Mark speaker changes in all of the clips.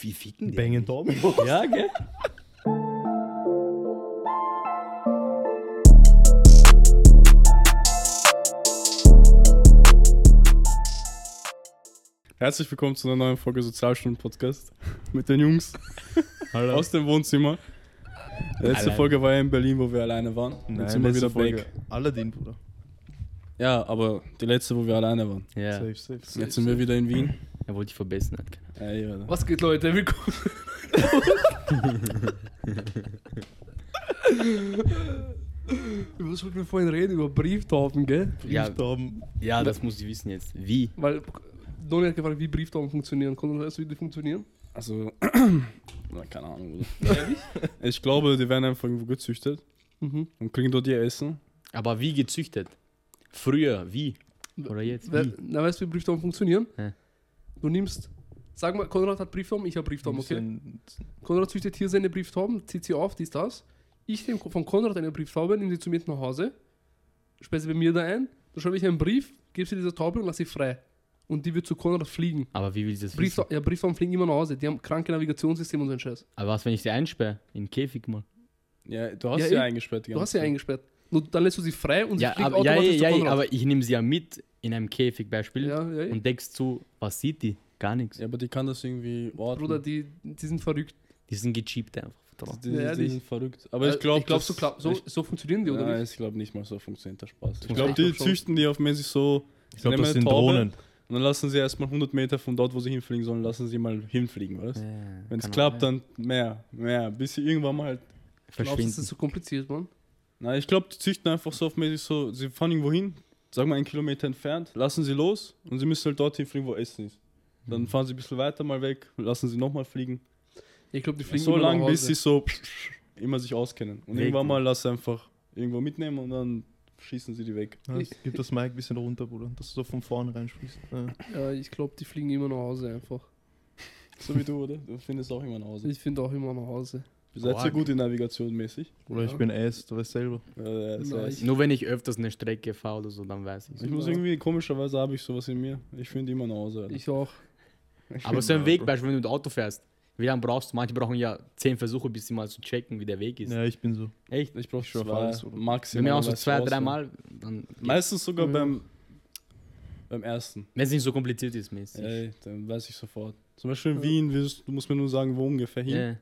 Speaker 1: Wie ficken die?
Speaker 2: Bang and Domino.
Speaker 1: Ja, gell?
Speaker 3: Herzlich willkommen zu einer neuen Folge Sozialstunden-Podcast mit den Jungs
Speaker 2: Hallo.
Speaker 3: aus dem Wohnzimmer. Letzte
Speaker 1: Allein.
Speaker 3: Folge war ja in Berlin, wo wir alleine waren. Jetzt
Speaker 2: Nein,
Speaker 3: sind wir
Speaker 2: letzte
Speaker 3: wieder
Speaker 2: Folge.
Speaker 3: back.
Speaker 2: Aladdin, Bruder.
Speaker 3: Ja, aber die letzte, wo wir alleine waren.
Speaker 1: Ja.
Speaker 2: Safe, safe. safe.
Speaker 3: Jetzt sind wir wieder in Wien.
Speaker 1: Er wollte dich verbessern. Hat keine Ahnung.
Speaker 3: Ja, ja.
Speaker 4: Was geht, Leute? Willkommen. über was wollten wir vorhin reden? Über Brieftauben, gell?
Speaker 1: Ja.
Speaker 2: Brieftauben.
Speaker 1: ja, das muss ich wissen jetzt. Wie?
Speaker 4: Weil Donny hat gefragt, wie Brieftauben funktionieren. Konnte das wie die funktionieren?
Speaker 3: Also, na, keine Ahnung. Oder? ich glaube, die werden einfach irgendwo gezüchtet
Speaker 4: Mhm.
Speaker 3: und kriegen dort ihr Essen.
Speaker 1: Aber wie gezüchtet? Früher, wie? Oder jetzt?
Speaker 4: We
Speaker 1: Wie?
Speaker 4: na, weißt du, wie Brieftauben funktionieren?
Speaker 1: Hä?
Speaker 4: Du nimmst, sag mal, Konrad hat Brieftauben, ich habe Brieftauben, okay?
Speaker 2: Bisschen-
Speaker 4: Konrad züchtet hier seine Brieftauben, zieht sie auf, dies, das. Ich nehme von Konrad eine Brieftaube, nehme sie zu mir nach Hause, speise bei mir da ein, dann schreibe ich einen Brief, gebe sie dieser Taube und lasse sie frei. Und die wird zu Konrad fliegen.
Speaker 1: Aber wie will ich das
Speaker 4: Brief,
Speaker 1: wissen?
Speaker 4: ja, Brieftaube fliegen immer nach Hause. Die haben kranke Navigationssystem und so ein Scheiß.
Speaker 1: Aber was, wenn ich sie einsperre? In den Käfig mal.
Speaker 3: Ja, du hast
Speaker 4: Ja,
Speaker 3: sie
Speaker 4: eh.
Speaker 3: eingesperrt. die
Speaker 4: Du hast
Speaker 3: ganze
Speaker 4: sie
Speaker 3: Zeit.
Speaker 4: eingesperrt. Nur dann lässt du sie frei und sie
Speaker 1: Ja,
Speaker 4: fliegt
Speaker 1: aber, ja,
Speaker 4: automatisch
Speaker 1: ja,
Speaker 4: zu
Speaker 1: ja,
Speaker 4: Konrad.
Speaker 1: aber ich nehme sie ja mit in einem Käfig, Beispiel.
Speaker 4: ja, ja, ja.
Speaker 1: Und deckst zu, was sieht die? Gar nichts.
Speaker 3: Ja, aber die kann das irgendwie orten.
Speaker 4: Bruder, die, die sind verrückt.
Speaker 1: Die sind gecheapt einfach.
Speaker 3: die,
Speaker 4: Ja,
Speaker 3: die, die
Speaker 4: die-
Speaker 3: sind verrückt. Aber ich
Speaker 4: Äh,
Speaker 3: glaube,
Speaker 4: ich glaub, so, kla- so,
Speaker 3: ich,
Speaker 4: so funktionieren die, oder
Speaker 3: Nein,
Speaker 4: nicht?
Speaker 3: ich glaube nicht mal so funktioniert der Spaß. Ich
Speaker 1: Muss
Speaker 3: glaube,
Speaker 1: man-
Speaker 3: die
Speaker 4: Ich glaub schon.
Speaker 3: züchten die auf mäßig so.
Speaker 2: Ich glaube,
Speaker 3: Nehmen
Speaker 2: das
Speaker 3: eine
Speaker 2: sind
Speaker 3: Taube.
Speaker 2: Drohnen.
Speaker 3: Und dann lassen sie erstmal 100 Meter von dort, wo sie hinfliegen sollen, lassen sie mal hinfliegen, weißt du? Wenn es klappt, dann mehr, mehr, bis sie irgendwann mal halt.
Speaker 4: Glaubst du, das
Speaker 1: verschwinden.
Speaker 4: ist so kompliziert, Mann?
Speaker 3: Na, ich glaube, die züchten einfach so auf mäßig so, sie fahren irgendwo hin, sagen wir einen Kilometer entfernt, lassen sie los und sie müssen halt dorthin fliegen, wo Essen ist.
Speaker 4: Mhm.
Speaker 3: Dann fahren sie ein bisschen weiter mal weg, lassen sie nochmal fliegen.
Speaker 4: Ich glaube, die fliegen
Speaker 3: so
Speaker 4: immer
Speaker 3: lang,
Speaker 4: nach
Speaker 3: bis sie
Speaker 4: Hause.
Speaker 3: so immer sich auskennen. Und
Speaker 1: Weg.
Speaker 3: irgendwann mal lass sie einfach irgendwo mitnehmen und dann schießen sie die weg.
Speaker 2: Ja, es gibt das Mike ein bisschen runter, Bruder. Dass du so von vorne reinspielst. Ja.
Speaker 4: Ja, ich glaube, die fliegen immer nach Hause einfach. Also
Speaker 3: So wie du, oder? Du findest auch immer nach Hause.
Speaker 4: Ich finde auch immer nach Hause.
Speaker 3: Du seid so
Speaker 1: Org.
Speaker 3: gut in Navigation mäßig.
Speaker 2: Oder ich bin Ass, du weißt selber.
Speaker 3: Äh, das
Speaker 4: Nein,
Speaker 3: heißt-
Speaker 1: Nur wenn ich öfters eine Strecke fahre oder so, dann weiß ich
Speaker 3: Ich muss irgendwie, komischerweise habe ich sowas in mir. Ich finde immer nach Hause. Alter.
Speaker 4: Ich auch.
Speaker 1: Aber so ein Weg, beispielsweise, wenn du mit dem Auto fährst, wie lange brauchst du? Manche brauchen ja zehn Versuche, bis sie mal zu checken, wie der Weg ist.
Speaker 2: Ja, ich bin so.
Speaker 1: Echt?
Speaker 3: Ich brauche
Speaker 2: Ich schwör auf
Speaker 3: zwei,
Speaker 2: alles, oder?
Speaker 1: Wenn
Speaker 3: maximal.
Speaker 1: wir auch so
Speaker 3: weiß ich
Speaker 1: zwei,
Speaker 3: aus,
Speaker 1: dreimal, dann.
Speaker 3: ja. Meistens sogar
Speaker 4: Ja.
Speaker 3: beim, beim ersten.
Speaker 1: Wenn es nicht so kompliziert ist, mäßig.
Speaker 3: Ey, dann weiß ich sofort. Zum Beispiel in
Speaker 4: Ja.
Speaker 3: Wien, wirst- du musst mir nur sagen, wo ungefähr hin.
Speaker 1: Ja.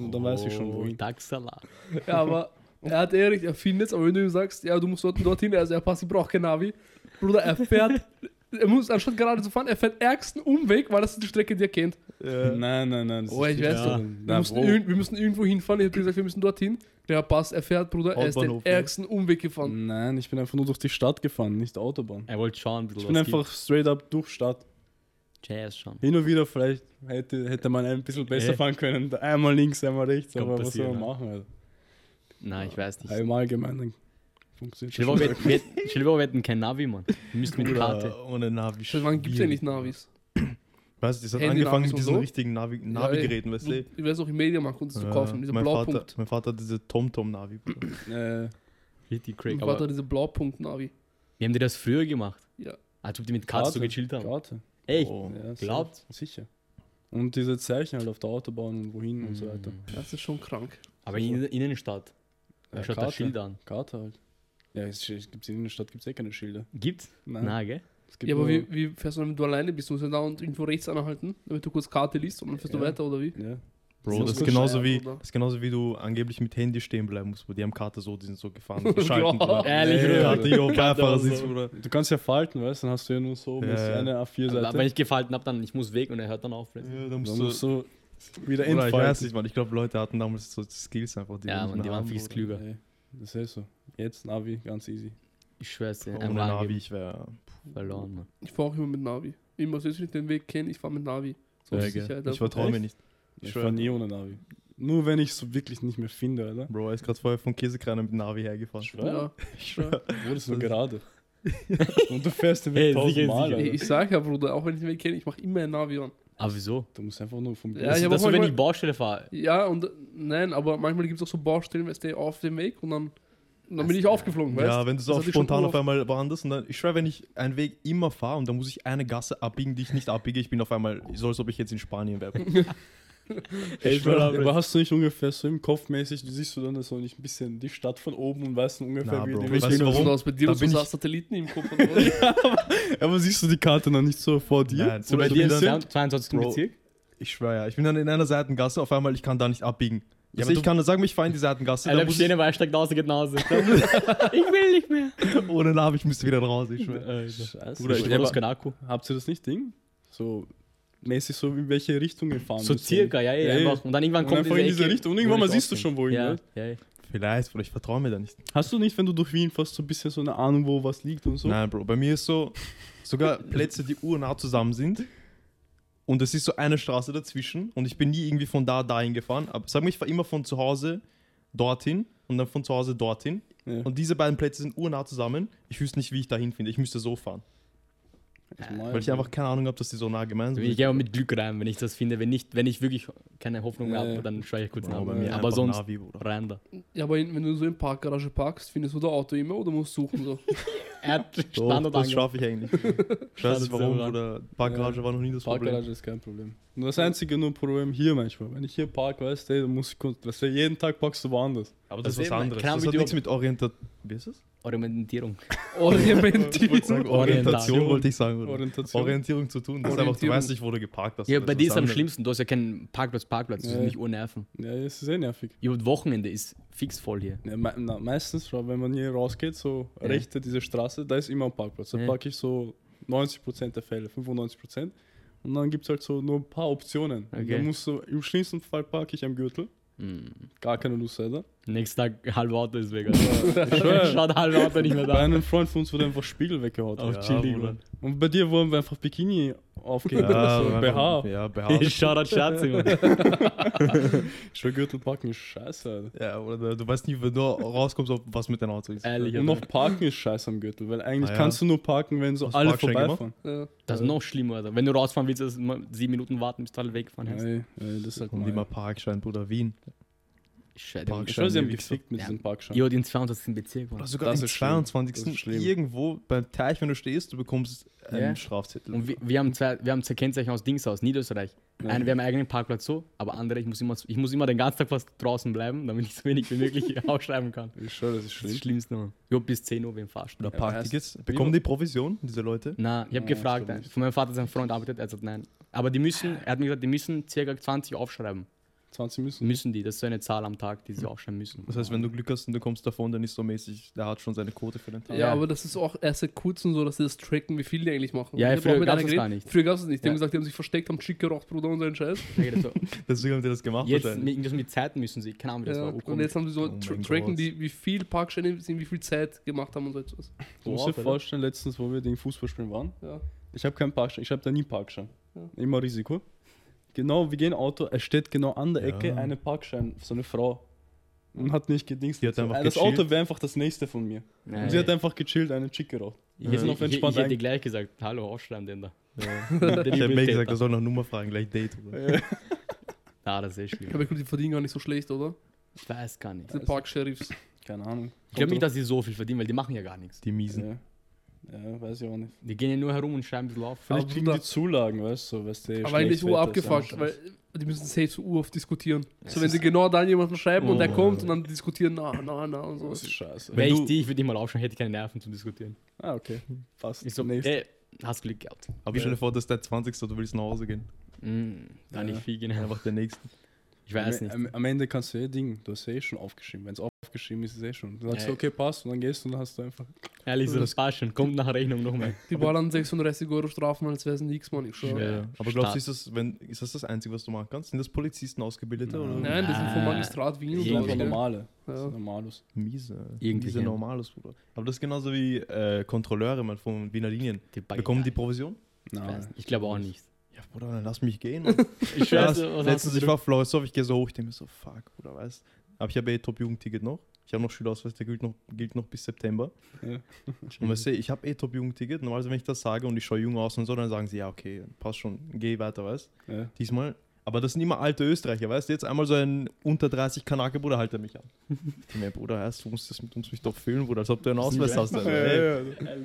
Speaker 3: Und dann weiß ich schon,
Speaker 1: Oh,
Speaker 3: wohin.
Speaker 1: Dachsalat.
Speaker 4: Ja, aber er hat eh recht, er findet's, aber wenn du ihm sagst, ja, du musst dort und dorthin, also er passt, ich brauche kein Navi. Bruder, er fährt, er muss anstatt gerade zu fahren, er fährt ärgsten Umweg, weil das ist die Strecke, die er kennt.
Speaker 2: Äh,
Speaker 3: Nein, nein, nein. das
Speaker 4: Oh,
Speaker 3: ist
Speaker 4: ich
Speaker 3: nicht
Speaker 4: weiß
Speaker 3: so.
Speaker 1: doch.
Speaker 4: Wir
Speaker 3: Na,
Speaker 4: müssen,
Speaker 3: wo?
Speaker 4: irgend- wir müssen irgendwo hinfahren, ich hab gesagt, wir müssen dorthin. Der passt, er fährt, Bruder, er ist den
Speaker 2: Hauptbahnhof, ne?
Speaker 4: ärgsten Umweg gefahren.
Speaker 3: Nein, ich bin einfach nur durch die Stadt gefahren, nicht Autobahn.
Speaker 1: Er wollte schauen,
Speaker 3: Ich bin einfach straight up durch Stadt.
Speaker 1: Jazz schon.
Speaker 3: Hin und wieder vielleicht hätte, hätte man ein bisschen besser
Speaker 1: Ey.
Speaker 3: fahren können. Einmal links, einmal rechts,
Speaker 1: Kann
Speaker 3: aber was soll
Speaker 1: passieren,
Speaker 3: man
Speaker 1: ne?
Speaker 3: machen? Alter?
Speaker 1: Nein, ich weiß nicht.
Speaker 3: Einmal allgemein dann funktioniert
Speaker 1: Stell dir
Speaker 3: das
Speaker 1: vor,
Speaker 3: schon.
Speaker 1: wir, hätten- wir, hätten- stell dir vor, wir hätten kein Navi, Mann. Wir müssen mit Karte.
Speaker 2: Bruder, ohne Navi.
Speaker 4: Seit wann gibt's ja
Speaker 2: schwierig.
Speaker 4: nicht Navis?
Speaker 2: Weißt du, das hat
Speaker 4: Handy-Navis
Speaker 2: angefangen mit
Speaker 4: und
Speaker 2: diesen
Speaker 4: so?
Speaker 2: richtigen Navi-
Speaker 4: ey.
Speaker 2: Navi-Geräten, weißt
Speaker 4: Du,
Speaker 2: du?
Speaker 4: ich weiß auch im Mediamarkt uns zu
Speaker 2: Ja,
Speaker 4: kaufen, dieser
Speaker 2: mein, Vater,
Speaker 4: Blaupunkt.
Speaker 2: mein Vater hat diese TomTom-Navi. Bruder.
Speaker 3: Äh,
Speaker 1: Richtig
Speaker 4: Mein
Speaker 1: crazy.
Speaker 4: Vater
Speaker 1: Aber
Speaker 4: hat diese Blaupunkt-Navi.
Speaker 1: wir haben dir das früher gemacht.
Speaker 4: Ja.
Speaker 1: Als ob die mit Karte so gechillt haben.
Speaker 3: Karte.
Speaker 1: Echt?
Speaker 2: Oh.
Speaker 3: Ja, sicher.
Speaker 1: Glaubt?
Speaker 3: Sicher. Und diese Zeichen halt auf der Autobahn und wohin und so weiter.
Speaker 4: Das ist schon krank.
Speaker 1: Aber in der Innenstadt. Da
Speaker 3: Ja,
Speaker 1: schaut
Speaker 3: Karte.
Speaker 1: das Schild an.
Speaker 3: Karte halt. Ja, es es gibt's in der Stadt gibt's eh keine Schilder.
Speaker 1: Gibt's?
Speaker 3: Nein.
Speaker 1: Na, gell?
Speaker 3: Es gibt
Speaker 4: Ja, aber
Speaker 3: nur-
Speaker 4: wie, wie fährst du dann, wenn du alleine bist? Musst du da und irgendwo rechts anhalten, damit du kurz Karte liest und dann fährst
Speaker 3: Ja.
Speaker 4: du weiter, oder wie?
Speaker 3: Ja.
Speaker 2: Bro,
Speaker 3: So
Speaker 2: das ist,
Speaker 3: gut
Speaker 2: genauso
Speaker 4: schwer,
Speaker 2: wie,
Speaker 4: Bruder.
Speaker 2: das ist genauso wie du angeblich mit Handy stehen bleiben musst. Bruder. Die haben Karte so, die sind so gefahren. Geschalten,
Speaker 4: Ja.
Speaker 2: Bruder.
Speaker 1: Ehrlich,
Speaker 3: Bruder.
Speaker 2: Karte, yo, Beifahrer
Speaker 1: so.
Speaker 2: sitzt, Bruder.
Speaker 3: Du kannst ja falten, weißt du? Dann hast du ja nur so
Speaker 2: Ja,
Speaker 3: mäßig
Speaker 2: ja.
Speaker 3: eine A4-Seite.
Speaker 1: Wenn ich gefalten hab, dann ich muss weg und er hört dann auf. Bruder.
Speaker 2: Ja, da
Speaker 3: dann
Speaker 2: musst du.
Speaker 3: musst du wieder
Speaker 2: Bruder, ich weiß
Speaker 3: entfalten.
Speaker 2: nicht, Mann. Ich glaube, Leute hatten damals so Skills einfach. Die
Speaker 1: Ja,
Speaker 2: wir nicht
Speaker 1: Mann,
Speaker 2: mehr
Speaker 1: die waren
Speaker 2: haben,
Speaker 1: fix
Speaker 2: Bruder.
Speaker 1: klüger.
Speaker 3: Ey, das ist so. Jetzt Navi, ganz easy.
Speaker 1: Ich schwör's dir.
Speaker 2: Ohne
Speaker 1: einmal
Speaker 2: Navi,
Speaker 1: angeben.
Speaker 2: ich wäre.
Speaker 1: Verloren, Mann.
Speaker 4: Ich fahre auch immer mit Navi. Immer, selbst wenn ich den Weg kenne, ich fahre mit Navi. So
Speaker 2: Ja,
Speaker 4: ist
Speaker 2: gell.
Speaker 4: Sicherheit also,
Speaker 2: ich
Speaker 4: einfach.
Speaker 2: vertraue mir
Speaker 3: Echt?
Speaker 2: nicht.
Speaker 3: Ich
Speaker 2: schwör.
Speaker 3: war nie ohne Navi. Nur wenn ich es wirklich nicht mehr finde, Alter.
Speaker 2: Bro, er ist gerade vorher von Käsekreiner mit Navi hergefahren.
Speaker 4: Ja.
Speaker 2: Ich schwör.
Speaker 3: Wurde es nur gerade. Und du fährst den
Speaker 1: Ey,
Speaker 3: Weg
Speaker 1: sicher,
Speaker 3: tausendmal,
Speaker 1: sicher.
Speaker 4: Ich,
Speaker 3: Alter.
Speaker 4: ich sag ja, Bruder, auch wenn ich den Weg kenne, ich mache immer ein Navi an.
Speaker 1: Aber wieso?
Speaker 3: Du musst einfach nur vom
Speaker 4: Ja,
Speaker 1: das ist
Speaker 4: ich hab
Speaker 1: das
Speaker 4: auch
Speaker 1: so, wenn
Speaker 4: einmal-
Speaker 1: ich Baustelle fahre.
Speaker 4: Ja, und nein, aber manchmal gibt es auch so Baustellen, weißt du, auf dem Weg und dann, und dann bin ich aufgeflogen, weißt
Speaker 2: Ja, wenn du
Speaker 4: Das
Speaker 2: so auf
Speaker 4: hatte ich schon
Speaker 2: spontan auf
Speaker 4: oft.
Speaker 2: einmal woanders und dann, ich schwör, wenn ich einen Weg immer fahre und dann muss ich eine Gasse abbiegen, die ich nicht abbiege, ich bin auf einmal so, als ob ich jetzt in Spanien wäre.
Speaker 3: Ey,
Speaker 2: schwör
Speaker 3: aber,
Speaker 2: auf
Speaker 3: aber hast du nicht ungefähr so im Kopf mäßig, du siehst du dann so nicht ein bisschen die Stadt von oben und weißt dann ungefähr,
Speaker 2: Na,
Speaker 3: wie
Speaker 2: Bro.
Speaker 3: die
Speaker 2: Weißt
Speaker 4: Weißt
Speaker 3: Richtung
Speaker 4: du,
Speaker 2: warum?
Speaker 4: was ist bei dir,
Speaker 2: Da
Speaker 4: dass du
Speaker 2: bin
Speaker 4: so
Speaker 2: ich-
Speaker 4: hast Satelliten im Kopf und was?
Speaker 3: Aber siehst du die Karte dann nicht so vor dir?
Speaker 2: Nein, zum
Speaker 1: Oder
Speaker 2: Beispiel
Speaker 1: dir
Speaker 2: dann-
Speaker 1: im 22.
Speaker 2: Bro.
Speaker 1: Bezirk?
Speaker 2: Ich schwöre ja, ich bin dann in einer Seitengasse, auf einmal, ich kann da nicht abbiegen.
Speaker 1: Ja,
Speaker 2: Ja,
Speaker 1: aber
Speaker 2: ich
Speaker 1: du-
Speaker 2: kann, sag mir, ich fahre in die Seitengasse,
Speaker 1: Er
Speaker 2: dann
Speaker 1: bleibt
Speaker 2: muss
Speaker 1: stehen,
Speaker 2: ich,
Speaker 1: aber er steigt aus und geht nach Hause. ich will nicht mehr.
Speaker 2: ohne Navi, ich müsste wieder raus, ich schwöre.
Speaker 3: Scheiße.
Speaker 1: Bruder, ich genau-
Speaker 3: Ja,
Speaker 1: brauch
Speaker 3: aber
Speaker 1: keinen Akku.
Speaker 3: Habt ihr das nicht, Ding? So mäßig so, in welche Richtung wir fahren
Speaker 1: So
Speaker 3: müssen.
Speaker 1: circa, ja, ja,
Speaker 3: Ja,
Speaker 1: einfach. Und dann irgendwann
Speaker 3: Und
Speaker 1: kommt
Speaker 3: einfach in diese
Speaker 1: Ecke,
Speaker 3: Richtung.
Speaker 1: wo
Speaker 3: Und irgendwann mal
Speaker 1: nicht
Speaker 3: siehst du
Speaker 1: rauskommst.
Speaker 3: schon, wohin,
Speaker 1: Ja,
Speaker 3: ne?
Speaker 1: ja, ja.
Speaker 2: Vielleicht, oder ich vertraue mir da nicht.
Speaker 3: Hast du nicht, wenn du durch Wien fährst, so ein bisschen so eine Ahnung, wo was liegt und so?
Speaker 2: Nein, Bro, bei mir ist so, sogar Plätze, die urnah zusammen sind und es ist so eine Straße dazwischen und ich bin nie irgendwie von da dahin gefahren, aber sag mir, ich fahre immer von zu Hause dorthin und dann von zu Hause dorthin
Speaker 3: Ja.
Speaker 2: und diese beiden Plätze sind urnah zusammen, ich wüsste nicht, wie ich dahin finde, ich müsste so fahren,
Speaker 3: Ich mein,
Speaker 2: weil ich einfach keine Ahnung habe, dass die so nah gemeinsam
Speaker 1: Ich
Speaker 2: sind.
Speaker 1: gehe mal mit Glück rein, wenn ich das finde. Wenn nicht, wenn ich wirklich keine Hoffnung mehr
Speaker 3: Ja, ja.
Speaker 1: habe, dann schaue ich kurz nach bei
Speaker 2: mir
Speaker 1: mir.
Speaker 2: einfach
Speaker 1: Aber sonst
Speaker 2: Navi, Bruder.
Speaker 1: rein da.
Speaker 4: Ja, aber in, wenn du so in Parkgarage parkst, findest du das Auto immer oder musst suchen so?
Speaker 1: Er hat
Speaker 2: Doch,
Speaker 1: Standard
Speaker 2: das
Speaker 1: angefangen.
Speaker 2: schaffe ich eigentlich. Ich weiß nicht warum,
Speaker 1: Standard-
Speaker 2: Bruder. Parkgarage war noch nie das Problem.
Speaker 3: Parkgarage ist kein Problem. Nur das einzige nur Problem hier manchmal. Wenn ich hier park, weißt du, ey, dann muss ich kurz. Das wäre jeden Tag parkst du woanders.
Speaker 2: Aber
Speaker 1: das ist eben- keine
Speaker 2: Das
Speaker 1: Ahnung,
Speaker 2: hat
Speaker 1: wie
Speaker 2: nichts
Speaker 1: du-
Speaker 2: mit Orientat... Wie ist es?
Speaker 1: Orientierung.
Speaker 2: Ich wollte
Speaker 4: Orientierung.
Speaker 2: sagen,
Speaker 1: Orientation.
Speaker 2: Orientation wollte ich sagen. Oder?
Speaker 3: Orientation.
Speaker 2: Orientierung zu tun. Das ist einfach, du
Speaker 4: Orientierung.
Speaker 2: weißt nicht, wo du geparkt hast.
Speaker 1: Ja,
Speaker 2: Das
Speaker 1: bei dir ist
Speaker 2: was
Speaker 1: es am
Speaker 2: anderes.
Speaker 1: schlimmsten. Du hast ja keinen Parkplatz, Parkplatz. Das
Speaker 3: Ja,
Speaker 1: ist
Speaker 3: ja.
Speaker 1: mich urnerven.
Speaker 3: ja, es ist eh nervig.
Speaker 1: Über Wochenende ist fix voll hier.
Speaker 3: Ja, me na, meistens, Bro, wenn man hier rausgeht, so
Speaker 1: Ja.
Speaker 3: rechte diese Straße, da ist immer ein Parkplatz. Da
Speaker 1: Ja.
Speaker 3: parke ich so 90% der Fälle, 95%. Und dann gibt es halt so nur ein paar Optionen. Und
Speaker 1: Okay.
Speaker 3: Dann musst du, im schlimmsten Fall parke ich am Gürtel.
Speaker 1: Hm.
Speaker 3: Gar keine Lust, Alter.
Speaker 1: Nächsten Tag halbe Auto ist weg.
Speaker 3: Ich schwör.
Speaker 1: Schaut halbe Auto nicht mehr
Speaker 3: Bei
Speaker 1: da.
Speaker 3: einem Freund von uns wurde einfach Spiegel weggehaut.
Speaker 1: Auf
Speaker 2: Ja,
Speaker 1: chillig,
Speaker 2: Bruder.
Speaker 1: Mann.
Speaker 3: Und bei dir wurden wir einfach Bikini aufgehängt. also
Speaker 2: Ja,
Speaker 3: so,
Speaker 2: einfach-
Speaker 3: BH.
Speaker 2: Ja, BH.
Speaker 1: Shoutout Schatzi, Mann.
Speaker 3: Schon Gürtel parken ist scheiße, Alter.
Speaker 2: Ja, oder du weißt nie, wenn du rauskommst, ob was mit deinem Auto ist.
Speaker 1: Ehrlich,
Speaker 3: Und
Speaker 1: Alter.
Speaker 3: noch parken ist scheiße am Gürtel, weil eigentlich
Speaker 2: Ah, ja.
Speaker 3: kannst du nur parken, wenn so
Speaker 2: Hast du
Speaker 3: alle
Speaker 2: Parkschein gemacht?
Speaker 3: vorbeifahren.
Speaker 4: Ja.
Speaker 1: Das ist noch schlimmer, Alter. Wenn du rausfahren willst, ist mal sieben Minuten warten, bis du alle weggefahren hast.
Speaker 3: Nein, nein, das ist halt
Speaker 2: Und immer
Speaker 3: mal.
Speaker 2: Parkschein, Bruder, Wien.
Speaker 1: Scheiße.
Speaker 2: Park-
Speaker 3: Ich schwör, sie haben
Speaker 2: Wichser.
Speaker 3: gefickt mit
Speaker 1: Ja.
Speaker 3: diesem Parkschein.
Speaker 1: Jo, den 22. Bezirk, Mann.
Speaker 2: Oder sogar
Speaker 3: Das
Speaker 2: am
Speaker 3: ist schlimm. Das
Speaker 2: 22.
Speaker 3: ist schlimm.
Speaker 2: irgendwo beim Teich, wenn du stehst, du bekommst einen
Speaker 1: Ja.
Speaker 2: Strafzettel.
Speaker 1: Und wir, wir, haben zwei, wir haben zwei Kennzeichen aus Dings aus, Niederösterreich.
Speaker 3: Ja.
Speaker 1: Einen, wir haben einen eigenen Parkplatz so, aber andere, ich muss immer, ich muss immer den ganzen Tag fast draußen bleiben, damit ich so wenig wie möglich ausschreiben kann.
Speaker 3: Ich schwör, das ist
Speaker 1: Das ist das
Speaker 3: schlimm.
Speaker 1: Schlimmste, Mann. Jo, bis 10 Uhr, wem fahrst du?
Speaker 2: Oder
Speaker 3: Ja,
Speaker 2: Parktickets. Bekommen die Provision, diese Leute?
Speaker 1: Na, ich habe
Speaker 3: Nein, ich
Speaker 1: gefragt,
Speaker 3: glaub nicht.
Speaker 1: von meinem Vater, sein Freund arbeitet, er sagt nein. Aber die müssen, er hat mir gesagt, die müssen ca. 20 aufschreiben.
Speaker 3: 20 müssen.
Speaker 1: Müssen die, das ist so eine Zahl am Tag,
Speaker 3: Hm.
Speaker 1: die sie aufschreiben müssen.
Speaker 2: Das heißt, wenn du Glück hast und du kommst davon, dann ist so mäßig, der hat schon seine Quote für den Tag.
Speaker 4: Ja, aber das ist auch erst seit kurzem so, dass sie das tracken, wie viel die eigentlich machen.
Speaker 1: Ja,
Speaker 4: Und ich
Speaker 1: früher
Speaker 4: hab auch mit
Speaker 1: gab's
Speaker 4: anderen
Speaker 1: das gar
Speaker 4: geredet.
Speaker 1: nicht.
Speaker 4: Früher gab es das nicht. Die
Speaker 1: Ja.
Speaker 4: haben gesagt, die haben sich versteckt, haben schick geraucht, Bruder, und so einen Scheiß.
Speaker 1: Er hat gesagt, so,
Speaker 2: Deswegen haben die das gemacht
Speaker 1: Jetzt mit,
Speaker 2: wahrscheinlich.
Speaker 1: irgendwas mit Zeit müssen sie, keine Ahnung, wie das
Speaker 4: Ja,
Speaker 1: war.
Speaker 4: und jetzt haben sie so
Speaker 2: Oh mein
Speaker 4: tra tracken,
Speaker 2: Gott.
Speaker 4: die, wie viel Parkscheine sind, wie viel Zeit gemacht haben und so etwas.
Speaker 3: Du musst dir vorstellen, letztens, wo wir den Fußball spielen waren,
Speaker 4: Ja.
Speaker 3: ich habe keinen Parkschein, ich habe da nie Parkschein.
Speaker 4: Ja.
Speaker 3: Immer Risiko. Genau, wir gehen Auto, es steht genau an der
Speaker 2: Ja.
Speaker 3: Ecke eine Parkschein, so eine Frau. Und hat nicht gedingst.
Speaker 2: Die hat einfach
Speaker 3: das
Speaker 2: gechillt.
Speaker 3: Auto wäre einfach das nächste von mir.
Speaker 1: Nein,
Speaker 3: Und sie hat einfach gechillt, eine Chick geraucht.
Speaker 1: ich, hätte-
Speaker 3: Ja. noch
Speaker 1: ich, ich,
Speaker 3: entspannt
Speaker 1: ich hätte
Speaker 3: ein-
Speaker 1: gleich gesagt, hallo, aufschreiben den da.
Speaker 2: Ja.
Speaker 1: Der
Speaker 2: Ich habe mir
Speaker 1: Übeltäter.
Speaker 2: gesagt, er soll nach Nummer fragen, gleich Date. Bruder.
Speaker 1: Na, das ist eh schwierig.
Speaker 4: Aber ich glaube, die verdienen gar nicht so schlecht, oder?
Speaker 1: Ich weiß gar nicht.
Speaker 4: Diese Parksheriffs.
Speaker 3: Keine Ahnung.
Speaker 1: Ich glaube
Speaker 3: Kommt
Speaker 1: nicht, dass sie so viel verdienen, weil die machen ja gar nichts.
Speaker 2: Die
Speaker 3: drauf-
Speaker 2: Miesen.
Speaker 3: Ja. ja, weiß ich auch nicht.
Speaker 1: Die gehen ja nur herum und schreiben ein bisschen auf.
Speaker 3: Vielleicht
Speaker 4: Aber
Speaker 3: kriegen
Speaker 4: Bruder-
Speaker 3: die Zulagen, weißt du, so, weißt du.
Speaker 4: Aber eigentlich
Speaker 3: Schlechtwetter,
Speaker 4: Uhr abgefuckt,
Speaker 3: so.
Speaker 4: weil die müssen safe so Uhr oft diskutieren. So, wenn sie genau dann jemanden schreiben und der
Speaker 1: Oh.
Speaker 4: kommt und dann diskutieren, na, na, na und
Speaker 3: Das ist
Speaker 4: so.
Speaker 3: scheiße.
Speaker 1: Wäre
Speaker 3: Wenn
Speaker 1: ich
Speaker 3: du-
Speaker 1: die, ich würde die mal aufschreiben, hätte keine Nerven zu diskutieren.
Speaker 3: Ah, okay. Passt.
Speaker 1: Ich so,
Speaker 3: Nächste.
Speaker 1: ey, hast Glück gehabt.
Speaker 2: Aber ich stelle vor, das ist der 20. Du willst nach Hause gehen.
Speaker 1: Mm, da
Speaker 3: Ja.
Speaker 1: nicht viel gehen.
Speaker 2: Einfach der nächste.
Speaker 1: Ich weiß nicht.
Speaker 3: Am, am Ende kannst du eh Ding, du hast eh schon aufgeschrieben. Wenn es aufgeschrieben ist, ist eh schon. Du sagst,
Speaker 1: Ja.
Speaker 3: okay, passt, und dann gehst du und dann hast du einfach.
Speaker 1: Ehrlich, so das war schon. Kommt nach Rechnung nochmal.
Speaker 4: Die ballern 36 Euro Strafen, als wäre es nix, Mann. Ich schwör.
Speaker 1: Ja.
Speaker 2: Ja. Aber
Speaker 1: Stark.
Speaker 2: glaubst du, ist das, wenn, ist das das Einzige, was du machen kannst? Sind das Polizisten ausgebildete oder?
Speaker 4: Nein, das sind vom
Speaker 1: Ah.
Speaker 4: Magistrat Wien
Speaker 1: Ja,
Speaker 4: und
Speaker 3: Einfach
Speaker 1: aber
Speaker 4: so. gell?
Speaker 3: normale. Das
Speaker 4: Ja.
Speaker 3: ist Normalus.
Speaker 2: Miese.
Speaker 1: Irgendwie,
Speaker 2: Miese
Speaker 1: ja.
Speaker 2: normales, Bruder. Aber das ist genauso wie äh, Kontrolleure man, von Wiener Linien.
Speaker 1: Die
Speaker 4: Ah,
Speaker 2: Bekommen die Provision?
Speaker 1: Ich, weiß
Speaker 3: Nein.
Speaker 1: nicht. Ah. ich glaube auch nicht.
Speaker 2: Ja, Bruder, dann lass mich gehen. Mann.
Speaker 1: Ich
Speaker 2: Ja,
Speaker 1: weiß,
Speaker 2: das- letztens, ich war Florisdorf, ich gehe so hoch, ich denke mir so, fuck, Bruder, weißt Aber ich habe eh Top-Jugendticket noch. Ich habe noch Schülerausweis, der gilt noch, gilt noch bis September.
Speaker 3: Ja.
Speaker 2: Und weißt du, ich habe eh Top-Jugendticket. Normalerweise, wenn ich das sage und ich schaue jung aus und so, dann sagen sie, ja, okay, passt schon, geh weiter, weißt
Speaker 3: Ja.
Speaker 2: Diesmal, aber das sind immer alte Österreicher, weißt du? Jetzt einmal so ein unter 30 Kanake, Bruder, halt er mich an. Ich denke mir, Bruder, erst, du musst das mit uns mich doch fühlen, Bruder, als ob du einen Ausweis hast. Alter.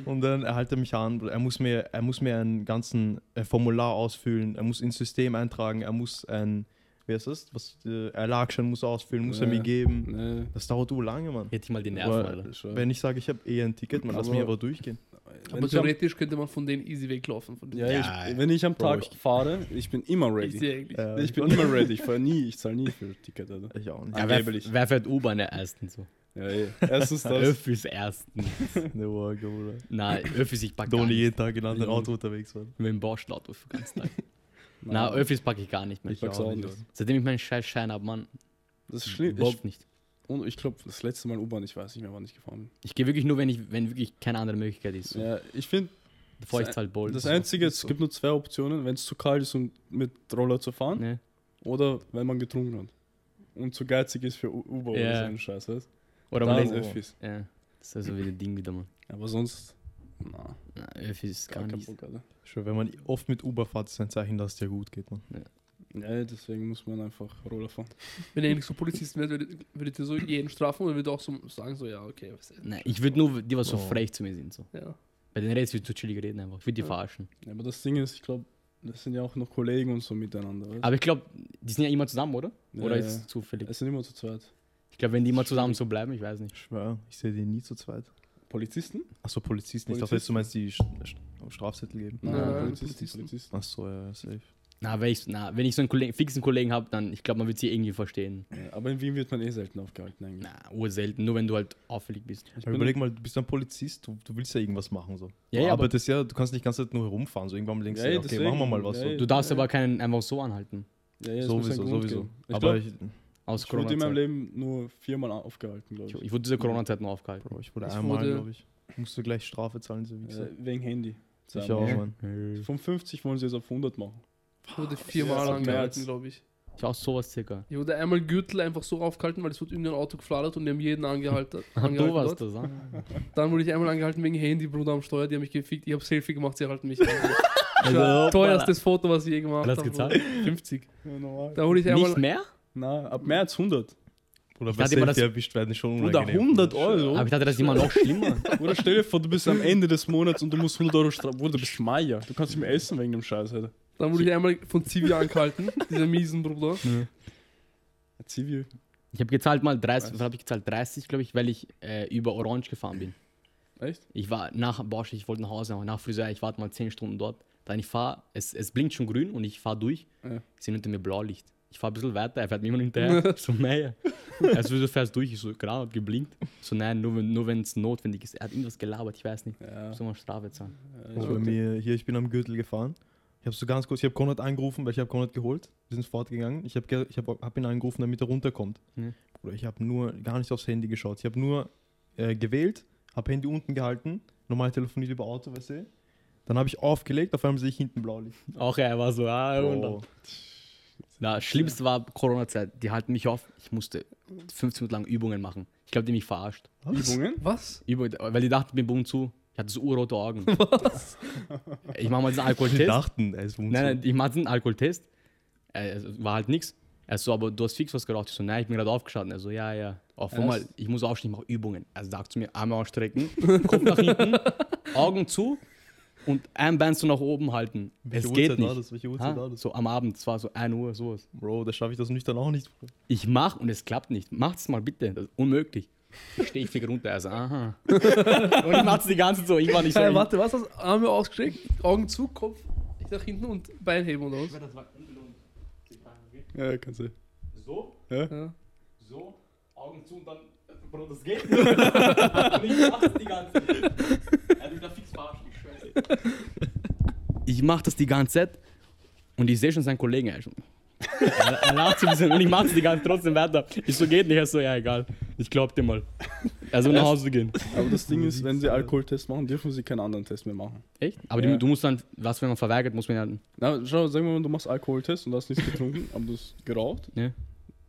Speaker 2: Und dann er halt er mich an, Bruder. er muss mir, er muss mir einen ganzen äh, Formular ausfüllen, er muss ins System eintragen, er muss ein wie heißt das? Was, äh, Erlagschein muss er ausfüllen, muss er
Speaker 3: Ja.
Speaker 2: mir geben.
Speaker 3: Nee,
Speaker 2: Das dauert so lange, Mann.
Speaker 1: Hätte ich mal die Nerven,
Speaker 2: Aber
Speaker 1: Alter.
Speaker 3: schon.
Speaker 2: Wenn ich sage, ich habe eh ein Ticket, man lass
Speaker 3: Aber-
Speaker 2: mich aber durchgehen.
Speaker 3: Wenn
Speaker 4: Aber
Speaker 3: ich am-
Speaker 4: theoretisch könnte man von denen easy weglaufen. Von
Speaker 3: ja,
Speaker 1: Ja,
Speaker 3: ich, wenn ich am
Speaker 1: Bro,
Speaker 3: Tag fahre, ich bin immer
Speaker 4: easy
Speaker 3: ready.
Speaker 4: eigentlich.
Speaker 2: Äh,
Speaker 3: Ich bin immer ready. Ich fahre nie, ich zahle nie für Ticket, Alter.
Speaker 2: Ich auch nicht.
Speaker 1: Ja, wer, wer fährt U-Bahn der Ersten so?
Speaker 3: Ja, eh. Erstens das.
Speaker 1: Öffis Ersten.
Speaker 2: Ne, Work, Bruder.
Speaker 1: Na, Öffis, ich pack gar
Speaker 2: Donny
Speaker 1: nicht.
Speaker 2: jeden Tag in einem anderen
Speaker 3: Ja.
Speaker 2: Auto unterwegs war.
Speaker 1: Mit dem Bauchschlauch für den ganzen Tag. Na, Öffis packe ich gar nicht mehr.
Speaker 3: Ich pack's auch nicht.
Speaker 1: Seitdem ich meinen scheiß Schein habe, Mann,
Speaker 3: Das ist schlimm. Ich,
Speaker 1: überhaupt nicht.
Speaker 3: und ich glaube, das letzte Mal U-Bahn, ich weiß nicht mehr, wann ich gefahren
Speaker 1: Ich gehe wirklich nur, wenn ich, wenn wirklich keine andere Möglichkeit ist.
Speaker 3: bin.
Speaker 1: So.
Speaker 3: Ja, ich finde,
Speaker 1: Bevor
Speaker 3: das
Speaker 1: ich halt Bolt.
Speaker 3: das
Speaker 1: so.
Speaker 3: Einzige,
Speaker 2: ist
Speaker 3: es
Speaker 2: so.
Speaker 3: gibt nur zwei Optionen, wenn es zu kalt ist, um mit Roller zu fahren,
Speaker 1: Ne?
Speaker 3: oder wenn man getrunken hat. Und zu geizig ist für U- Uber oder
Speaker 1: Ja.
Speaker 3: so einen Scheiß, weißt
Speaker 1: Oder
Speaker 3: Da
Speaker 1: man
Speaker 3: ist
Speaker 1: denkt,
Speaker 3: Öffis.
Speaker 1: ja, das ist also wieder ein Ding wieder, Mann.
Speaker 3: Aber sonst, na,
Speaker 1: Na, Öffis ist
Speaker 3: gar
Speaker 1: gar
Speaker 3: kein
Speaker 1: nicht.
Speaker 3: Bock, Alter.
Speaker 2: Schon, wenn man oft mit Uber fährt, ist ein Zeichen, dass es dir gut geht, man.
Speaker 3: Ja, deswegen muss man einfach Roller fahren.
Speaker 4: Wenn ihr eigentlich so Polizisten wärt, würdet, würdet ihr so jeden strafen oder würdet ihr auch so sagen, so, ja, okay. Was ist
Speaker 1: Nein, ich würde nur, die was so
Speaker 2: Oh.
Speaker 1: frech zu mir sind. So.
Speaker 4: ja.
Speaker 1: Bei den Rest würde ich zu chillig reden einfach. Ich würde die
Speaker 4: Ja.
Speaker 1: verarschen.
Speaker 3: Ja, aber das Ding ist, ich glaube, das sind ja auch noch Kollegen und so miteinander, weißt
Speaker 1: Aber ich glaube, die sind ja immer zusammen, oder?
Speaker 3: Ja,
Speaker 1: Ah, oder
Speaker 3: ja.
Speaker 1: ist es zufällig?
Speaker 3: Es sind immer zu zweit.
Speaker 1: Ich glaube, wenn die immer zusammen so bleiben, ich weiß nicht.
Speaker 2: Ich schwör, ich sehe die nie zu zweit.
Speaker 3: Polizisten?
Speaker 2: Achso, Polizisten. Ich dachte, jetzt, du meinst die Sch- Sch- Strafzettel geben.
Speaker 4: Nein, nein,
Speaker 3: Polizisten.
Speaker 4: Polizisten.
Speaker 3: Polizisten.
Speaker 2: Achso, ja, safe.
Speaker 1: Na, wenn ich, na, wenn ich so einen Kollegen, fixen Kollegen habe, dann, ich glaube, man wird sie irgendwie verstehen.
Speaker 3: Ja, aber in Wien wird man eh selten aufgehalten eigentlich.
Speaker 1: Na, urselten, nur wenn du halt auffällig bist.
Speaker 3: Ich
Speaker 2: Aber
Speaker 3: bin-
Speaker 2: überleg mal, du bist ein Polizist, du, du willst ja irgendwas machen. So.
Speaker 1: Ja,
Speaker 2: du
Speaker 1: ja, aber-
Speaker 2: arbeitest ja, du kannst nicht die ganze Zeit nur herumfahren. So irgendwann denkst
Speaker 3: Ja,
Speaker 2: du, ja,
Speaker 3: ja,
Speaker 2: okay,
Speaker 3: deswegen.
Speaker 2: machen wir mal was.
Speaker 3: Ja,
Speaker 2: so.
Speaker 3: ja.
Speaker 1: Du darfst aber keinen einfach so anhalten.
Speaker 3: Ja, ja, es muss
Speaker 2: Sowieso,
Speaker 3: einen Grund
Speaker 2: sowieso.
Speaker 3: geben. Ich
Speaker 2: aber
Speaker 3: glaub,
Speaker 2: ich,
Speaker 1: Aus
Speaker 3: ich wurde in meinem
Speaker 1: Corona-Zeit.
Speaker 3: Leben nur viermal au- aufgehalten, glaube
Speaker 1: Ich,
Speaker 3: ich.
Speaker 1: ich wurde diese Corona-Zeit nur aufgehalten.
Speaker 2: Bro, ich wurde
Speaker 4: Ich
Speaker 2: einmal,
Speaker 4: wurde-
Speaker 2: glaube ich. Musst du gleich Strafe zahlen, so wie
Speaker 3: Äh, wegen Handy.
Speaker 2: Ich auch,
Speaker 3: Zweimal.
Speaker 2: Mann.
Speaker 3: Von 50 wollen sie es auf 100 machen.
Speaker 4: Ich wurde viermal
Speaker 3: Ja,
Speaker 4: angehalten,
Speaker 3: März.
Speaker 4: glaube ich.
Speaker 1: Ich auch sowas circa.
Speaker 4: Ich wurde einmal Gürtel einfach so aufgehalten, weil es wurde irgendein Auto gefladert und die haben jeden angehalten.
Speaker 1: Ah,
Speaker 4: angehalten
Speaker 1: du warst
Speaker 4: dort.
Speaker 1: das, ah.
Speaker 4: Dann wurde ich einmal angehalten wegen Handy, Bruder am Steuer, die haben mich gefickt. Ich habe Selfie gemacht, sie halten mich. an.
Speaker 1: Also,
Speaker 4: Teuerstes Foto, was ich je gemacht habe.
Speaker 1: Hast du gezahlt?
Speaker 4: 50.
Speaker 3: Ja, normal.
Speaker 4: Da wurde ich einmal.
Speaker 1: Nicht mehr?
Speaker 3: Na, ab März 100.
Speaker 2: Oder
Speaker 1: dachte immer, das-
Speaker 2: erwischt werden ist schon
Speaker 3: Oder 100
Speaker 1: Aber
Speaker 3: Euro.
Speaker 1: ich dachte, das ist immer noch schlimmer.
Speaker 3: Oder stell dir vor, du bist am Ende des Monats und du musst 100 Euro strafen. Bruder, du bist Maya. Du kannst nicht mehr essen wegen dem Scheiß, Alter.
Speaker 4: Dann wurde ich einmal von Zivi angehalten, dieser miesen Bruder.
Speaker 3: Zivil.
Speaker 1: Ich habe gezahlt mal 30,
Speaker 3: Was?
Speaker 1: was habe ich gezahlt? 30, glaube ich, weil ich äh, über Orange gefahren bin.
Speaker 3: Echt?
Speaker 1: Ich war nach Bosch, ich wollte nach Hause, aber nach Friseur, ich warte mal 10 Stunden dort. Dann ich fahre, es, es blinkt schon grün und ich fahre durch.
Speaker 3: Ja.
Speaker 1: Ich sehe hinter mir Blaulicht. Ich fahre ein bisschen weiter, er fährt mir immer noch hinterher. so, naja. Also du fährst durch, ich so, gerade hat geblinkt. So, nein, nur wenn nur es notwendig ist. Er hat irgendwas gelabert, ich weiß nicht.
Speaker 3: Ja.
Speaker 1: So mal Strafe zahlen.
Speaker 3: ja,
Speaker 2: Bei mir, hier, ich bin am Gürtel gefahren. Ich habe so ganz kurz, ich habe Konrad angerufen, weil ich habe Konrad geholt. Wir sind fortgegangen. Ich habe ich hab, hab ihn angerufen, damit er runterkommt.
Speaker 1: Mhm.
Speaker 2: Oder ich habe nur gar nicht aufs Handy geschaut. Ich habe nur äh, gewählt, habe Handy unten gehalten, normal telefoniert über Auto, weißt du. Dann habe ich aufgelegt, auf einmal sehe ich hinten Blaulicht.
Speaker 1: Auch er war so, ah,
Speaker 3: Oh.
Speaker 2: Bro,
Speaker 1: Na, schlimmst war Corona-Zeit. Die halten mich auf. Ich musste 15 Minuten lang Übungen machen. Ich glaube, die haben mich verarscht.
Speaker 3: Übungen?
Speaker 4: Was?
Speaker 1: Übungen, weil die dachten, ich bin bumm zu. Ich hatte so urrote Augen. Was? Ich mache mal diesen
Speaker 2: Die
Speaker 1: Alkoholtest.
Speaker 2: dachten, er ist
Speaker 1: Nein, nein, ich mache diesen Alkoholtest. Äh, es war halt nichts. Er so, aber du hast fix was geraucht. Ich so, nein, ich bin gerade aufgestanden. Er so, ja, ja. Auf einmal,
Speaker 3: Erst?
Speaker 1: ich muss aufstehen, ich mache Übungen. Er sagt zu mir, Arme ausstrecken, Kopf nach hinten, Augen zu und ein Bein so nach oben halten.
Speaker 2: Welche
Speaker 1: es geht
Speaker 2: Uhrzeit war
Speaker 1: nicht.
Speaker 2: das? Welche Uhrzeit war
Speaker 1: Ha?
Speaker 2: das?
Speaker 1: So am Abend, es war so 1 Uhr, sowas.
Speaker 2: Bro, da schaffe ich das nüchtern auch nicht. Bro.
Speaker 1: Ich mach und es klappt nicht. Macht's mal bitte. Das ist unmöglich. Ich stehe ich runter. Also, aha. und ich mach's die ganze Zeit so. Ich war nicht so.
Speaker 4: Hey, warte, was? Hast Arme ausgestreckt, Augen zu, Kopf nach hinten und Bein heben oder was?
Speaker 3: Ja, kannst du.
Speaker 1: So,
Speaker 4: Ja.
Speaker 1: so, Augen zu und dann. Bro, das geht nicht. und ich mach's die ganze Zeit. Er wird da fix verarschen, ich schwör's. Ich mach das die ganze Zeit und ich sehe schon seinen Kollegen. Er, schon. er, er lacht so ein bisschen und ich mach's die ganze Zeit trotzdem weiter. Ich so, geht nicht. Er so, ja, egal. Ich glaub dir mal. Also nach Hause gehen.
Speaker 3: Aber das Ding ist, wenn sie Alkoholtest machen, dürfen sie keinen anderen Test mehr machen.
Speaker 1: Echt? Aber
Speaker 3: Ja.
Speaker 1: die, du musst dann, was, wenn man verweigert, muss man ja.
Speaker 3: Na, schau, sagen wir mal, du machst Alkoholtest und hast nichts getrunken, aber du hast geraucht.
Speaker 1: Ne?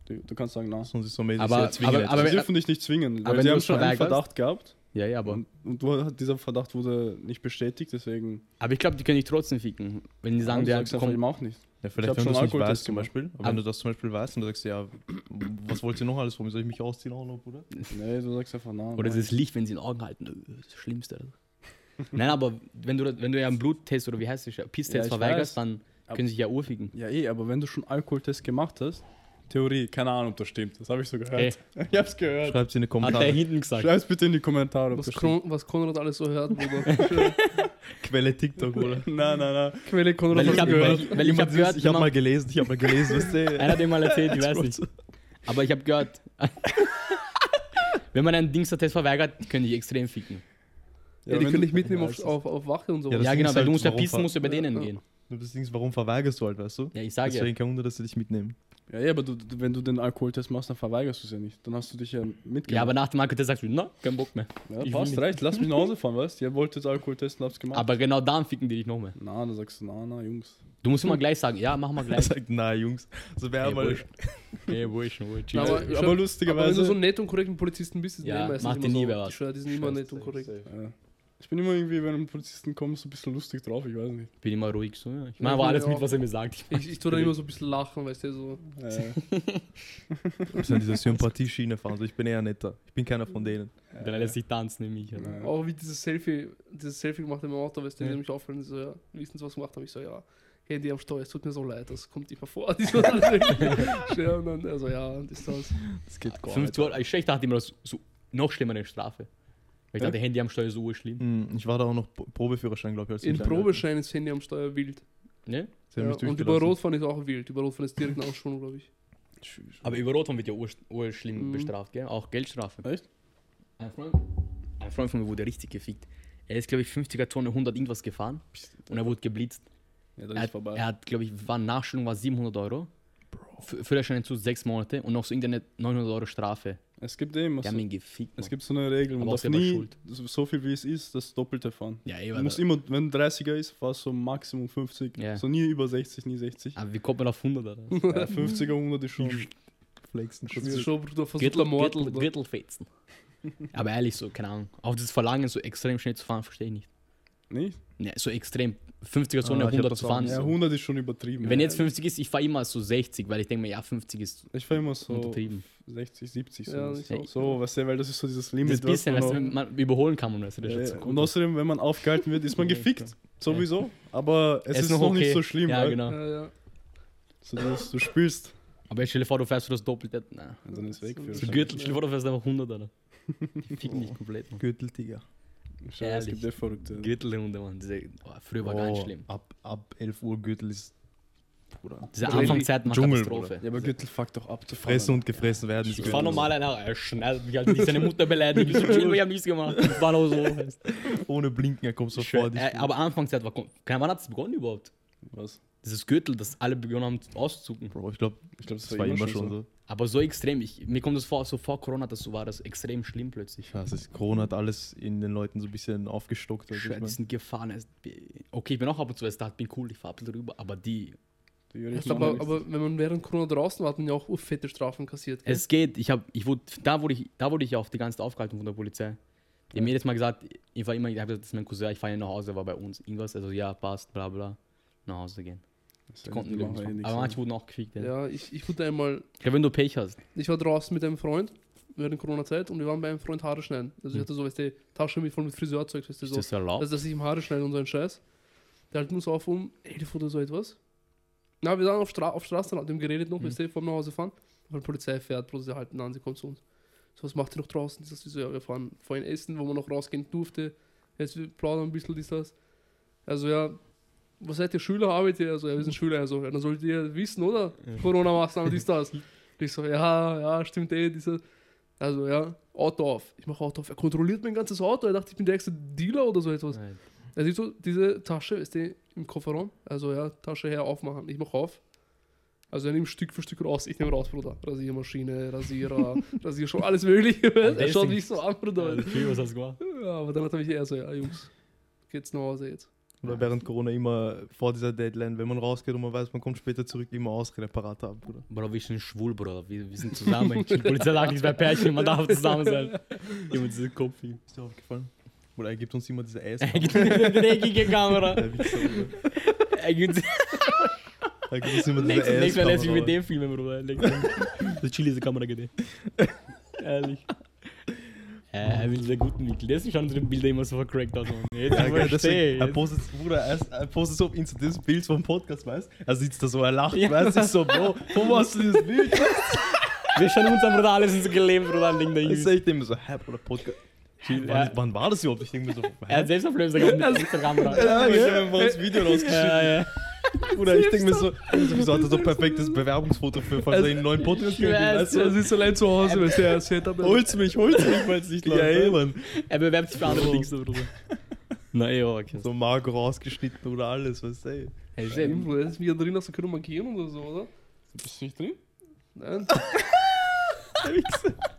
Speaker 3: Du, du kannst sagen, na.
Speaker 2: Sonst ist so mäßig
Speaker 1: Aber-
Speaker 2: sehr zwingend.
Speaker 1: aber- aber-
Speaker 3: sie dürfen dich nicht zwingen,
Speaker 1: aber
Speaker 3: weil
Speaker 1: wenn
Speaker 3: sie
Speaker 1: du
Speaker 3: haben
Speaker 1: es
Speaker 3: schon einen
Speaker 1: verweigerst-
Speaker 3: Verdacht gehabt
Speaker 1: Ja, ja, aber.
Speaker 3: und, und du, dieser Verdacht wurde nicht bestätigt, deswegen
Speaker 1: Aber ich glaube, die können dich trotzdem ficken. Wenn die sagen,
Speaker 3: du
Speaker 1: ja,
Speaker 3: sagst einfach, ich
Speaker 1: komm,
Speaker 3: mach nicht.
Speaker 2: Ja,
Speaker 3: Ich hab
Speaker 2: vielleicht, wenn du
Speaker 3: schon
Speaker 2: das nicht
Speaker 3: Alkoholtest
Speaker 2: weißt, zum
Speaker 3: gemacht.
Speaker 2: Beispiel. Aber
Speaker 1: Ah.
Speaker 2: wenn du das zum Beispiel weißt und du sagst, ja, was wollt ihr noch alles von mir? Soll ich mich ausziehen auch noch, Bruder?
Speaker 3: Nee, du sagst einfach, na.
Speaker 1: oder
Speaker 3: nein.
Speaker 1: dieses Licht, wenn sie in den Augen halten. äh, Das Schlimmste. Nein, aber wenn du, das- wenn du ja einen Bluttest oder wie heißt es, Pisstest
Speaker 3: Ja, ich
Speaker 1: verweigerst,
Speaker 3: weiß.
Speaker 1: dann Können sich ja urficken.
Speaker 3: Ja, eh, aber wenn du schon Alkoholtest gemacht hast, Theorie, keine Ahnung, ob das stimmt. Das habe ich so gehört.
Speaker 1: Ey.
Speaker 3: Ich hab's gehört.
Speaker 2: Schreibt in
Speaker 1: Hat
Speaker 2: die
Speaker 1: der
Speaker 2: Kommentare.
Speaker 1: hinten gesagt.
Speaker 3: Schreib's bitte in die Kommentare, ob
Speaker 4: Was,
Speaker 3: das stimmt.
Speaker 4: Kron was Konrad alles so hört, Bruder.
Speaker 2: Quelle TikTok, oder?
Speaker 3: Nein, nein, nein.
Speaker 4: Quelle Konrad
Speaker 1: Weil ich
Speaker 4: hat
Speaker 1: habe
Speaker 4: gehört.
Speaker 1: weil, weil ich hab gehört,
Speaker 2: Ich habe mal
Speaker 1: jemand-
Speaker 2: gelesen, ich habe mal gelesen, was
Speaker 1: einer
Speaker 2: der.
Speaker 1: hat dem mal erzählt, ich weiß nicht. Aber ich habe gehört, wenn man einen Dingster-Test verweigert, können die extrem ficken.
Speaker 4: Ja, die können dich mitnehmen auf, auf, auf Wache und so.
Speaker 2: Ja, Das
Speaker 1: ja,
Speaker 2: Ding
Speaker 1: genau,
Speaker 2: ist
Speaker 1: weil
Speaker 2: halt,
Speaker 1: du musst ja
Speaker 2: warum
Speaker 1: pissen,
Speaker 2: ver-
Speaker 1: musst ja bei denen
Speaker 4: Ja.
Speaker 1: gehen.
Speaker 2: Nur das Ding ist, warum verweigerst du halt, weißt du?
Speaker 1: Ja, ich sage ja.
Speaker 2: Deswegen kein Wunder, dass sie dich mitnehmen.
Speaker 3: Ja, eh, aber du, du, wenn du den Alkoholtest machst, dann verweigerst du es ja nicht. Dann hast du dich ja mitgenommen.
Speaker 1: Ja, aber nach dem Alkoholtest sagst du, na, kein Bock mehr.
Speaker 3: Ja,
Speaker 1: ich
Speaker 3: passt,
Speaker 1: will
Speaker 3: reicht. Lass mich nach Hause fahren, weißt du? Ihr wolltet Alkohol testen, hab's gemacht.
Speaker 1: Aber genau dann ficken die dich noch mehr.
Speaker 3: Na, dann sagst du, na, na, Jungs.
Speaker 1: Du musst immer gleich sagen, ja, machen wir
Speaker 2: Er
Speaker 1: gleich.
Speaker 2: sagt, na Jungs, so wäre
Speaker 1: Ey,
Speaker 2: mal.
Speaker 1: wurscht. Ey, wo ich schon, wo ich
Speaker 4: Na,
Speaker 1: aber,
Speaker 4: ich
Speaker 3: aber
Speaker 4: hab-
Speaker 3: lustigerweise-
Speaker 4: Aber wenn du so einen nett und korrekten Polizisten bist, ist
Speaker 1: Ja,
Speaker 4: ja, meistens
Speaker 1: macht
Speaker 4: immer
Speaker 1: dir nie wer
Speaker 4: so.
Speaker 1: was.
Speaker 4: Ich schwöre, die sind immer nett und korrekt.
Speaker 3: Ja. Ich bin immer irgendwie, wenn ein Polizisten kommt, so ein bisschen lustig drauf, ich weiß nicht.
Speaker 1: Ich bin immer ruhig so. Ja. Ich
Speaker 4: Ja,
Speaker 1: mache aber
Speaker 4: ich
Speaker 1: alles
Speaker 4: bin
Speaker 1: mit,
Speaker 4: auch-
Speaker 1: was er mir sagt. Ich
Speaker 4: Ich, ich tue dann immer so ein bisschen lachen, weißt du, so.
Speaker 3: Äh,
Speaker 2: Du musst an dieser Sympathieschiene fahren, so ich bin eher netter. Ich bin keiner von denen.
Speaker 1: dann lässt sich tanzen nämlich. Alter.
Speaker 3: äh,
Speaker 4: Auch wie dieses Selfie, dieses Selfie gemacht in meinem Auto, weißt du, die
Speaker 3: Ja.
Speaker 4: haben mich auffallen, die so, ja, wissen Sie, was gemacht habe? Ich so, ja, Handy am Steuer, es tut mir so leid, das kommt nicht mehr vor. Die so, ja, und dann, also ja, und ist das.
Speaker 2: Das geht
Speaker 1: 15 Euro. Ich ich dachte immer, das ist so noch schlimmer eine Strafe. Weil ich dachte, Handy am Steuer ist so schlimm.
Speaker 2: Hm, Ich war da auch noch Pro- Probeführerschein, glaube ich. Als
Speaker 4: In
Speaker 2: kleiner.
Speaker 4: Probeschein ist Handy am Steuer wild.
Speaker 1: Ne?
Speaker 2: Sie haben
Speaker 4: Ja,
Speaker 2: mich
Speaker 4: und über
Speaker 2: durchgelassen.
Speaker 4: Rotfahren ist auch wild. Über Rotfahren ist direkt eine Ausschulung, glaube ich.
Speaker 1: Aber über Rotfahren wird ja ur- urschlimm
Speaker 4: Mhm.
Speaker 1: bestraft, gell? Auch Geldstrafe.
Speaker 3: Echt?
Speaker 1: Ein Freund, ein Freund von mir wurde richtig gefickt. Er ist, glaube ich, 50er Tonne 100 irgendwas gefahren und er wurde geblitzt.
Speaker 3: ja, dann
Speaker 1: Er
Speaker 3: ist
Speaker 1: hat,
Speaker 3: vorbei.
Speaker 1: er hat glaube ich, war Nachstellung war 700 Euro. Fü- Führerschein zu sechs Monate und noch so irgendeine 900 Euro Strafe.
Speaker 3: es gibt eben,
Speaker 1: Die
Speaker 3: was.
Speaker 1: haben ihn gefickt.
Speaker 3: Es
Speaker 1: Mann.
Speaker 3: gibt so eine Regel, man
Speaker 1: Aber auch
Speaker 3: darf
Speaker 1: selber
Speaker 3: nie
Speaker 1: schuld.
Speaker 3: so so viel wie es ist, das Doppelte fahren.
Speaker 1: ja, ey,
Speaker 3: Du musst
Speaker 1: Alter.
Speaker 3: immer, wenn 30er ist, fahrst du Maximum 50.
Speaker 1: Ja. Ah.
Speaker 3: So nie über 60, nie 60.
Speaker 1: Aber wie kommt man auf 100? Alter?
Speaker 3: Ja, 50er, 100 ist schon.
Speaker 2: Flexen.
Speaker 4: Das ist schon, Bruder, versuchter
Speaker 1: Gürtel,
Speaker 4: Mord.
Speaker 1: Gürtel,
Speaker 4: Bruder.
Speaker 1: Gürtelfetzen. Aber ehrlich, so, keine Ahnung. Auch dieses Verlangen, so extrem schnell zu fahren, verstehe ich nicht.
Speaker 3: Nicht?
Speaker 1: Ne, so extrem. 50er Zone,
Speaker 2: Ah, ich hab
Speaker 1: 100
Speaker 2: das
Speaker 1: zu
Speaker 2: auch
Speaker 1: fahren.
Speaker 2: nicht.
Speaker 3: Ja,
Speaker 1: so.
Speaker 3: 100 ist schon übertrieben.
Speaker 1: Wenn jetzt 50 ist, ich fahre immer so 60, weil ich denke mir, ja, 50 ist
Speaker 3: ich fahre immer so
Speaker 1: untertrieben.
Speaker 3: 60, 70. So,
Speaker 4: Ja,
Speaker 3: was.
Speaker 4: ich auch.
Speaker 3: so weißt du, weil das ist so dieses Limit.
Speaker 1: Das bisschen,
Speaker 3: was
Speaker 1: weißt du,
Speaker 3: man
Speaker 1: wenn man überholen kann man das. Das
Speaker 3: noch-
Speaker 1: ist schon
Speaker 3: ja,
Speaker 1: zu
Speaker 3: ja.
Speaker 1: gut.
Speaker 3: Äh, Und außerdem, wenn man aufgehalten wird, ist man
Speaker 1: Ja,
Speaker 3: gefickt.
Speaker 1: klar.
Speaker 3: Sowieso. Aber es ist, noch, nicht
Speaker 1: okay.
Speaker 3: so schlimm.
Speaker 1: Ja,
Speaker 3: weil-
Speaker 1: genau.
Speaker 4: Ja, ja.
Speaker 3: so, dieses, du spielst.
Speaker 1: Aber stell dir vor, du fährst so das Doppelte. Na,
Speaker 3: Und dann ist weg.
Speaker 4: So
Speaker 1: so
Speaker 4: Ja.
Speaker 1: Gürtel, stell dir vor, du fährst einfach 100, Alter. Die ficken dich komplett, Mann.
Speaker 2: Gürteltiger.
Speaker 3: Schau, es
Speaker 1: Ehrlich.
Speaker 3: gibt der Verrückte.
Speaker 1: Gürtelrunde, Mann. Diese, oh, früher war ganz schlimm.
Speaker 2: Ab, ab 11 Uhr Gürtel ist. Bruder.
Speaker 1: Diese
Speaker 4: Dschungel,
Speaker 1: Anfangszeiten war
Speaker 2: Bruder.
Speaker 1: Katastrophe.
Speaker 3: Ja, aber Gürtel fuckt doch ab. zu
Speaker 2: Fressen
Speaker 3: fahren.
Speaker 2: und gefressen werden.
Speaker 1: Ich fahr normal einer, er schneidet mich halt nicht, seine Mutter beleidigt. Ich so, Entschuldigung, ich hab nichts gemacht. Ich war nur so. halt, weißt du.
Speaker 2: Ohne Blinken, er kommt sofort.
Speaker 1: Äh, aber Anfangszeit war. kom- Keine Wann hat es begonnen überhaupt?
Speaker 3: Was?
Speaker 1: Dieses Gürtel, das alle begonnen haben auszuzucken.
Speaker 2: Bro, ich glaube,
Speaker 3: Ich glaube,
Speaker 2: das war immer schon so.
Speaker 1: Aber so extrem, ich, mir kommt das vor, so vor Corona, das so war das extrem schlimm plötzlich.
Speaker 2: Ich weiß nicht, Corona hat alles in den Leuten so ein bisschen aufgestockt. weißt du,
Speaker 1: Scheiße,
Speaker 2: ich
Speaker 1: die
Speaker 2: mein.
Speaker 1: sind gefahren. es- Okay, ich bin auch ab und zu erst da, bin cool, ich fahr ein bisschen rüber, aber die.
Speaker 3: Die Jürgen
Speaker 4: Jetzt aber,
Speaker 3: Knorr-
Speaker 4: aber wenn man während Corona draußen war, hat man ja auch fette Strafen kassiert. gell?
Speaker 1: Es geht, ich hab, ich wurde, da wurde ich, da wurde ich auf die ganze Zeit aufgehalten von der Polizei. Die haben mir jedes Mal gesagt, ich war immer, ich hab gesagt, das ist mein Cousin, ich fahre nach Hause, war bei uns irgendwas, also ja, passt, bla bla, nach Hause gehen.
Speaker 3: Das
Speaker 1: Die konnten
Speaker 3: machen
Speaker 1: nicht.
Speaker 3: wir eh
Speaker 1: Aber
Speaker 3: nix,
Speaker 1: manche
Speaker 3: ne?
Speaker 1: wurden auch gefickt. Ja.
Speaker 4: ja, ich, ich wurde einmal
Speaker 1: Ich glaube, wenn du Pech hast.
Speaker 4: Ich war draußen mit einem Freund während der Corona-Zeit und wir waren bei einem Freund Haare schneiden. Also ich hatte so, weißt du, Tasche mit voll mit Friseurzeug, weißt
Speaker 1: Hm.
Speaker 4: du,
Speaker 1: Ist
Speaker 4: so.
Speaker 1: das erlaubt?
Speaker 4: Also dass ich ihm Haare schneide und so ein Scheiß. Der hat uns auf um 11 oder so etwas. Na, wir waren auf, Stra auf Straße, haben dem geredet noch,
Speaker 1: Mhm.
Speaker 4: weißt du, vor nach Hause fahren. Weil die Polizei fährt, bloß halt sie halten an, sie kommt zu uns. So, was macht ihr noch draußen? Das ist so, ja, wir fahren vorhin essen, wo man noch rausgehen durfte. Jetzt wir plaudern ein bisschen, dies, das. Also ja, was seid ihr Schüler, arbeitet ihr? Also, ja, wir sind Schüler, also, ja, dann solltet ihr wissen, oder? Corona-Maßnahmen, dies, das. Und ich so, ja, ja, stimmt eh, dies, das. Also ja, Auto auf. Ich mache Auto auf. Er kontrolliert mein ganzes Auto. Er dachte, ich bin der erste Dealer oder so etwas.
Speaker 1: Nein.
Speaker 4: Er sieht so diese Tasche, ist die im Kofferraum? Also ja, Tasche her, aufmachen. Ich mach auf. Also er nimmt Stück für Stück raus. Ich nehme raus, Bruder. Rasiermaschine, Rasierer, Rasierschaum, alles mögliche. er
Speaker 1: das
Speaker 4: schaut
Speaker 1: Ding-
Speaker 4: mich so an, Bruder.
Speaker 1: Also, viel, was hast du gemacht?
Speaker 4: Ja, aber dann hat er mich eher so, ja, Jungs, geht's nach Hause jetzt.
Speaker 2: Oder während Corona immer vor dieser Deadline, wenn man rausgeht und man weiß, man kommt später zurück, immer Ausrede parat haben, Bruder.
Speaker 1: Bro, wir sind schwul, Bruder. Wir, wir sind zusammen. Die Polizei sagt nichts bei Pärchen, man darf zusammen sein. Junge, diese Kopf. hin.
Speaker 2: Ist dir aufgefallen? Bruder, er gibt uns immer diese Eis.
Speaker 1: Er gibt mir eine dreckige Kamera.
Speaker 2: Der Wichser, Bruder.
Speaker 1: Er gibt
Speaker 2: Er gibt uns immer diese
Speaker 1: nächstes, nächstes Mal lässt mich mit
Speaker 2: Eis.
Speaker 1: dem filmen, Bruder. Das Chili ist die Kamera geht. eh. Ehrlich. Äh, er will sehr guten Winkel. Deswegen schauen unsere Bilder immer so vercrackt aus. Mann. Jetzt
Speaker 2: Ja, geil, deswegen,
Speaker 1: verstehe
Speaker 2: er
Speaker 1: ich.
Speaker 2: postet, Bruder, er, er postet so auf Insta das Bild vom Podcast, weißt Er sitzt da so, er lacht, weißt du, so, Bro, wo hast du dieses Bild?
Speaker 1: Wir schauen uns an, Bruder, alles ins Geleben, Bruder, an Ding da
Speaker 2: Ich
Speaker 1: ist.
Speaker 2: sehe ich dem so, hä, Bruder, Podcast. Wann,
Speaker 1: Ja.
Speaker 2: wann war das überhaupt? Ich denke mir so,
Speaker 1: Er
Speaker 2: hä?
Speaker 1: hat selbst auf Instagram mit Instagram, Bruder.
Speaker 2: Ich hab einfach das Video rausgeschickt.
Speaker 1: Ja, ja.
Speaker 2: Bruder, ich denke mir so, wieso hat er so perfektes Bewerbungsfoto für falls er einen neuen Podcast
Speaker 1: Ich
Speaker 2: gibt?
Speaker 1: weiß.
Speaker 2: Weißt du?
Speaker 4: So, sitzt allein zu Hause, weil der Setup
Speaker 3: Holt's mich, holt's mich, falls nicht
Speaker 2: Ja, ey, Mann.
Speaker 1: Er bewerbt sich für andere Dings, Bruder. Na, ja, okay.
Speaker 2: So mager rausgeschnitten oder alles, weißt du? ey.
Speaker 1: Hey,
Speaker 4: Ja, Influencer, wie er drin hast, können markieren oder so, oder?
Speaker 3: Bist du nicht drin?
Speaker 4: Nein.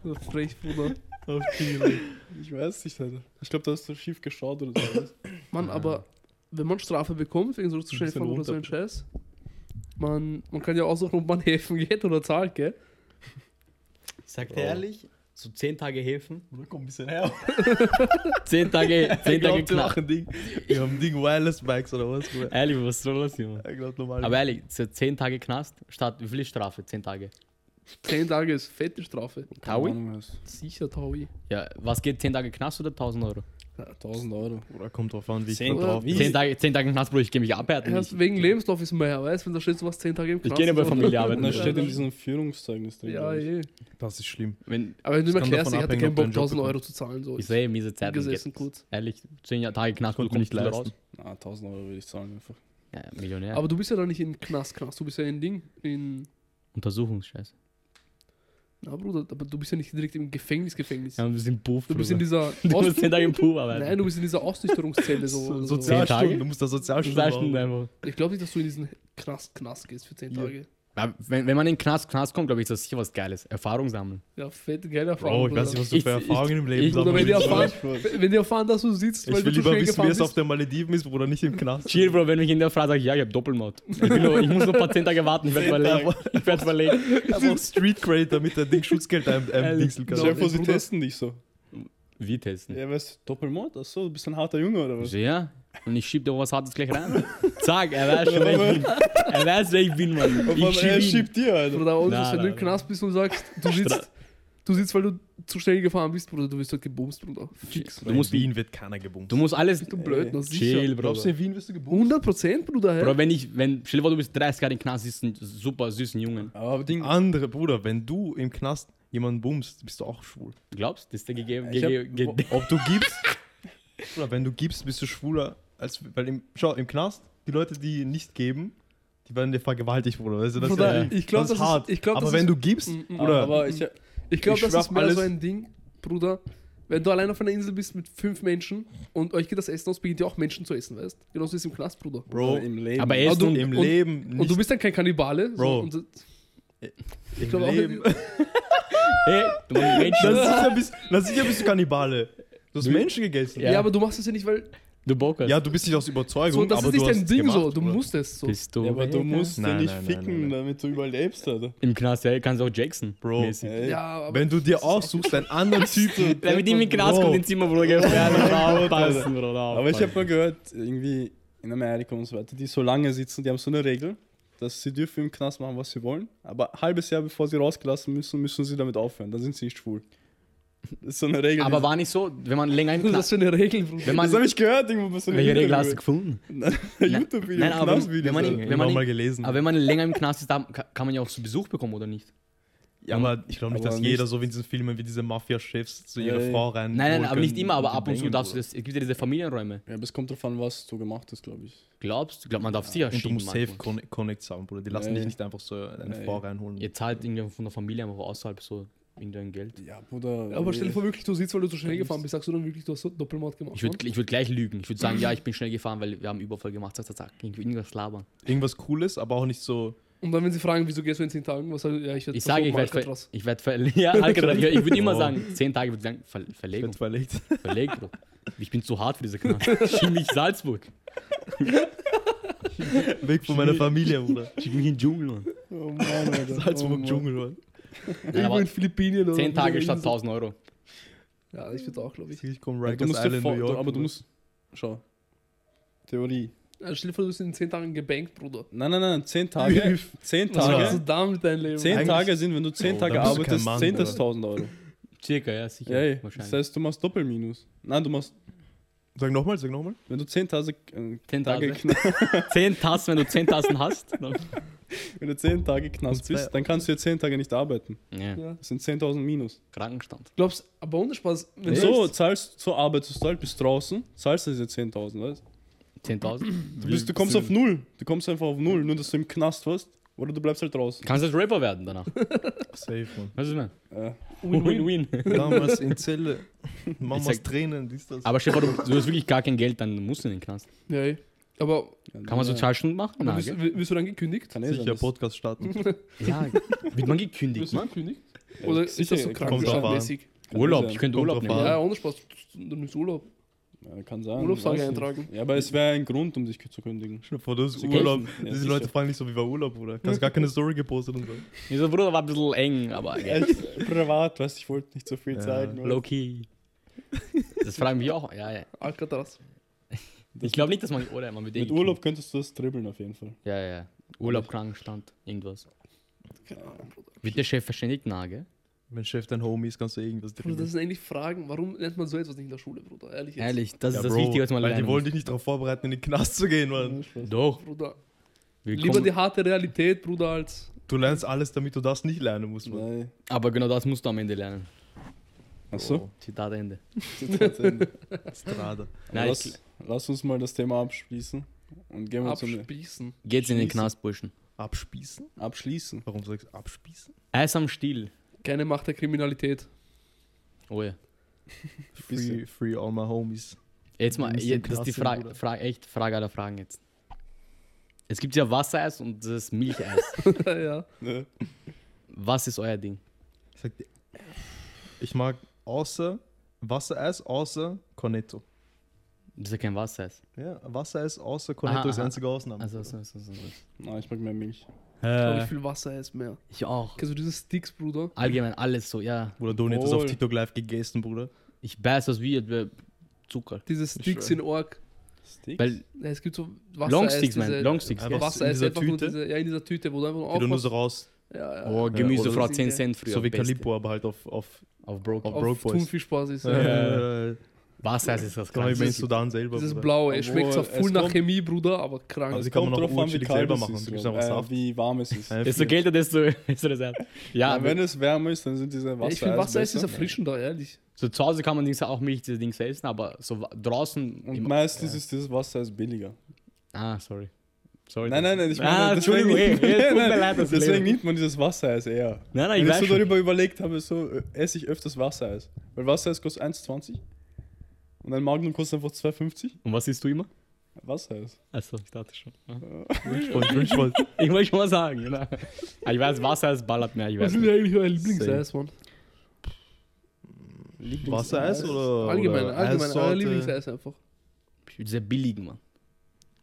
Speaker 4: So Frech, Bruder.
Speaker 2: Auf die, Mann.
Speaker 3: Ich weiß nicht, Alter. Ich glaube, da hast du schief geschaut oder so.
Speaker 4: Mann, aber wenn man Strafe bekommt, wegen so zu schnell
Speaker 2: bisschen
Speaker 4: fahren oder so ein
Speaker 2: runter.
Speaker 4: Scheiß, man, man kann ja aussuchen, ob man helfen geht oder zahlt, gell?
Speaker 1: Sagt er ehrlich? So 10 Tage Häfen?
Speaker 2: Bruder, komm ein bisschen her.
Speaker 1: 10 Tage, 10 Tage
Speaker 2: wir
Speaker 1: Knast.
Speaker 2: machen Ding. Wir haben Ding Wireless Bikes oder was, Bruder?
Speaker 1: Ehrlich, was soll das hier, Mann?
Speaker 2: Er glaubt normal.
Speaker 1: Aber ehrlich, so 10 Tage Knast statt wie viel ist Strafe? 10 Tage.
Speaker 4: Zehn Tage ist fette Strafe.
Speaker 1: Taui?
Speaker 4: Sicher, Taui.
Speaker 1: Ja, was geht? 10 Tage Knast oder 1000 Euro?
Speaker 3: 1000 Euro.
Speaker 2: Bruder, kommt drauf an, wie ich
Speaker 3: Zehn
Speaker 2: da drauf
Speaker 3: Euro.
Speaker 2: bin.
Speaker 1: 10 Tage, 10 Tage Knast, Bruder, ich geh mich abhärten. Ich,
Speaker 4: Erst wegen Lebenslauf ist mehr, weißt du? Wenn da steht, du warst zehn Tage im
Speaker 1: ich
Speaker 4: Knast.
Speaker 1: geh nicht bei
Speaker 4: so-
Speaker 1: Familie
Speaker 3: Und
Speaker 1: arbeiten.
Speaker 3: dann
Speaker 1: Bruder.
Speaker 3: steht in diesem Führungszeugnis drin.
Speaker 4: Ja,
Speaker 3: glaub ich.
Speaker 4: eh.
Speaker 2: Das ist schlimm.
Speaker 1: Wenn,
Speaker 4: Aber wenn du mir
Speaker 2: Das kann
Speaker 4: erklärst, ich
Speaker 2: davon
Speaker 4: hatte
Speaker 2: abhängen,
Speaker 4: keinen
Speaker 2: ob du
Speaker 4: Bock,
Speaker 2: einen Job
Speaker 4: 1000 Euro zu zahlen. So.
Speaker 1: ich sehe miese Zeit.
Speaker 4: gesessen
Speaker 1: Gesessen,
Speaker 4: kurz.
Speaker 1: Ehrlich, 10 Tage Knast,
Speaker 2: konnte
Speaker 1: Bruder, kommst
Speaker 2: mir nicht
Speaker 1: du wieder raus.
Speaker 2: leisten.
Speaker 3: Na, 1000 Euro würde ich zahlen einfach.
Speaker 1: Ja, Millionär.
Speaker 4: Aber du bist ja da nicht in Knast, Knast. Du bist ja in Ding, in...
Speaker 1: Untersuchungsscheiße.
Speaker 4: Na, Bruder, aber du bist ja nicht direkt im Gefängnis, Gefängnis.
Speaker 1: Ja, ein bisschen Puff,
Speaker 4: Du bist in
Speaker 1: Bruder.
Speaker 4: dieser...
Speaker 1: Du
Speaker 4: Aus
Speaker 1: musst 10 Tage im Puff
Speaker 4: Nein,
Speaker 1: arbeiten.
Speaker 4: du bist in dieser Ausnüchterungszelle. So,
Speaker 2: So,
Speaker 1: Sozial-
Speaker 4: oder so.
Speaker 1: Tage?
Speaker 2: Sozialstunden, du musst da
Speaker 1: Du
Speaker 2: Sozialstunden
Speaker 1: sagst
Speaker 2: machen.
Speaker 1: einfach.
Speaker 4: Ich glaube nicht, dass du in diesen Knast, Knast gehst für 10
Speaker 2: Ja.
Speaker 4: Tage.
Speaker 1: Ja, Wenn, wenn man in den Knast, Knast kommt, glaube ich, ist das sicher was Geiles. Erfahrung sammeln.
Speaker 4: Ja, fett, geile
Speaker 2: Bro,
Speaker 4: Erfahrung.
Speaker 2: ich weiß
Speaker 4: Bruder.
Speaker 2: nicht, was du
Speaker 1: Ich-
Speaker 2: für Erfahrungen im Leben
Speaker 1: ich-
Speaker 4: Bruder, wenn die
Speaker 2: willst,
Speaker 4: erfahren,
Speaker 2: Bruder.
Speaker 4: wenn die erfahren, dass du sitzt, weil
Speaker 2: Ich
Speaker 4: du
Speaker 2: will
Speaker 4: zu
Speaker 2: lieber
Speaker 4: schnell
Speaker 2: wissen, wie
Speaker 4: gefahren
Speaker 2: es auf
Speaker 4: bist.
Speaker 2: den Malediven ist, Bruder, nicht im Knast.
Speaker 1: Chill, Bro, wenn mich in der Frage sagt, ja, ich hab Doppelmaut. Ich, bin nur, ich muss noch ein paar 10 Tage warten, ich werde überlegen. Ich werde überlegen.
Speaker 2: Er braucht Street Credit, damit er Ding Schutzgeld ein-
Speaker 1: Alter.
Speaker 2: eindingseln
Speaker 3: Stell dir
Speaker 2: kann.
Speaker 4: Genau.
Speaker 3: vor, sie
Speaker 4: Bruder.
Speaker 3: testen dich so.
Speaker 1: Wie testen?
Speaker 3: Ja, weißt du, Doppelmord? Achso, du bist ein harter Junge oder was?
Speaker 1: So, ja. Und ich schieb dir was Hartes gleich rein. Zack, er weiß schon, wer ich bin. Er weiß, wer ich bin, Mann.
Speaker 3: Auf
Speaker 1: Ich
Speaker 3: einmal, er
Speaker 1: schieb ihn.
Speaker 3: schiebt dir, Alter.
Speaker 4: Bruder, und
Speaker 1: Na,
Speaker 4: wenn
Speaker 1: na,
Speaker 4: du im
Speaker 1: na.
Speaker 4: Knast bist und sagst, du sitzt, du sitzt, weil du zu schnell gefahren bist, Bruder, du wirst dort gebumst, Bruder. Fix.
Speaker 1: Du musst,
Speaker 2: in Wien wird keiner gebumst.
Speaker 1: du musst alles...
Speaker 4: Du blöd, noch sicher.
Speaker 1: Chill, Bro.
Speaker 2: in Wien wirst du
Speaker 4: 100 Prozent, Bruder, hä?
Speaker 1: Bro, wenn ich, wenn, stell dir vor, du bist 30 Jahre im Knast, ist ein super süßen Jungen.
Speaker 3: Aber Ding,
Speaker 2: Andere, Bruder, wenn du im Knast jemanden bummst, bist du auch schwul.
Speaker 1: Glaubst du, das ist der gegeben?
Speaker 3: Ich hab-
Speaker 1: Ge ge ge
Speaker 2: Ob du gibst, Bruder, wenn du gibst, bist du schwuler. Als, weil im, schau, im Knast, die Leute, die nicht geben, die werden dir vergewaltigt, Bruder. Weißt du, das
Speaker 4: Bruder,
Speaker 2: ist, ja-
Speaker 4: ich glaub,
Speaker 2: das ist
Speaker 4: das ist-
Speaker 2: hart.
Speaker 4: ich glaub,
Speaker 2: Aber
Speaker 4: das
Speaker 2: wenn
Speaker 4: ist-
Speaker 2: du gibst,
Speaker 4: Mm, mm.
Speaker 2: Bruder,
Speaker 3: aber ich,
Speaker 4: Ich glaube,
Speaker 2: Ich
Speaker 4: das
Speaker 2: schwör
Speaker 4: ist
Speaker 2: auf
Speaker 4: mehr
Speaker 2: alles.
Speaker 4: so ein Ding, Bruder. Wenn du allein auf einer Insel bist mit fünf Menschen und euch geht das Essen aus, beginnt ihr auch Menschen zu essen, weißt du? Genauso ist es im Knast, Bruder.
Speaker 2: Bro,
Speaker 3: im Leben.
Speaker 1: Aber
Speaker 4: Ah,
Speaker 1: er ist
Speaker 4: du-
Speaker 1: nun...
Speaker 2: im
Speaker 4: und-
Speaker 2: Leben
Speaker 4: Und du bist dann kein Kannibale.
Speaker 2: Bro.
Speaker 4: So, und,
Speaker 2: im
Speaker 4: glaub auch-
Speaker 2: Leben.
Speaker 1: Hey, du musst
Speaker 2: Na
Speaker 1: Menschen.
Speaker 2: sicher, bist, na sicher bist du Kannibale. Du hast Menschen gegessen.
Speaker 1: Ja.
Speaker 4: ja. aber du machst es ja nicht, weil.
Speaker 1: Du Bockers.
Speaker 2: Ja, du bist nicht aus Überzeugung,
Speaker 4: So, das
Speaker 2: aber
Speaker 4: ist nicht
Speaker 2: du
Speaker 4: dein
Speaker 2: hast
Speaker 4: Ding
Speaker 2: gemacht,
Speaker 4: so. Du
Speaker 2: Bruder.
Speaker 4: musst es so.
Speaker 1: Bist du...
Speaker 3: Ja, aber du musst
Speaker 2: Nein,
Speaker 3: ja nicht
Speaker 2: nein, nein,
Speaker 3: ficken,
Speaker 2: nein, nein.
Speaker 3: damit du überlebst, Alter.
Speaker 1: Im Knast, ja, kannst auch Jackson.
Speaker 2: Bro.
Speaker 1: mäßig.
Speaker 3: Ey,
Speaker 4: Ja, aber.
Speaker 2: Wenn du dir aussuchst, einen anderen Typ, so,
Speaker 1: Wenn mit ihm im Knast
Speaker 2: Bro.
Speaker 1: kommt, ins Zimmer, Bruder, geh fern. Aufpassen, Bruder,
Speaker 3: Aber ich habe
Speaker 1: aufpassen.
Speaker 3: mal gehört, irgendwie in Amerika und so weiter, die so lange sitzen, die haben so eine Regel, dass sie dürfen im Knast machen, was sie wollen, aber ein halbes Jahr bevor sie rausgelassen müssen, müssen sie damit aufhören, dann sind sie nicht schwul. Das ist so eine Regel.
Speaker 1: Aber
Speaker 3: die-
Speaker 1: war nicht so, wenn man länger im
Speaker 4: das ist
Speaker 1: Knast...
Speaker 4: für eine Regel, Bruder.
Speaker 1: Wenn
Speaker 3: das habe
Speaker 1: man...
Speaker 3: ich gehört, irgendwo bei so einem
Speaker 1: Welche Regel
Speaker 3: Interview.
Speaker 1: hast du gefunden?
Speaker 3: YouTube-Video,
Speaker 1: Nein, aber
Speaker 3: Knastvideos,
Speaker 1: wenn man-
Speaker 3: Alter.
Speaker 1: wenn
Speaker 2: Wenn man mal gelesen.
Speaker 1: Aber wenn man länger im Knast ist, da ka- kann man ja auch so Besuch bekommen, oder nicht?
Speaker 2: ja, aber ich glaube nicht,
Speaker 3: aber
Speaker 2: dass jeder so wie in diesen Filmen, wie diese Mafia-Chefs zu ihrer
Speaker 3: Ey.
Speaker 2: Frau rein.
Speaker 1: Nein, nein,
Speaker 2: holen
Speaker 1: aber nicht
Speaker 2: können
Speaker 1: immer, aber
Speaker 2: die
Speaker 1: ab und zu
Speaker 2: bängen,
Speaker 1: darfst du
Speaker 2: Bruder.
Speaker 1: das. Es gibt ja diese Familienräume.
Speaker 3: Ja, aber es kommt drauf an, was du gemacht hast, glaube ich.
Speaker 1: Glaubst du? Glaub, man darf sicher
Speaker 2: Und du
Speaker 1: schieben.
Speaker 2: musst safe
Speaker 1: manchmal.
Speaker 2: Conne- Connects haben, Bruder. Die lassen
Speaker 3: Nee.
Speaker 2: dich nicht einfach so eine
Speaker 3: Nee.
Speaker 2: Frau reinholen.
Speaker 1: Ihr zahlt irgendwie von der Familie einfach außerhalb so irgendein Geld.
Speaker 3: Ja, Bruder.
Speaker 4: aber stell dir vor, wirklich, du sitzt, weil du zu schnell gefahren bist. Sagst du dann wirklich, du hast so Doppelmord gemacht?
Speaker 1: Ich würde ich würd gleich lügen. Ich würde sagen, ja, ich bin schnell gefahren, weil wir haben Überfall gemacht. Zack, zack, zack. Irgendwie Irgendwas labern.
Speaker 2: Irgendwas Cooles, aber auch nicht so.
Speaker 4: und dann, wenn sie fragen, wieso gehst du in 10 Tagen? Was, ja, ich, werd
Speaker 1: Ich
Speaker 4: versorgt,
Speaker 1: sage, ich werde
Speaker 4: Äh, Alcatraz.
Speaker 1: ich werd ver ja, Alcatraz. Ja, ich würde immer
Speaker 2: Oh.
Speaker 1: sagen, zehn Tage würde ich sagen, ver
Speaker 2: Ich
Speaker 1: Verlegung,
Speaker 2: werd verlegt.
Speaker 1: Verleg, Bro. Ich bin zu hart für diese Knast. Schieb mich Salzburg.
Speaker 2: Weg von meiner Familie, Bruder. halt
Speaker 1: Schieb mich in den Dschungel, Mann.
Speaker 3: Oh Mann, Alter. oh Mann.
Speaker 2: Salzburg-Dschungel, Mann.
Speaker 1: Nein,
Speaker 4: Irgendwo
Speaker 1: aber
Speaker 4: in Philippinen oder
Speaker 1: zehn
Speaker 4: so.
Speaker 1: Tage statt 1000 Euro.
Speaker 4: Ja, ich würde auch, glaube ich.
Speaker 2: Ich komme
Speaker 3: Ja, du
Speaker 2: Rikers
Speaker 3: musst dir
Speaker 2: Island,
Speaker 3: vor,
Speaker 2: New York.
Speaker 3: aber du
Speaker 2: Bruder.
Speaker 3: musst. Schau. Theorie.
Speaker 4: Ja, stell dir vor, du bist in 10 Tagen gebankt, Bruder.
Speaker 3: Nein, nein, nein, 10 Tage. 10
Speaker 4: Was machst du
Speaker 3: Tage.
Speaker 4: da mit deinem Leben?
Speaker 3: 10
Speaker 2: Eigentlich-
Speaker 3: Tage sind, wenn du 10
Speaker 2: Oh,
Speaker 3: Tage
Speaker 2: da bist du kein
Speaker 3: arbeitest,
Speaker 2: Mann,
Speaker 3: 10
Speaker 2: Bruder.
Speaker 3: ist 1000 Euro.
Speaker 1: Circa, ja, sicher.
Speaker 3: Ja, ey.
Speaker 1: wahrscheinlich.
Speaker 3: Das heißt, du machst Doppelminus. Nein, du machst,
Speaker 2: Sag nochmal, sag nochmal.
Speaker 3: wenn du 10 Tage, äh,
Speaker 1: 10
Speaker 3: Tage
Speaker 1: Tage.
Speaker 3: Knast,
Speaker 1: 10 Tassen, wenn du 10 Tassen hast. Dann,
Speaker 3: wenn du 10 Tage Knast
Speaker 2: zwei-
Speaker 3: bist, dann kannst du ja 10 Tage nicht arbeiten.
Speaker 1: ja,
Speaker 4: Ja.
Speaker 3: Das sind 10.000 Minus.
Speaker 1: Krankenstand.
Speaker 4: Glaubst du, aber ohne Spaß, wenn du
Speaker 3: So, zahlst, so arbeitest du halt, bist draußen, zahlst diese 10.000, weißt
Speaker 1: 10.000.
Speaker 3: du? Bist, du kommst auf Null. Du kommst einfach auf Null, nur dass du im Knast warst oder du bleibst halt draußen.
Speaker 1: Kannst als Rapper werden danach.
Speaker 2: Safe, Mann.
Speaker 1: Weißt du, was ich meine?
Speaker 3: Äh,
Speaker 1: Win-win.
Speaker 2: Damals in Zelle.
Speaker 1: Ich
Speaker 2: Mamas
Speaker 1: sag-
Speaker 2: Tränen, dies, das.
Speaker 1: Aber stell dir vor, du, du hast wirklich gar kein Geld, dann musst du in den Knast.
Speaker 4: Ja, ey. aber
Speaker 1: Kann man Sozialstunden machen?
Speaker 4: aber
Speaker 1: Nein,
Speaker 4: wirst,
Speaker 1: gell?
Speaker 4: w- wirst du dann gekündigt?
Speaker 3: Kann eh sein,
Speaker 2: Sicher,
Speaker 3: dass-
Speaker 2: Podcast starten.
Speaker 1: Ja, wird man gekündigt.
Speaker 4: Wirst du
Speaker 1: Ne?
Speaker 4: gekündigt? Oder ist
Speaker 3: sicher,
Speaker 4: das so
Speaker 3: kommt drauf
Speaker 2: an.
Speaker 4: krankenstandmäßig?
Speaker 1: Urlaub,
Speaker 3: sein.
Speaker 1: ich könnte
Speaker 2: Kommt
Speaker 1: Urlaub
Speaker 2: drauf
Speaker 1: nehmen.
Speaker 2: an.
Speaker 4: Ja, ohne Spaß, dann nimmst du Urlaub.
Speaker 3: Ja, kann sein.
Speaker 4: Urlaubstage
Speaker 3: weiß nicht.
Speaker 4: eintragen.
Speaker 3: Ja, aber es wäre ein Grund, um dich zu kündigen.
Speaker 2: Schon vor, du hast
Speaker 1: Okay.
Speaker 2: Urlaub.
Speaker 3: Ja,
Speaker 2: Diese
Speaker 3: sicher.
Speaker 2: Leute fragen dich so, wie war Urlaub, oder? Du hast gar keine Story gepostet und so.
Speaker 1: Dieser Bruder war ein bisschen eng, aber gell.
Speaker 3: privat, weißt ich wollte nicht so viel
Speaker 2: Ja.
Speaker 3: zeigen. weißt.
Speaker 1: low-key. Das fragen mich auch. Ja, ja.
Speaker 4: Alcatraz.
Speaker 1: Ich glaube nicht, dass man, oder man wird eh
Speaker 3: Mit Urlaub könntest du das dribbeln auf jeden Fall.
Speaker 1: gekündigt. Ja, ja. Urlaub, Krankenstand, irgendwas. Wird der Chef verständigt? Na, gell?
Speaker 2: Wenn Chef dein Homie ist, kannst du irgendwas
Speaker 4: Bruder, das sind eigentlich Fragen, warum lernt man so etwas nicht in der Schule, Bruder? Ehrlich jetzt.
Speaker 1: Ehrlich, das
Speaker 2: Ja,
Speaker 1: ist das
Speaker 2: Bro,
Speaker 1: Wichtige, was man
Speaker 2: Weil
Speaker 1: lernen
Speaker 2: die wollen dich nicht darauf vorbereiten, in den Knast zu gehen, Mann.
Speaker 1: muss. Doch.
Speaker 4: Bruder.
Speaker 1: Wir
Speaker 4: Lieber
Speaker 1: kommen-
Speaker 4: die harte Realität, Bruder, als.
Speaker 2: Du lernst alles, damit du das nicht lernen musst, Mann.
Speaker 3: Nein.
Speaker 1: aber genau das musst du am Ende lernen.
Speaker 3: Achso.
Speaker 2: Oh,
Speaker 1: Zitat Ende.
Speaker 3: Aber
Speaker 2: Strada.
Speaker 1: Nein, ich,
Speaker 3: lass, lass uns mal das Thema abschließen und gehen wir zum
Speaker 4: Abspießen.
Speaker 1: geht's in den
Speaker 3: schließen.
Speaker 1: Knast, Burschen.
Speaker 2: Abspießen?
Speaker 3: Abschließen.
Speaker 2: Warum sagst du abspießen?
Speaker 1: Eis am Stiel.
Speaker 4: Keine Macht der Kriminalität.
Speaker 1: Oh ja.
Speaker 2: Free, free all my homies.
Speaker 1: Jetzt mal,
Speaker 2: Wir müssen
Speaker 1: jetzt, das ist die
Speaker 2: krass sein,
Speaker 1: Frage,
Speaker 2: Bruder.
Speaker 1: Fra echt Frage aller Fragen jetzt. Es gibt ja Wassereis und das ist Milcheis.
Speaker 4: ja.
Speaker 3: Ne?
Speaker 1: Was ist euer Ding?
Speaker 2: Ich, sag, dir- ich mag außer Wassereis, außer Cornetto.
Speaker 1: Das ist ja kein Wassereis.
Speaker 2: Ja, Wassereis außer Cornetto
Speaker 1: Aha,
Speaker 2: ist die
Speaker 1: aha.
Speaker 2: einzige Ausnahme.
Speaker 1: Also, so, so, so. so.
Speaker 3: Nein, ich mag mehr Milch.
Speaker 4: Ich glaube, ich viel Wasser ist mehr.
Speaker 1: Ich auch.
Speaker 4: Kennst du diese Sticks, Bruder?
Speaker 1: Allgemein alles so, ja.
Speaker 2: Bruder, du hast auf
Speaker 3: Wohl.
Speaker 2: TikTok live gegessen, Bruder.
Speaker 1: Ich beiß das wie äh, Zucker.
Speaker 4: Diese Sticks in Org.
Speaker 3: Sticks?
Speaker 1: Weil
Speaker 4: Ja, es gibt so Wasser. Ah,
Speaker 1: Longsticks, man. Longsticks.
Speaker 2: Einfach
Speaker 4: Wasser
Speaker 2: in
Speaker 4: ist
Speaker 2: dieser
Speaker 4: einfach nur
Speaker 2: Tüte?
Speaker 4: diese, ja, in dieser Tüte, wo du einfach nur
Speaker 2: Die du nur
Speaker 4: aufmachst.
Speaker 2: so raus,
Speaker 4: ja, ja.
Speaker 1: Oh,
Speaker 2: Ja,
Speaker 1: Gemüsefrau
Speaker 4: oder-
Speaker 1: 10 Cent Oh, früher.
Speaker 2: so wie
Speaker 1: Beste.
Speaker 2: Calippo, aber halt auf, auf
Speaker 1: Auf Broke.
Speaker 2: Auf-
Speaker 1: Auf
Speaker 2: Broke
Speaker 4: auf
Speaker 2: Boys.
Speaker 4: Thunfischspaß ist. Ja.
Speaker 2: äh,
Speaker 1: Wassereis ist das
Speaker 2: kann man immer in
Speaker 1: Krasseste.
Speaker 2: Sudan selber.
Speaker 4: Dieses
Speaker 2: Bruder.
Speaker 4: blaue, es schmeckt zwar
Speaker 3: Obwohl,
Speaker 4: voll
Speaker 3: es
Speaker 4: nach
Speaker 3: kommt-
Speaker 4: Chemie, Bruder, aber krank.
Speaker 2: Also-
Speaker 3: Es
Speaker 2: die kann man
Speaker 3: kommt
Speaker 2: auch
Speaker 3: drauf an, wie
Speaker 2: unschädlich
Speaker 3: kalt
Speaker 2: selber
Speaker 3: es
Speaker 2: machen.
Speaker 3: ist.
Speaker 2: Du gibst
Speaker 3: glaub-
Speaker 2: einfach Saft.
Speaker 3: Äh, wie warm es ist.
Speaker 2: Ja,
Speaker 1: Desto kälter, desto besser das sein. Ja,
Speaker 3: Ja, wenn es wärmer ist, dann sind diese Wasser.
Speaker 4: ja, ich finde Wasser ist erfrischender, ehrlich.
Speaker 1: so zu Hause kann man Dings auch Milch, diese Dings essen, aber so wa- draußen.
Speaker 3: Und
Speaker 1: im-
Speaker 3: meistens ist dieses Wasser billiger.
Speaker 1: ah, sorry. Sorry.
Speaker 3: Nein, nein, nein, ich meine,
Speaker 1: ah,
Speaker 3: deswegen-
Speaker 1: Entschuldigung, ey, ey, tut mir
Speaker 3: Nein,
Speaker 1: leid, das
Speaker 3: Deswegen
Speaker 1: Leben.
Speaker 3: nimmt man dieses Wassereis eher.
Speaker 1: Nein, nein,
Speaker 3: Wenn
Speaker 1: ich
Speaker 3: ich so
Speaker 1: weiß schon.
Speaker 3: darüber überlegt habe, so äh, esse ich öfters Wassereis. Weil Wassereis kostet 1,20 und ein Magnum kostet einfach 2,50.
Speaker 1: Und was isst du immer?
Speaker 3: Wassereis.
Speaker 1: Achso, ich dachte schon. Ja.
Speaker 2: Wünschvoll, wünschvoll.
Speaker 1: Ich wollte schon mal sagen. Ne? Ah, Ich weiß, Wassereis ballert mehr. Ich
Speaker 4: Was
Speaker 1: weiß
Speaker 4: ist
Speaker 1: nicht.
Speaker 4: eigentlich euer Lieblingseis, Mann?
Speaker 2: Wassereis oder?
Speaker 4: Allgemein,
Speaker 2: oder
Speaker 4: allgemein, euer
Speaker 2: Eissorte?
Speaker 4: Lieblingseis einfach.
Speaker 1: Diese billigen, Mann.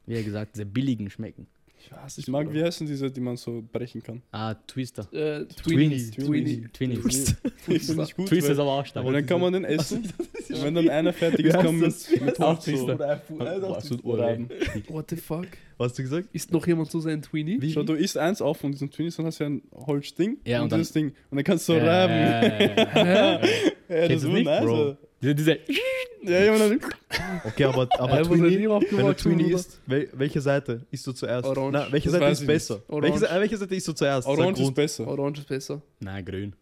Speaker 1: Wie er gesagt, diese billigen schmecken.
Speaker 2: Ich weiß
Speaker 3: Ich
Speaker 2: nicht,
Speaker 3: mag,
Speaker 2: Bruder.
Speaker 3: wie heißen diese, die man so brechen kann?
Speaker 1: Ah, Twister.
Speaker 4: Äh,
Speaker 1: Tweenies.
Speaker 4: Tweenies.
Speaker 1: Tweenies. Tweenies.
Speaker 3: Tweenies. Die finde ich gut.
Speaker 1: Twister ist
Speaker 3: Weil,
Speaker 1: aber auch stark.
Speaker 3: weil dann kann man den essen. Und wenn dann einer fertig
Speaker 2: Wie
Speaker 3: ist,
Speaker 2: heißt
Speaker 3: kann man
Speaker 2: das?
Speaker 3: mit, mit
Speaker 1: Auch
Speaker 3: Hochzeit
Speaker 1: Twister.
Speaker 3: oder Apfel- äh, auch
Speaker 1: Was tut
Speaker 3: Twister
Speaker 1: Urlaub?
Speaker 3: reiben.
Speaker 4: What the fuck?
Speaker 2: Was hast du gesagt?
Speaker 4: Ist noch jemand so sein Tweenie?
Speaker 3: Schau, du isst eins auf und diesen Twinis, dann hast du ja ein Holzding
Speaker 1: Ja,
Speaker 3: und
Speaker 1: und dann-
Speaker 3: dieses Ding. Und dann kannst du
Speaker 1: Ja,
Speaker 3: reiben.
Speaker 1: ja, ja, ja, ja.
Speaker 3: Ja, das
Speaker 1: Kennst
Speaker 3: ist
Speaker 1: du nicht,
Speaker 3: nice.
Speaker 1: Bro?
Speaker 3: Alter.
Speaker 1: Diese, diese
Speaker 3: Ja, ja, und dann
Speaker 2: Okay, aber, aber
Speaker 4: Äh, wo seid
Speaker 2: Twini,
Speaker 4: ihr
Speaker 2: wenn du
Speaker 4: aufgewachsen,
Speaker 2: Twini
Speaker 4: Bruder?
Speaker 2: isst, wel, welche Seite isst du zuerst?
Speaker 4: Orange.
Speaker 2: Na, welche
Speaker 3: Das
Speaker 2: Seite
Speaker 3: weiß
Speaker 2: ist
Speaker 3: ich
Speaker 2: besser?
Speaker 4: nicht.
Speaker 2: Welche, Se-
Speaker 4: Orange.
Speaker 2: äh, welche Seite isst du zuerst? Sag
Speaker 3: Orange ist
Speaker 2: Grund.
Speaker 3: besser.
Speaker 4: Orange ist besser.
Speaker 1: Na, grün.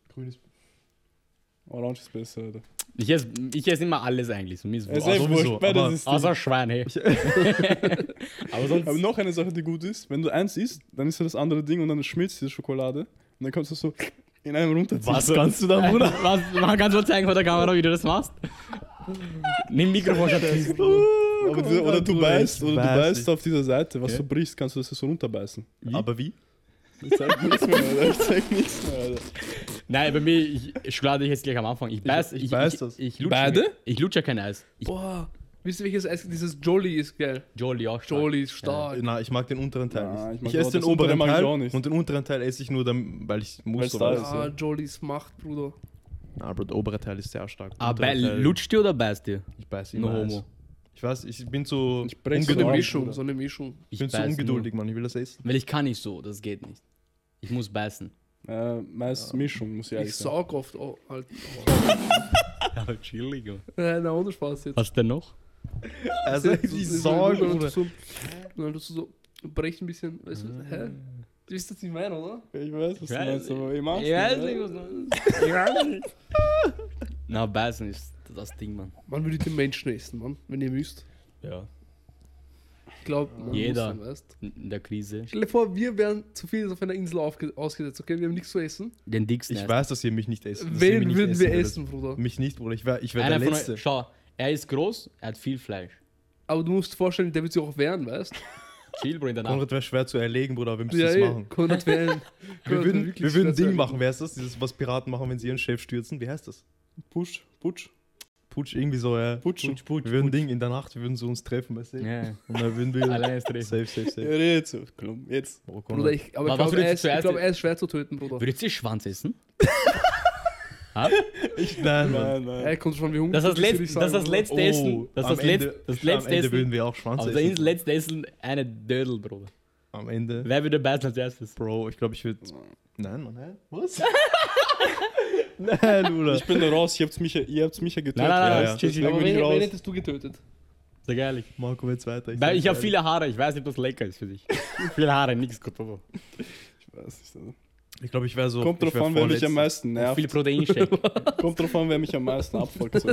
Speaker 3: Orange ist besser, Alter.
Speaker 1: Ich esse ich ess immer alles eigentlich. So, mir ist
Speaker 3: Es ist
Speaker 1: wurscht.
Speaker 3: echt
Speaker 2: sowieso,
Speaker 3: wurscht, beides
Speaker 2: aber-
Speaker 3: ist
Speaker 1: Außer Schwein, hey. aber sonst.
Speaker 3: Aber noch eine Sache, die gut ist, wenn du eins isst, dann ist ja das andere Ding und dann schmilzt diese Schokolade und dann kannst du so in einem runterziehen.
Speaker 2: Was kannst du da, Bruder?
Speaker 1: Was, man kann es zeigen vor der Kamera, wie du das machst. Nimm Mikrofon statt.
Speaker 3: Aber diese, oder du beißt, oder du
Speaker 2: Weiß
Speaker 3: beißt
Speaker 2: ich.
Speaker 3: auf dieser Seite, was
Speaker 2: Ja.
Speaker 3: du brichst, kannst du das so runterbeißen.
Speaker 2: Aber wie?
Speaker 3: Ich zeig nichts mehr, Alter. Ich zeig nichts mehr, Alter.
Speaker 1: Nein, bei mir, ich schokolade ich jetzt gleich am Anfang. Ich beiß,
Speaker 2: ich
Speaker 1: ich,
Speaker 2: beiß
Speaker 1: ich,
Speaker 2: das.
Speaker 1: Ich, lutsche,
Speaker 4: Beide?
Speaker 1: Ich lutsche kein Eis. Ich,
Speaker 4: Boah. Wisst ihr, welches Eis? Dieses Jolly ist geil.
Speaker 1: Jolly auch stark.
Speaker 4: Jolly ist stark.
Speaker 2: Na, ich mag den unteren Teil
Speaker 3: Na, ich
Speaker 2: nicht.
Speaker 3: mag
Speaker 2: Ich,
Speaker 3: auch
Speaker 2: esse den
Speaker 3: das untere
Speaker 2: oberen
Speaker 3: mag ich
Speaker 2: Teil
Speaker 3: auch nicht.
Speaker 2: und den unteren Teil esse ich nur, dann, weil ich muss.
Speaker 3: Weil's
Speaker 2: aber-
Speaker 3: da ist.
Speaker 4: Ah, Jolly's Macht, Bruder.
Speaker 2: Na, aber der obere Teil ist sehr stark. Der
Speaker 1: Ah,
Speaker 2: untere
Speaker 1: bei,
Speaker 2: Teil-
Speaker 1: lutscht ihr oder beißt ihr?
Speaker 2: Ich beiß
Speaker 1: No
Speaker 2: immer Eis.
Speaker 1: homo.
Speaker 2: Ich weiß, ich bin so
Speaker 3: Ich brech so
Speaker 4: So eine
Speaker 3: Orange,
Speaker 4: Mischung,
Speaker 3: Bruder.
Speaker 4: so eine Mischung.
Speaker 2: Ich bin so
Speaker 1: beiß nur.
Speaker 2: ungeduldig, Mann. Ich will das essen.
Speaker 1: Weil ich kann nicht so, das geht nicht. Ich muss beißen.
Speaker 3: Äh, meist Mischung, muss ich ehrlich
Speaker 4: Ich
Speaker 3: sagen.
Speaker 4: saug oft. Oh, halt.
Speaker 1: Aber chillig, Mann.
Speaker 4: Nein, na, ohne Spaß jetzt.
Speaker 1: Was denn noch?
Speaker 2: Also, ich sag, Bruder.
Speaker 4: Dann tust du so, dann tust du so brech ein bisschen. Weißt du, hä? Du wisst, was ich meine, oder?
Speaker 3: Ich weiß, was
Speaker 1: Ich
Speaker 3: du
Speaker 1: weiß
Speaker 3: meinst,
Speaker 1: nicht.
Speaker 3: aber ich mag's
Speaker 1: Ich weiß
Speaker 3: nicht,
Speaker 1: nicht,
Speaker 3: ja.
Speaker 1: was Ich weiß nicht. Na, beißen ist das Ding, Mann.
Speaker 4: Man würde den Menschen essen, Mann, wenn ihr müsst.
Speaker 1: Ja.
Speaker 4: Ich glaube, man
Speaker 1: Jeder.
Speaker 4: muss dann, weißt
Speaker 1: In in der Krise.
Speaker 4: Stell dir vor, wir wären zu viel auf einer Insel aufge- ausgesetzt, okay? Wir haben nichts zu essen.
Speaker 1: Den dicksten.
Speaker 2: Ich
Speaker 1: erst.
Speaker 2: weiß, dass ihr mich nicht esst. dass ihr mich
Speaker 4: Wen
Speaker 2: nicht
Speaker 4: würden wir
Speaker 2: werdet.
Speaker 4: essen, Bruder?
Speaker 2: Mich nicht, Bruder. Ich wäre ich wär der
Speaker 1: Einer von euch,
Speaker 2: Letzte.
Speaker 1: schau, er ist groß, er hat viel Fleisch.
Speaker 4: Aber du musst dir vorstellen, der wird sich auch wehren, weißt
Speaker 1: Chill, Bro, in der Nacht.
Speaker 2: Konrad wäre schwer zu erlegen, Bruder, aber wir müssen
Speaker 4: Ja,
Speaker 2: das
Speaker 4: eh,
Speaker 2: machen.
Speaker 4: Konrad wären.
Speaker 2: Wir würden,
Speaker 4: Konrad wär wirklich
Speaker 2: wir würden ein
Speaker 4: schwer zu
Speaker 2: Ding
Speaker 4: erlegen.
Speaker 2: machen, wer ist das? Dieses, was Piraten machen, wenn sie ihren Chef stürzen. Wie heißt das?
Speaker 3: Putsch, Putsch.
Speaker 2: Putsch, irgendwie so, ja.
Speaker 3: Putschen.
Speaker 2: Putsch, Putsch, wir würden Ding in der Nacht, wir würden so uns treffen bei Safe.
Speaker 1: Ja.
Speaker 2: Und dann würden wir.
Speaker 1: Allein ist drin.
Speaker 2: safe, safe,
Speaker 3: Ja,
Speaker 2: safe.
Speaker 3: red so, komm, jetzt.
Speaker 2: Oh, Konrad.
Speaker 4: Bruder, ich, aber ich
Speaker 1: Was würdest
Speaker 4: glaube,
Speaker 1: du
Speaker 4: er, ist- ich
Speaker 1: zuerst-
Speaker 4: glaub, er ist schwer zu töten, Bruder.
Speaker 1: Würdest du Schwanz essen?
Speaker 2: nein, Mann.
Speaker 3: Nein, nein.
Speaker 4: Er kommt schon wie Hunger.
Speaker 1: Das ist das,
Speaker 4: würde
Speaker 1: Letz
Speaker 4: ich
Speaker 1: das, ist das
Speaker 4: sagen,
Speaker 1: letzte
Speaker 2: Oh,
Speaker 1: Essen. Das ist
Speaker 2: am
Speaker 1: das, Letz
Speaker 2: Ende-
Speaker 1: das letzte
Speaker 2: Am Ende würden
Speaker 1: Essen.
Speaker 2: wir auch Schwanz
Speaker 1: Auf der
Speaker 2: essen.
Speaker 1: Insel letzte Essen eine Dödel, Bruder.
Speaker 2: Am Ende.
Speaker 1: Wer würde beißen als erstes?
Speaker 2: Bro, ich glaube, ich würde. Nein, Mann, hä? Was? nein, Bruder.
Speaker 3: Ich bin da raus, ihr habt's mich, ja- ihr habt's mich ja getötet.
Speaker 1: Nein, nein, nein,
Speaker 2: Ja,
Speaker 1: das
Speaker 2: ja.
Speaker 1: ist chill,
Speaker 4: oder?
Speaker 1: chill.
Speaker 4: Aber
Speaker 3: bin ich
Speaker 4: wen,
Speaker 3: raus.
Speaker 4: wen hättest du getötet?
Speaker 1: Sag ehrlich.
Speaker 2: Marco, jetzt weiter.
Speaker 1: Weil
Speaker 2: sag
Speaker 1: ich habe
Speaker 2: ehrlich.
Speaker 1: viele Haare, ich weiß nicht, ob das lecker ist für dich. viele Haare, nichts gut, Bruder.
Speaker 3: Ich weiß nicht. also.
Speaker 2: Ich glaube, ich wäre so.
Speaker 3: Kommt
Speaker 2: ich
Speaker 3: drauf
Speaker 2: wär
Speaker 3: an, wer mich
Speaker 2: vorletzter.
Speaker 3: am meisten nervt.
Speaker 1: Viel Proteinshake.
Speaker 3: Kommt drauf an, wer mich am meisten abfuckt. So.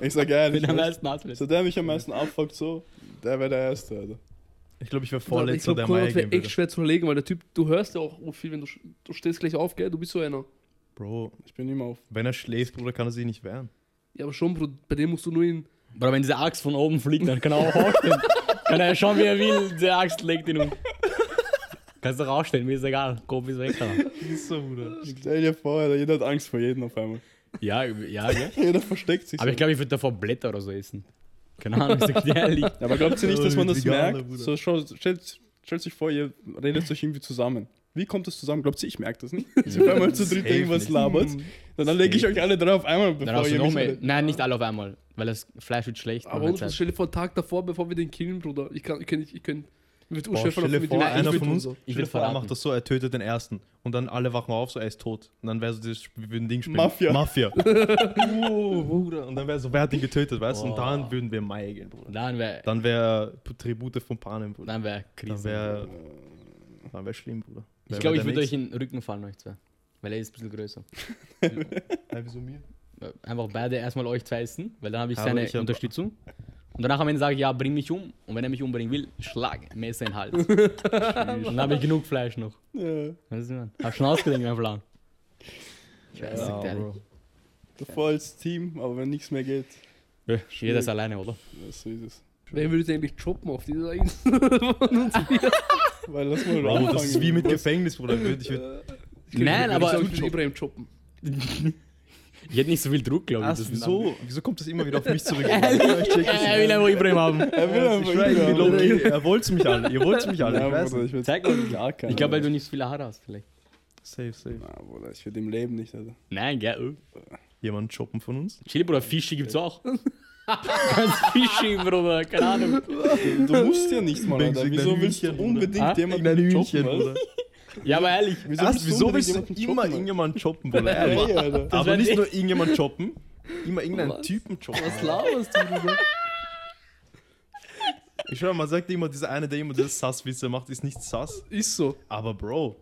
Speaker 3: Ich sag ehrlich.
Speaker 1: Wenn am
Speaker 3: weißt
Speaker 1: meisten
Speaker 3: du,
Speaker 1: Haare.
Speaker 3: So der mich am meisten abfuckt, so, der wäre der Erste, Alter.
Speaker 2: Ich glaube, ich wäre
Speaker 4: Boah,
Speaker 2: vorletzter,
Speaker 4: ich
Speaker 2: der
Speaker 4: glaub,
Speaker 2: Mai
Speaker 4: Konrad wäre
Speaker 2: gehen
Speaker 4: echt
Speaker 2: würde.
Speaker 4: schwer zu legen, weil der Typ, du hörst ja auch viel, wenn du, sch- du stehst gleich auf, gell? Du bist so einer.
Speaker 2: Bro,
Speaker 3: Ich bin immer auf.
Speaker 2: wenn er schläft, Bruder, kann er sich nicht wehren.
Speaker 4: Ja, aber schon, Bruder, bei dem musst du nur ihn.
Speaker 1: Bruder, wenn diese Axt von oben fliegt, dann kann er auch aufstehen. kann er schauen, wie er will. Die Axt legt ihn um. Kannst doch aufstehen, mir ist egal. Kopf ist weg. Alter.
Speaker 2: Ist so, Bruder.
Speaker 3: Stell dir vor, Alter, jeder hat Angst vor jedem auf einmal.
Speaker 1: Ja, ja, ja.
Speaker 3: Jeder versteckt sich.
Speaker 1: Aber ich glaube, ich würde davor Blätter oder so essen. Keine Ahnung, ich sag dir ehrlich.
Speaker 3: so. aber glaubt ihr nicht, dass man das
Speaker 2: Veganer,
Speaker 3: merkt?
Speaker 2: Bruder.
Speaker 3: So, schau, stellt, stellt euch vor, ihr redet euch irgendwie zusammen. Wie kommt das zusammen? Glaubt ihr, ich merke das nicht? Dass ihr auf einmal zu dritt
Speaker 2: Safe
Speaker 3: irgendwas
Speaker 2: nicht.
Speaker 3: labert. Dann, dann lege ich euch alle drei auf einmal,
Speaker 1: Dann
Speaker 3: bevor
Speaker 1: hast du
Speaker 3: ihr
Speaker 1: noch
Speaker 3: mich
Speaker 1: mehr.
Speaker 3: redet.
Speaker 1: Nein, nicht alle auf einmal. Weil das Fleisch wird schlecht.
Speaker 4: Aber
Speaker 1: ohne
Speaker 4: uns
Speaker 1: Zeit.
Speaker 4: stell dir vor, Tag davor, bevor wir den killen, Bruder. Ich kann, ich kann, nicht- ich kann. Ich würde
Speaker 2: Boah,
Speaker 4: unschwer
Speaker 2: stell dir
Speaker 4: mit
Speaker 2: vor,
Speaker 4: dem
Speaker 2: einer
Speaker 4: Ich würd
Speaker 2: von uns,
Speaker 4: so.
Speaker 1: Ich
Speaker 2: stell dir
Speaker 1: würd
Speaker 2: vor, er
Speaker 1: verraten.
Speaker 2: macht das so, er tötet den ersten. Und dann alle wachen auf, so, er ist tot. Und dann wäre so das, wir würden Ding spielen.
Speaker 3: Mafia.
Speaker 2: Mafia. oh, Bruder. Und dann wäre so, wer hat ihn getötet, weißt du? Und dann würden wir Mai gehen, Bruder.
Speaker 1: Dann wäre.
Speaker 2: Dann wäre Tribute von Panem, Bruder.
Speaker 1: Dann wäre
Speaker 2: Dann
Speaker 1: Krise.
Speaker 2: wäre dann wär schlimm, Bruder.
Speaker 1: ich glaube, ich würde euch in den Rücken fallen, euch zwei. Weil er ist ein bisschen größer.
Speaker 2: Wieso mir?
Speaker 1: Einfach beide erstmal euch zwei essen, weil dann habe ich
Speaker 2: Aber
Speaker 1: seine
Speaker 2: ich hab-
Speaker 1: Unterstützung. Und danach am Ende sage ich, ja, bring mich um. Und wenn er mich umbringen will, schlag Messer in den Hals. Und dann habe ich genug Fleisch noch.
Speaker 3: Ja.
Speaker 1: Weißt du, man? Hab schon ausgedenkt, mein Plan. Ich weiß
Speaker 2: Ja,
Speaker 1: nicht, ehrlich.
Speaker 2: Bro.
Speaker 3: Davor als Team, aber wenn nichts mehr geht,
Speaker 1: Ja, Jeder ist alleine, oder?
Speaker 3: ja, so ist es.
Speaker 4: Wer würde eigentlich choppen auf dieser Insel?
Speaker 3: Weil lass mal
Speaker 2: Bro, das ist wie mit
Speaker 3: Was-
Speaker 2: Gefängnis, Bruder. Würd- Ich würd,
Speaker 1: Nein, aber-
Speaker 4: Ich würde Ibrahim choppen.
Speaker 1: Ich hätte nicht so viel Druck, glaube ich.
Speaker 2: Erst,
Speaker 1: das-
Speaker 2: wieso, wieso kommt das immer wieder auf mich zurück?
Speaker 1: Er will einfach Ibrahim haben.
Speaker 3: Er will
Speaker 2: Ich schwör,
Speaker 3: einfach
Speaker 2: irgendwie
Speaker 3: wieder.
Speaker 2: low-key, ihr wollt mich alle, ihr wollt mich alle,
Speaker 3: Ja,
Speaker 2: ich weiß
Speaker 3: Bruder,
Speaker 2: nicht.
Speaker 3: ich will
Speaker 1: Zeig mal.
Speaker 3: gar keinen.
Speaker 1: Ich glaube, weil du nicht so viele Haare hast, vielleicht.
Speaker 2: Safe, safe.
Speaker 3: Na, Bruder, ich will im Leben nicht, Alter.
Speaker 1: Nein, gell? oh.
Speaker 2: Jemand shoppen von uns?
Speaker 1: Chili, Bruder, Fische gibt's auch. Ganz Fische, Bruder, keine Ahnung.
Speaker 3: Du musst ja nichts mal, Alter.
Speaker 2: Wegen
Speaker 3: Wieso
Speaker 2: irgendeinem
Speaker 3: willst du
Speaker 2: Hühnchen, Bruder.
Speaker 3: unbedingt
Speaker 1: Ah,
Speaker 3: jemanden choppen, Alter?
Speaker 2: Bruder.
Speaker 1: Ja, aber ehrlich,
Speaker 3: Wieso
Speaker 2: Erst,
Speaker 3: willst du
Speaker 2: wieso
Speaker 3: unbedingt
Speaker 2: willst du
Speaker 3: jemanden
Speaker 2: immer
Speaker 3: choppen, Alter?
Speaker 2: irgendjemanden choppen, Bruder? Ehrlich.
Speaker 3: Ey, Alter.
Speaker 1: Das
Speaker 2: Aber
Speaker 1: wär
Speaker 2: nicht
Speaker 1: nicht-
Speaker 2: nur irgendjemanden choppen, immer irgendeinen Typen choppen.
Speaker 4: Was laberst du, Bruder?
Speaker 2: Ich schwör, man sagt immer, dieser eine, der immer das Sass-Witze macht, ist nicht Sass.
Speaker 4: Ist so.
Speaker 2: Aber Bro,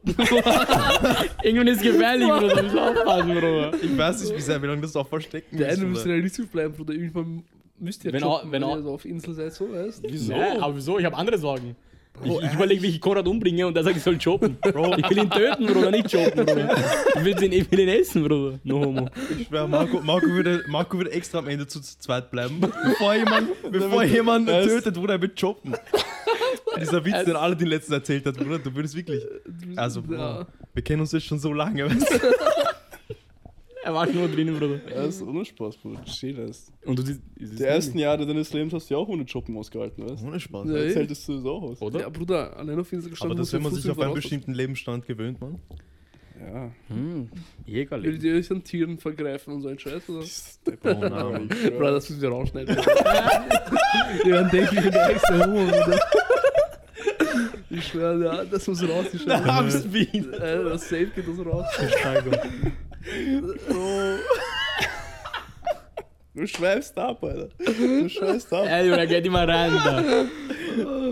Speaker 1: irgendwann ist gefährlich, Bruder. Du musst aufpassen, Bruder.
Speaker 2: ich weiß nicht, wie, sehr, wie lange das auch verstecken
Speaker 4: Der
Speaker 2: ist.
Speaker 4: eine muss
Speaker 2: Bruder.
Speaker 4: realistisch bleiben, Bruder. Irgendwann müsst ihr
Speaker 1: Wenn
Speaker 4: choppen,
Speaker 1: auch-
Speaker 4: wenn
Speaker 1: wenn auch-
Speaker 4: ihr so auf Insel seid, so, weißt du?
Speaker 3: Wieso?
Speaker 1: Nein, aber wieso? Ich habe andere Sorgen. Ich, ich überlege, wie ich Konrad umbringe und der sagt, ich soll choppen.
Speaker 2: Bro,
Speaker 1: Ich will ihn töten, Bruder, nicht choppen, Bruder. Ich will den, ich will ihn essen, Bruder. No homo.
Speaker 2: ich schwör, Marco, Marco, würde, Marco würde extra am Ende zu zu zweit bleiben, bevor jemand, bevor jemand
Speaker 3: Weißt-
Speaker 2: tötet, Bruder, er wird choppen. Dieser Witz, den Aladdin letztens erzählt hat, Bruder, du würdest wirklich... Also, Bro,
Speaker 4: Äh, Ja.
Speaker 2: wir kennen uns jetzt schon so lange, weißt du?
Speaker 1: Er war schon nur drinnen, Bruder.
Speaker 3: Das ist ohne Spaß, Bruder. Chill erst.
Speaker 1: Und du siehst. es ist
Speaker 3: Die ersten Jahre deines Lebens hast du ja auch ohne Choppen ausgehalten, weißt du?
Speaker 2: Ohne Spaß.
Speaker 4: Ja,
Speaker 3: Jetzt hältst du es auch aus.
Speaker 1: Oder?
Speaker 4: Ja, Bruder, allein auf Insel
Speaker 2: Aber
Speaker 4: gestanden.
Speaker 2: das,
Speaker 4: muss
Speaker 2: wenn man
Speaker 4: der
Speaker 2: sich
Speaker 4: Fuß
Speaker 2: auf einen
Speaker 4: irgendwann raus-
Speaker 2: bestimmten Lebensstand gewöhnt, man.
Speaker 3: Ja.
Speaker 1: Hm, jägerlich.
Speaker 4: Würdet ihr euch an Tieren vergreifen und so ein Scheiß, oder?
Speaker 2: Oh nein.
Speaker 4: Bro, das müssen wir rausschneiden. Jemand denkt, ich bin der nächste Homo, Bruder. Ich schwöre, ja, das muss raus, ich schwöre.
Speaker 2: Hab's Wien.
Speaker 4: Äh, das Safe geht das raus.
Speaker 3: Du schweifst ab, Alter. Du schweifst ab.
Speaker 1: Ey, Junge, geht immer rein da.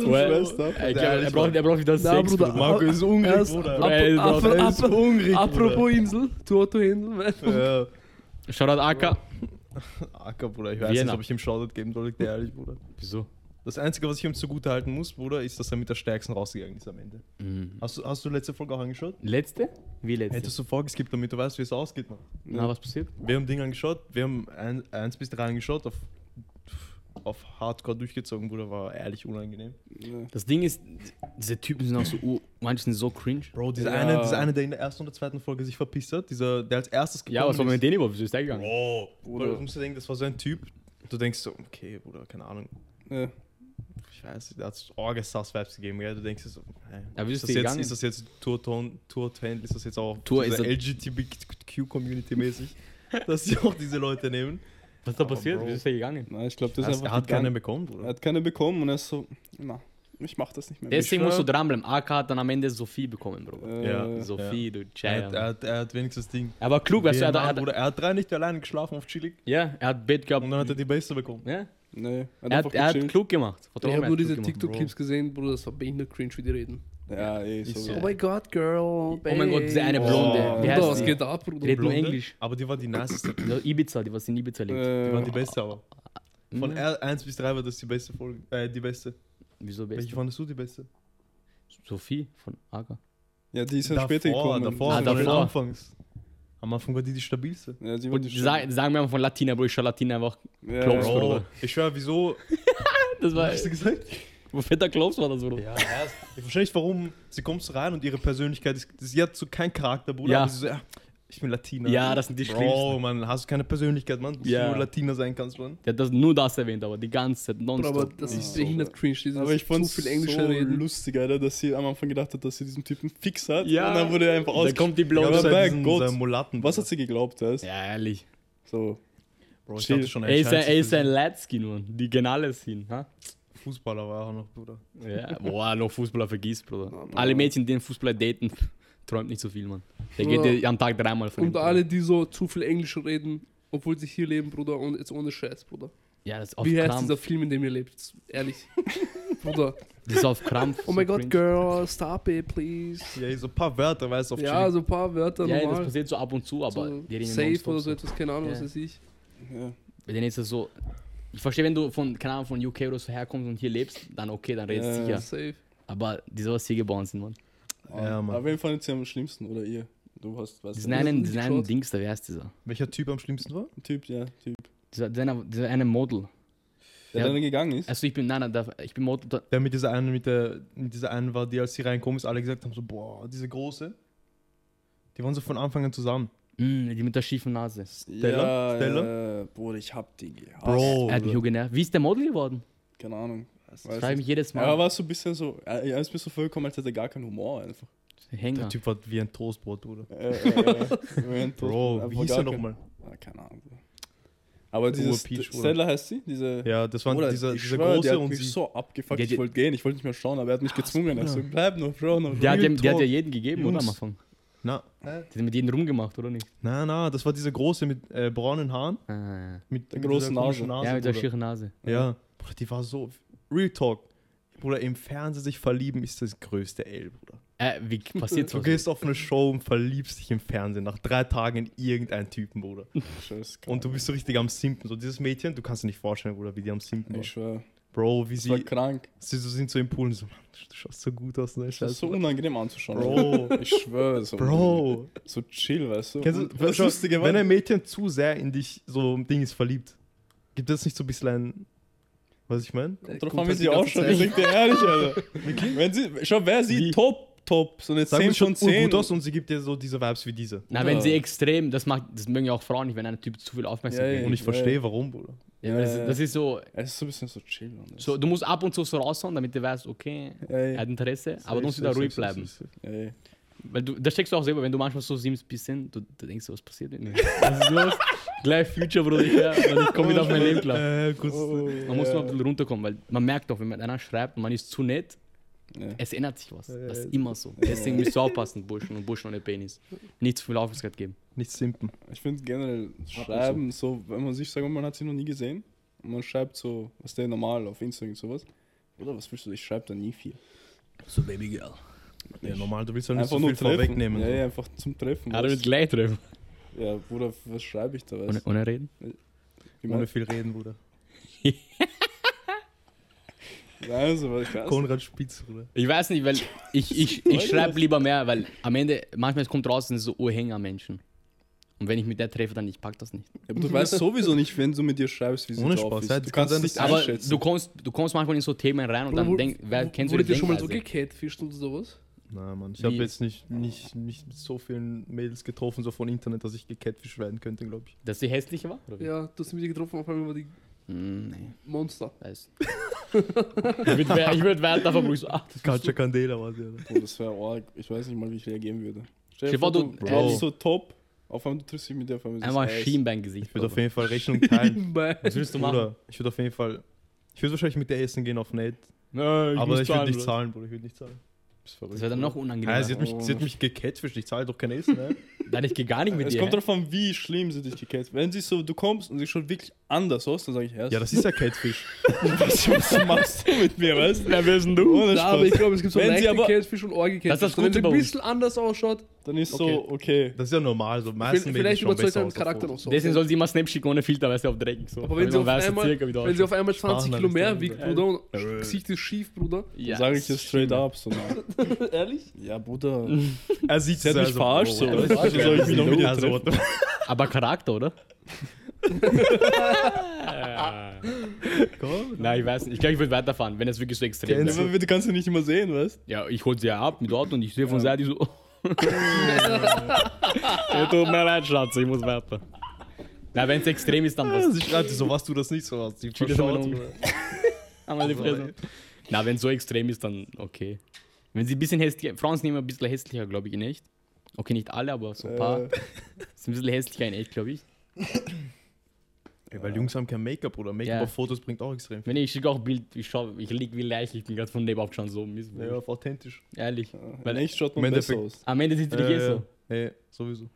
Speaker 3: schwörst doch.
Speaker 1: Ey,
Speaker 2: Ja,
Speaker 1: er,
Speaker 2: das
Speaker 1: braucht, er braucht wieder
Speaker 4: Na,
Speaker 1: Sex.
Speaker 4: Bruder.
Speaker 2: Marco ist
Speaker 4: Er
Speaker 2: hungrig,
Speaker 4: ist-
Speaker 2: Bruder.
Speaker 4: ab-
Speaker 1: Ey,
Speaker 4: ab-
Speaker 1: Bruder,
Speaker 2: er
Speaker 4: ab-
Speaker 2: ist hungrig,
Speaker 4: Apropos Insel, Toto-Insel.
Speaker 2: Ja.
Speaker 1: Shoutout Aka.
Speaker 2: Acker, Bruder, ich weiß
Speaker 1: Vienna.
Speaker 2: nicht, ob ich ihm Shoutout geben soll, der ehrlich, Bruder.
Speaker 1: Wieso?
Speaker 2: Das Einzige, was ich ihm zugute halten muss, Bruder, ist, dass er mit der Stärksten rausgegangen ist am Ende.
Speaker 1: Mhm.
Speaker 2: Hast, du, hast du letzte Folge auch angeschaut?
Speaker 1: Letzte? Wie letzte?
Speaker 2: Hättest du vorgeskippt, damit du weißt, wie es ausgeht, Mann.
Speaker 1: Na, was passiert?
Speaker 2: Wir haben Ding angeschaut, wir haben 1 bis 3 angeschaut, auf, auf Hardcore durchgezogen, Bruder, war ehrlich unangenehm.
Speaker 1: Das Ding ist, diese Typen sind auch so, ur- manche sind so cringe.
Speaker 2: Bro, dieser,
Speaker 3: Ja.
Speaker 2: eine, dieser eine, der in der ersten oder zweiten Folge sich verpisst hat, dieser, der als erstes
Speaker 1: Ja, was war
Speaker 2: ist.
Speaker 1: mit denen überhaupt? Wieso ist der gegangen?
Speaker 2: Bro,
Speaker 3: Bruder.
Speaker 2: Bruder, du musst dir denken, das war so ein Typ, du denkst so, okay, Bruder, keine Ahnung,
Speaker 3: Ja.
Speaker 2: ich weiß, nicht, der hat Orgasas-Vibes gegeben, gell? Du denkst dir so, hä,
Speaker 1: Aber wie ist
Speaker 2: ist, das
Speaker 1: die
Speaker 2: jetzt,
Speaker 1: gegangen?
Speaker 2: ist das jetzt Tour-Ton, Tour-Ten, ist das jetzt auch
Speaker 1: Tour
Speaker 2: diese
Speaker 1: ist das-
Speaker 2: LGBTQ-Community mäßig, dass sie auch diese Leute nehmen?
Speaker 1: Was ist da
Speaker 2: Aber
Speaker 1: passiert?
Speaker 2: Bro.
Speaker 1: Wieso ist der gegangen?
Speaker 3: Nein, ich glaube, das ist
Speaker 2: Also,
Speaker 3: einfach.
Speaker 2: er hat
Speaker 3: gegangen.
Speaker 2: keine bekommen,
Speaker 3: Er
Speaker 2: Bruder.
Speaker 3: hat keine bekommen und er ist so, na, ich mach das nicht mehr.
Speaker 1: Deswegen
Speaker 2: schwör-
Speaker 1: musst du dranbleiben. AK hat dann am Ende Sophie bekommen, Bruder.
Speaker 3: Äh,
Speaker 2: Ja.
Speaker 1: Sophie, du
Speaker 2: Er hat, äh, er,
Speaker 1: Cheyenne.
Speaker 2: hat, er hat wenigstens das Ding.
Speaker 1: Er war klug, weißt du, er
Speaker 2: Nein,
Speaker 1: hat, er hat,
Speaker 2: Bruder, er hat drei Nächte allein geschlafen auf Chili
Speaker 1: ja, er hat Bett
Speaker 2: und
Speaker 1: gehabt.
Speaker 2: dann hat er die Beste bekommen.
Speaker 1: Ja?
Speaker 3: Nee,
Speaker 1: Er, hat,
Speaker 3: einfach
Speaker 1: er hat
Speaker 3: gechillt.
Speaker 1: klug gemacht. Vertrau
Speaker 4: Ich
Speaker 1: mir,
Speaker 4: habe
Speaker 1: er
Speaker 4: nur
Speaker 1: hat
Speaker 4: diese
Speaker 1: klug gemacht.
Speaker 4: TikTok-Clips gesehen, Bruder, das war behindert cringe, wie die reden.
Speaker 3: Ja, eh,
Speaker 2: Ist
Speaker 3: so.
Speaker 2: so.
Speaker 4: Oh my God, Girl, babe.
Speaker 1: Oh mein Gott, diese eine
Speaker 3: Blonde. Wie
Speaker 4: Oh. Bruder,
Speaker 3: heißt
Speaker 4: was
Speaker 1: die?
Speaker 4: geht ab, Bruder?
Speaker 1: Red- Nur
Speaker 2: Blonde,
Speaker 1: Englisch.
Speaker 2: Aber die war die niceste.
Speaker 1: Die aus Ibiza, die was in Ibiza lebt.
Speaker 2: Die war die
Speaker 3: Äh,
Speaker 2: beste, aber.
Speaker 1: Mhm.
Speaker 2: Von 1 bis 3 war das die beste Folge. Äh, die beste.
Speaker 1: Wieso
Speaker 2: Welche
Speaker 1: beste?
Speaker 2: fandest du die beste?
Speaker 1: Sophie von AK.
Speaker 3: ja, die ist ja später gekommen.
Speaker 2: davor,
Speaker 1: Ah,
Speaker 2: von den
Speaker 1: davor.
Speaker 2: Anfangs. Am Anfang war die die stabilste.
Speaker 3: Ja, die war
Speaker 1: Und
Speaker 3: die
Speaker 1: die sagen, sagen wir einfach von Latina, Bro, ich schau Latina einfach.
Speaker 3: ja,
Speaker 1: Klops,
Speaker 3: ja.
Speaker 1: Bro.
Speaker 2: Bro, ich schwör, wieso?
Speaker 1: Das war,
Speaker 2: Hast du gesagt?
Speaker 1: wo fetter Klops war das, Bruder.
Speaker 2: Ja, erst. Ich verstehe nicht, warum. Sie kommt so rein und ihre Persönlichkeit ist. Sie hat so keinen Charakter, Bruder.
Speaker 1: Ja.
Speaker 2: Aber sie so, ja, ich bin Latina.
Speaker 1: Ja, das sind die
Speaker 2: Bro,
Speaker 1: schlimmsten.
Speaker 2: man, hast du keine Persönlichkeit, man? Dass
Speaker 1: Ja.
Speaker 2: du nur Latina sein kannst, man.
Speaker 1: Der hat das, nur das erwähnt, aber die ganze Zeit,
Speaker 4: Bruder, aber
Speaker 1: nonstop.
Speaker 4: das ist
Speaker 3: so,
Speaker 4: behindert cringe, dieses
Speaker 3: Aber ich fand
Speaker 4: zu viel Englische reden.
Speaker 3: lustig, Alter, dass sie am Anfang gedacht hat, dass sie diesen Typen fix hat.
Speaker 1: Ja.
Speaker 3: Und dann wurde er einfach
Speaker 1: Da
Speaker 3: aus.
Speaker 1: kommt die
Speaker 2: Ich
Speaker 1: blaue
Speaker 3: Ja,
Speaker 2: glaub,
Speaker 3: aber
Speaker 1: Seite.
Speaker 2: seit
Speaker 3: bei
Speaker 2: diesen-
Speaker 3: Gott.
Speaker 2: seinen Mulatten.
Speaker 3: Was
Speaker 2: Bruder.
Speaker 3: hat sie geglaubt, weißt
Speaker 1: Ja, ehrlich.
Speaker 3: So.
Speaker 2: Bro, ich
Speaker 3: Chill.
Speaker 2: dachte schon,
Speaker 1: Er ist, ein, er ist ein
Speaker 2: ein
Speaker 1: Latzkin, Mann. Die gehen alles hin. Ha?
Speaker 2: Fußballer war er auch noch, Bruder.
Speaker 1: Ja. Boah, noch Fußballer vergisst, Bruder. Alle Mädchen, die einen Fußballer daten, träumt nicht so viel, Mann. Der geht
Speaker 4: Ja.
Speaker 1: dir am Tag dreimal von
Speaker 4: Und
Speaker 1: ihm.
Speaker 4: alle, die so zu viel Englisch reden, obwohl sie hier leben, Bruder, und jetzt ohne Scheiß, Bruder.
Speaker 1: Ja, das ist auf
Speaker 4: Wie heißt
Speaker 1: Krampf.
Speaker 4: dieser Film, in dem ihr lebt? Ehrlich. Bruder.
Speaker 1: Das ist auf Krampf.
Speaker 4: Oh mein
Speaker 1: so
Speaker 4: Gott,
Speaker 1: cringe.
Speaker 4: Girl, stop it, please.
Speaker 2: Ja, so ein paar Wörter, weißt du, auf
Speaker 4: Ja,
Speaker 1: also-
Speaker 4: so ein paar Wörter
Speaker 1: Ja, das
Speaker 4: normal.
Speaker 1: passiert so ab und zu, aber
Speaker 4: so
Speaker 1: die reden
Speaker 4: safe
Speaker 1: nonstop
Speaker 4: oder
Speaker 1: so.
Speaker 4: so etwas, keine Ahnung, was
Speaker 1: Ja.
Speaker 4: weiß ich.
Speaker 3: Ja.
Speaker 1: Bei denen ist es so. Ich verstehe, wenn du von, keine Ahnung, von UK oder so herkommst und hier lebst, dann okay, dann redest du sicher.
Speaker 3: Ja.
Speaker 4: Safe.
Speaker 1: Aber die sowas hier geboren sind,
Speaker 4: Also
Speaker 1: Mann.
Speaker 2: Ja, Mann.
Speaker 3: Aber wen fandet sie am schlimmsten? Oder ihr? Du hast, weißt
Speaker 1: Diesen
Speaker 4: das
Speaker 1: einen,
Speaker 4: nicht
Speaker 1: diesen einen
Speaker 4: geschaut.
Speaker 1: Dings da, wer heißt dieser?
Speaker 2: Welcher Typ am schlimmsten war?
Speaker 3: Typ, ja, Typ.
Speaker 1: Dieser, dieser, dieser eine Model.
Speaker 3: Der
Speaker 1: Ja.
Speaker 3: dann gegangen ist.
Speaker 1: Also ich bin, nein, nein, da- ich bin Model. Da,
Speaker 2: Der mit dieser einen, mit der, mit dieser einen war, die als sie reinkommen ist, alle gesagt haben so, boah, diese große. Die waren so von Anfang an zusammen.
Speaker 1: mh, mm, die mit der schiefen Nase.
Speaker 2: Stella?
Speaker 3: Ja,
Speaker 2: Stella?
Speaker 3: Ja, Bruder, ich hab die gehasst.
Speaker 4: Oh,
Speaker 1: Er hat mich auch genervt. Wie ist der Model geworden?
Speaker 3: Keine Ahnung.
Speaker 1: Das
Speaker 3: Weiß
Speaker 1: frage ich mich jedes
Speaker 3: Ja,
Speaker 1: Mal.
Speaker 3: war so ein bisschen so, er er ist mir so vorgekommen, als hätte er gar keinen Humor einfach.
Speaker 1: Hänger.
Speaker 2: der Typ war wie ein Toastbrot, Bruder.
Speaker 3: Äh, äh, äh,
Speaker 2: Bro, wie hieß er nochmal?
Speaker 3: Ja, Ah, keine Ahnung. Bruder. Aber
Speaker 2: Ruhe,
Speaker 3: diese
Speaker 2: Peach,
Speaker 3: St-
Speaker 2: Bruder.
Speaker 3: Stella heißt sie? Diese,
Speaker 2: Ja, das war
Speaker 3: Bruder,
Speaker 2: dieser,
Speaker 3: ich
Speaker 2: dieser
Speaker 3: schwör, die
Speaker 2: große
Speaker 3: hat
Speaker 2: und
Speaker 3: mich
Speaker 2: sie.
Speaker 3: so abgefuckt,
Speaker 1: Der-
Speaker 3: ich wollte gehen, ich wollte nicht mehr schauen, aber er hat mich gezwungen. Er so,
Speaker 2: Bruder.
Speaker 3: bleib noch, Bro, noch.
Speaker 1: der, hat
Speaker 2: Real
Speaker 1: dem, der hat ja
Speaker 2: Talk.
Speaker 1: jeden gegeben, oder? Am
Speaker 2: Jungs.
Speaker 1: Anfang.
Speaker 2: Na,
Speaker 1: Die hat mit jedem rumgemacht, oder nicht?
Speaker 2: na, na, das war diese große mit äh, braunen Haaren.
Speaker 1: Ah, ja.
Speaker 2: Mit
Speaker 3: Der
Speaker 2: mit
Speaker 3: großen
Speaker 2: dieser komischen
Speaker 1: ja, mit der
Speaker 2: Bruder.
Speaker 1: schiefen Nase.
Speaker 2: Ja, Bruder, die war so. Real Talk. Bruder, im Fernsehen sich verlieben ist das größte L, Bruder.
Speaker 1: Äh, wie passiert
Speaker 2: Du
Speaker 3: Also-
Speaker 1: sowas?
Speaker 2: gehst auf eine Show und verliebst dich im Fernsehen nach drei Tagen in irgendeinen Typen, Bruder.
Speaker 3: Scheiß, krank.
Speaker 2: Und du bist so richtig am Simpen. So dieses Mädchen, du kannst dir nicht vorstellen, Bruder, wie die am Simpen war.
Speaker 3: Ich schwör,
Speaker 2: Bro, wie
Speaker 3: das war
Speaker 2: sie,
Speaker 3: krank.
Speaker 2: sie so sind so im Pool und so, Mann, du schaust so gut aus, ne?
Speaker 3: Das ist so unangenehm anzuschauen.
Speaker 2: Bro.
Speaker 3: Ich schwör, so,
Speaker 2: Bro.
Speaker 3: so chill, weißt du.
Speaker 2: Kennst du,
Speaker 3: Und das Lustige war,
Speaker 2: wenn ein Mädchen zu sehr in dich so ein Ding ist verliebt, gibt es nicht so ein bisschen ein, was ich meine?
Speaker 3: Kommt drauf an, wie sie ausschaut. Ich sag dir ehrlich, Alter. Wenn sie, schau, wer sie
Speaker 2: Wie?
Speaker 3: top, top, so eine
Speaker 2: Sag
Speaker 3: 10
Speaker 2: mir schon oh,
Speaker 3: von 10.
Speaker 2: gut aus und sie gibt dir so diese Vibes wie diese.
Speaker 1: Na, wenn sie extrem, das macht, das mögen ja auch Frauen nicht, wenn ein Typ zu viel Aufmerksamkeit
Speaker 3: Ja, ja.
Speaker 1: gibt.
Speaker 2: Und ich
Speaker 3: Ja,
Speaker 2: verstehe, warum, Bruder.
Speaker 1: Ja, das,
Speaker 3: ja.
Speaker 1: das ist so,
Speaker 3: Es ist so ein bisschen so chill. Mann.
Speaker 1: so, du musst ab und zu so raushauen, damit du weißt, okay,
Speaker 3: Ey,
Speaker 1: er hat Interesse, aber du musst wieder ruhig bleiben.
Speaker 3: ey.
Speaker 1: Weil du, da steckst du auch selber, wenn du manchmal so siehst, bisschen, du da denkst du, was passiert mit mir? Was ist los? Gleich Future, Bruder, ich, wär- Mann, ich komme wieder auf mein Leben klar.
Speaker 2: Äh, kurz.
Speaker 3: Oh,
Speaker 1: Man muss nur ein bisschen runterkommen, weil man merkt doch, wenn man einer schreibt und man ist zu nett,
Speaker 3: Ja.
Speaker 1: Es ändert sich was.
Speaker 2: ja,
Speaker 1: Das
Speaker 2: ja.
Speaker 1: ist immer so. Deswegen müsst ihr aufpassen, Burschen und Burschen ohne Penis. Nicht zu viel Aufmerksamkeit geben.
Speaker 2: Nicht simpen.
Speaker 3: Ich finde generell schreiben, so. wenn man sich sagt, man hat sie noch nie gesehen und man schreibt so, was der normal auf Instagram und sowas. Oder was willst du, ich schreibe da nie viel.
Speaker 1: So Baby Girl.
Speaker 2: Ja, normal, du willst ja nicht so viel vorwegnehmen.
Speaker 3: Ja,
Speaker 2: so.
Speaker 3: ja, einfach zum Treffen.
Speaker 1: Ja,
Speaker 3: was-
Speaker 1: damit gleich treffen.
Speaker 3: ja, Bruder, was schreibe ich da?
Speaker 1: Ohne,
Speaker 3: Weißt?
Speaker 1: ohne reden?
Speaker 3: Ich mein,
Speaker 2: Ohne viel reden, Bruder.
Speaker 3: nein, so, also, weil ich weiß.
Speaker 2: Konrad Spitz, Bruder.
Speaker 1: Ich weiß nicht, weil ich, ich, ich schreibe lieber mehr, weil am Ende, manchmal es kommt raus, sind so Urhänger-Menschen. Und wenn ich mit der treffe, dann ich pack das nicht.
Speaker 3: Ja, aber du weißt sowieso nicht, wenn du mit dir schreibst, wie sie
Speaker 2: Ohne
Speaker 3: drauf
Speaker 2: Spaß,
Speaker 3: ist.
Speaker 2: ja,
Speaker 3: Du
Speaker 2: das
Speaker 3: kannst
Speaker 2: kann
Speaker 3: es nicht
Speaker 2: sein,
Speaker 1: Aber
Speaker 3: einschätzen.
Speaker 1: du kommst, du kommst manchmal in so Themen rein und dann denkst, wer kennst du
Speaker 4: Wurde
Speaker 1: die
Speaker 4: dir schon mal so
Speaker 1: Denkweise?
Speaker 4: gecatfished und sowas?
Speaker 2: Nein, Mann. Ich
Speaker 1: Wie?
Speaker 2: habe jetzt nicht, nicht, nicht mit so vielen Mädels getroffen, so von Internet, dass ich gecatfish werden könnte, glaube ich.
Speaker 1: Dass sie hässlich war? Oder wie?
Speaker 4: Ja, du hast mich getroffen, auf einmal über die
Speaker 1: Hm, nee,
Speaker 4: Monster.
Speaker 1: weiß. ich würde ich würd Wert davon bloß so, ach, das
Speaker 2: Katja Candela war sie, oder?
Speaker 3: Boah, das wäre arg. Ich weiß nicht mal, wie ich reagieren würde. Stell
Speaker 1: dir vor, du-
Speaker 3: du warst
Speaker 1: Bro.
Speaker 3: so top, auf einmal du triffst dich mit der Familie.
Speaker 1: Einmal Schienbein-Gesicht.
Speaker 2: Ich würde auf
Speaker 1: Bruder.
Speaker 2: jeden Fall Rechnung teilen.
Speaker 1: Was willst du machen?
Speaker 2: Bruder, ich würde auf jeden Fall. Ich würde wahrscheinlich mit der essen gehen auf Nate.
Speaker 1: Nein,
Speaker 2: aber ich würde nicht zahlen, Bruder. Ich würde nicht zahlen.
Speaker 1: Das wäre dann noch unangenehmer.
Speaker 2: Ja, sie hat mich, sie hat mich gecatfished. Ich zahle doch kein Essen, ne?
Speaker 1: Nein, ich gehe gar nicht mit
Speaker 3: Es
Speaker 1: dir.
Speaker 3: kommt drauf an, wie schlimm sie dich gecatcht. Wenn sie so, du kommst und sie schaut wirklich anders aus, dann sage ich erst.
Speaker 2: Ja, das ist ja Catfish.
Speaker 3: was, was machst du mit mir, weißt du?
Speaker 1: Wer bist denn du?
Speaker 3: Ohne
Speaker 4: Na, aber ich
Speaker 3: Spaß.
Speaker 4: glaube, es gibt so
Speaker 3: Wenn sie
Speaker 4: leichte
Speaker 3: aber-
Speaker 4: Catfish und orgi
Speaker 1: Das ist das
Speaker 4: Catfish. Wenn
Speaker 1: Gute
Speaker 4: du
Speaker 1: bei
Speaker 4: ein
Speaker 1: uns.
Speaker 4: bisschen anders ausschaut,
Speaker 3: Dann ist so, okay.
Speaker 2: Das ist ja normal. So meisten Mädels
Speaker 4: vielleicht
Speaker 2: schauen
Speaker 4: überzeugt
Speaker 2: besser
Speaker 4: dein
Speaker 2: aus
Speaker 4: Charakter
Speaker 2: auf
Speaker 4: noch so.
Speaker 1: Deswegen soll sie immer Snap schicken ohne Filter, weißt du, auf Dreck. So.
Speaker 4: Aber wenn sie,
Speaker 1: Dann
Speaker 4: auf
Speaker 1: weißt du
Speaker 4: einmal,
Speaker 1: circa, wie du
Speaker 4: wenn sie auf einmal 20
Speaker 2: Sprachnachricht
Speaker 4: Kilo mehr
Speaker 2: dann
Speaker 4: wiegt,
Speaker 2: wieder.
Speaker 4: Bruder, und das Gesicht ist schief, Bruder.
Speaker 1: aussiehst.
Speaker 3: Dann
Speaker 1: Ja.
Speaker 3: sage ich dir straight up. So, na.
Speaker 4: Ehrlich?
Speaker 3: ja, Bruder.
Speaker 2: aussehen. Er sieht
Speaker 3: Sie hat mich
Speaker 2: also-
Speaker 3: verarscht, so.
Speaker 2: Oh,
Speaker 3: weißt du?
Speaker 2: das
Speaker 3: Wieso
Speaker 2: ist
Speaker 3: soll ich mich noch mit ihr
Speaker 2: Also, what
Speaker 3: treffen?
Speaker 2: the fuck?
Speaker 1: Aber Charakter, oder?
Speaker 2: Komm,
Speaker 1: Nein, ich weiß nicht. Ich glaube, ich würde weiterfahren, wenn es wirklich so extrem
Speaker 2: Kennst
Speaker 1: ist.
Speaker 3: Ja, aber Du kannst sie nicht immer sehen, weißt du?
Speaker 1: Ja, ich hol sie ja ab mit Auto und ich sehe von Seite so. ja, tut mir leid, Schatz, ich muss weiter. Na, wenn es extrem ist, dann was.
Speaker 2: Sie schreibt so, was du das nicht so hast. Die
Speaker 1: Schick das einmal um.
Speaker 2: verschaut, Bruder.
Speaker 1: Einmal die Fresse. Na, wenn es so extrem ist, dann okay. Wenn sie ein bisschen hässlicher. Frauen sind immer ein bisschen hässlicher, glaube ich, in echt. Okay, nicht alle, aber so ein paar
Speaker 3: Äh,
Speaker 1: sind ein bisschen hässlicher in echt, glaube ich.
Speaker 2: Ey, weil Jungs haben kein Make-up, Bruder. Make-up
Speaker 1: Ja.
Speaker 2: auf Fotos bringt auch extrem viel.
Speaker 1: Wenn ich schicke auch Bild, ich schau, ich lieg wie Leiche, ich bin gerade von neben aufgeschaut, so Mist.
Speaker 2: Ja, auf authentisch.
Speaker 1: Ehrlich.
Speaker 3: Weil
Speaker 1: Weil-
Speaker 3: echt schaut
Speaker 2: Im
Speaker 3: man besser
Speaker 2: Endeffekt-
Speaker 3: aus.
Speaker 1: Am Ende sitzt du dich eh
Speaker 2: Äh,
Speaker 1: so.
Speaker 2: Ey, sowieso.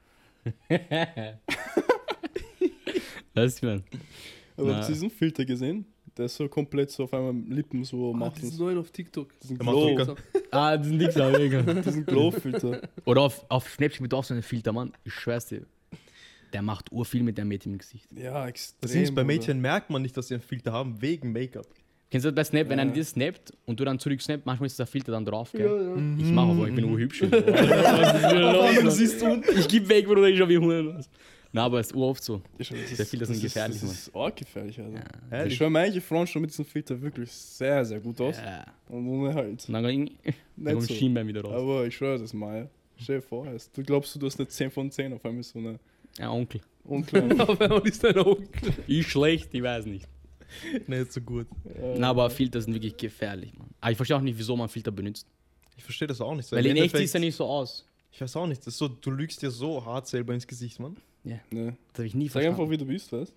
Speaker 1: Weißt du, man.
Speaker 3: Aber
Speaker 1: Na.
Speaker 3: hast du Also, diesen Filter gesehen? Der ist so komplett so auf einmal Lippen so
Speaker 4: Boah,
Speaker 3: macht.
Speaker 4: das ist neu auf TikTok.
Speaker 3: Diesen
Speaker 2: Er macht
Speaker 3: Glow,
Speaker 2: Drucker.
Speaker 1: Ah, das ist nix, aber egal.
Speaker 3: diesen Glow-Filter.
Speaker 1: Oder auf, auf Snapchat mit auch so einem Filter, Mann. Ich schwör's dir. Der macht urviel mit dem Mädchen im Gesicht.
Speaker 3: Ja, extrem.
Speaker 2: Das Ding ist, bei
Speaker 3: Bruder.
Speaker 2: Mädchen merkt man nicht, dass sie einen Filter haben, wegen Make-up.
Speaker 1: Kennst du das bei Snap, wenn
Speaker 3: Ja.
Speaker 1: einer dir snappt und du dann zurück snappt, manchmal ist der Filter dann drauf, gell?
Speaker 4: Ja, ja.
Speaker 1: Ich mach aber, ich
Speaker 3: Mhm.
Speaker 1: bin urhübsch. Bruder. Was ist denn los?
Speaker 2: Du siehst unten.
Speaker 1: Ich geb weg, Bruder, ich schau wie Hunger aus. Na, aber ist uroft so.
Speaker 3: Ich schwör, das
Speaker 1: Der Filter sind gefährlich,
Speaker 3: Das ist arg gefährlich, Alter. Ich
Speaker 2: Ehrlich.
Speaker 3: schwöre, manche Frauen schauen mit diesem Filter wirklich sehr, sehr gut aus.
Speaker 1: Ja.
Speaker 3: Und ohne halt.
Speaker 1: Und dann ging- dann
Speaker 3: Nicht
Speaker 1: kommt
Speaker 3: so.
Speaker 1: Schienbein wieder raus.
Speaker 3: Aber ich schwöre das mal. Stell dir vor, es- du glaubst, du hast eine 10 von 10, auf einmal so eine
Speaker 1: Ja, Onkel.
Speaker 3: unklare.
Speaker 4: Auf einmal ist dein Onkel.
Speaker 1: Ich schlecht, ich weiß nicht.
Speaker 2: Nee, ist so gut.
Speaker 3: Äh,
Speaker 1: Na, aber Filter sind wirklich gefährlich, Mann. Aber ich verstehe auch nicht, wieso man Filter benutzt.
Speaker 2: Ich verstehe das auch nicht. So
Speaker 1: Weil
Speaker 2: im
Speaker 1: in echt
Speaker 2: Endeffekt-
Speaker 1: sieht er nicht so aus.
Speaker 2: Ich weiß auch nicht. Das ist so, du lügst dir so hart selber ins Gesicht, Mann.
Speaker 3: ne.
Speaker 1: Das habe ich nie
Speaker 3: Sag
Speaker 1: verstanden.
Speaker 3: einfach, wie du bist, weißt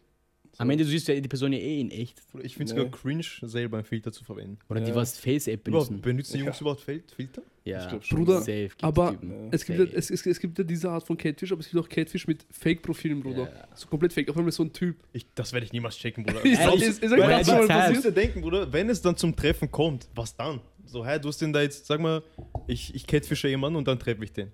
Speaker 1: Am Ende siehst du ja die Person ja eh in echt.
Speaker 2: Bruder, Ich finde es
Speaker 3: Nee.
Speaker 2: sogar cringe, selber einen Filter zu verwenden.
Speaker 1: Oder die
Speaker 3: Ja.
Speaker 1: was Face-App
Speaker 2: Benutzen,
Speaker 1: benutzen.
Speaker 2: benutzen die
Speaker 3: Ja.
Speaker 2: Jungs überhaupt Fil- Filter?
Speaker 1: Ja,
Speaker 3: Ich glaub schon.
Speaker 4: Bruder,
Speaker 1: safe gibt's
Speaker 4: aber
Speaker 1: Typen.
Speaker 3: Ja.
Speaker 4: Es gibt, ja,
Speaker 1: Safe.
Speaker 4: es, es, es gibt ja diese Art von Catfish, aber es gibt auch Catfish mit Fake-Profilen, Bruder. So komplett fake. Auf einmal so ein Typ.
Speaker 2: Ich, das werde ich niemals checken, Bruder.
Speaker 4: Ich-
Speaker 2: Glaubst-
Speaker 4: ich- ich sag
Speaker 2: Weil
Speaker 4: grad
Speaker 2: die
Speaker 4: so,
Speaker 2: Zeit-
Speaker 4: was
Speaker 2: du
Speaker 4: ist-
Speaker 2: musst dir denken, Bruder, wenn es dann zum Treffen kommt, was dann? So, hey, du hast den da jetzt, sag mal, ich, ich catfische jemanden und dann treffe ich den.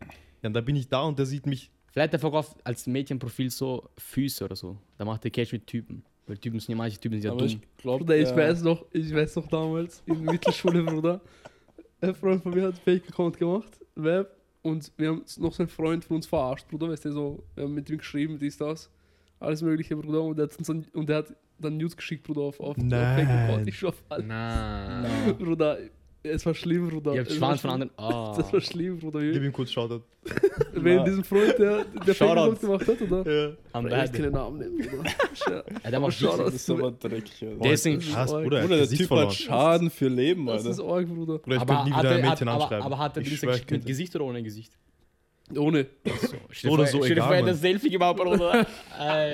Speaker 2: Ja, und dann bin ich da und der sieht mich.
Speaker 1: Vielleicht der verkauft als Mädchenprofil so Füße oder so. Da macht der Cash mit Typen. Weil Typen sind ja manche Typen sind
Speaker 3: du?
Speaker 1: ja dumm.
Speaker 3: Aber ich glaube,
Speaker 4: Bruder, ich weiß noch, ich weiß noch damals in der Mittelschule, Bruder. Ein Freund von mir hat einen Fake-Account gemacht, Web, und wir haben noch so einen Freund von uns verarscht, Bruder, weißt du, so, wir haben mit ihm geschrieben, dies, das, alles mögliche, Bruder, und der hat, uns dann, und der hat dann News geschickt, Bruder, auf, auf auf
Speaker 2: Nein.
Speaker 4: Fake-Account. Ich schwör auf alles.
Speaker 1: Nein.
Speaker 4: Bruder, es war schlimm, Bruder.
Speaker 1: Ihr habt
Speaker 4: Es war
Speaker 1: Schwanz von
Speaker 4: schlimm.
Speaker 1: anderen. Oh.
Speaker 4: Das war schlimm, Bruder.
Speaker 2: Gib
Speaker 4: Wie-
Speaker 2: ihm kurz Shoutout.
Speaker 4: Wenn diesem Freund, der, der Fake-Account
Speaker 1: Shoutouts.
Speaker 4: gemacht hat, oder?
Speaker 2: Ja.
Speaker 1: Am
Speaker 4: Bruder, Ich
Speaker 1: Bad.
Speaker 4: kann den Namen nehmen, Bruder. Schau.
Speaker 1: Ja, der macht
Speaker 4: Shoutout.
Speaker 1: Shoutout.
Speaker 3: Das ist aber dreckig, Alter.
Speaker 1: Der ist
Speaker 4: Das ist
Speaker 1: nicht.
Speaker 2: Krass,
Speaker 4: arg.
Speaker 2: Bruder,
Speaker 3: Bruder,
Speaker 2: er
Speaker 3: der
Speaker 2: hat
Speaker 3: Typ
Speaker 2: Gesicht
Speaker 3: hat
Speaker 2: verloren.
Speaker 3: Schaden für Leben,
Speaker 4: Das ist
Speaker 3: Alter.
Speaker 4: arg, Bruder.
Speaker 2: Bruder, ich
Speaker 1: Aber,
Speaker 2: könnte nie
Speaker 1: hat
Speaker 2: wieder ein
Speaker 1: er-
Speaker 2: Mädchen
Speaker 1: hat, aber,
Speaker 2: anschreiben.
Speaker 1: aber hat er
Speaker 2: ich
Speaker 1: Dings
Speaker 2: schwör, ich
Speaker 1: geschickt mit
Speaker 2: könnte.
Speaker 1: Gesicht oder ohne Gesicht?
Speaker 4: Ohne.
Speaker 1: Stell dir
Speaker 2: Oder
Speaker 1: vor,
Speaker 2: so,
Speaker 1: stell dir
Speaker 2: egal,
Speaker 1: vor, er hat
Speaker 2: Mann.
Speaker 1: das Selfie gemacht, Bruder. Alter.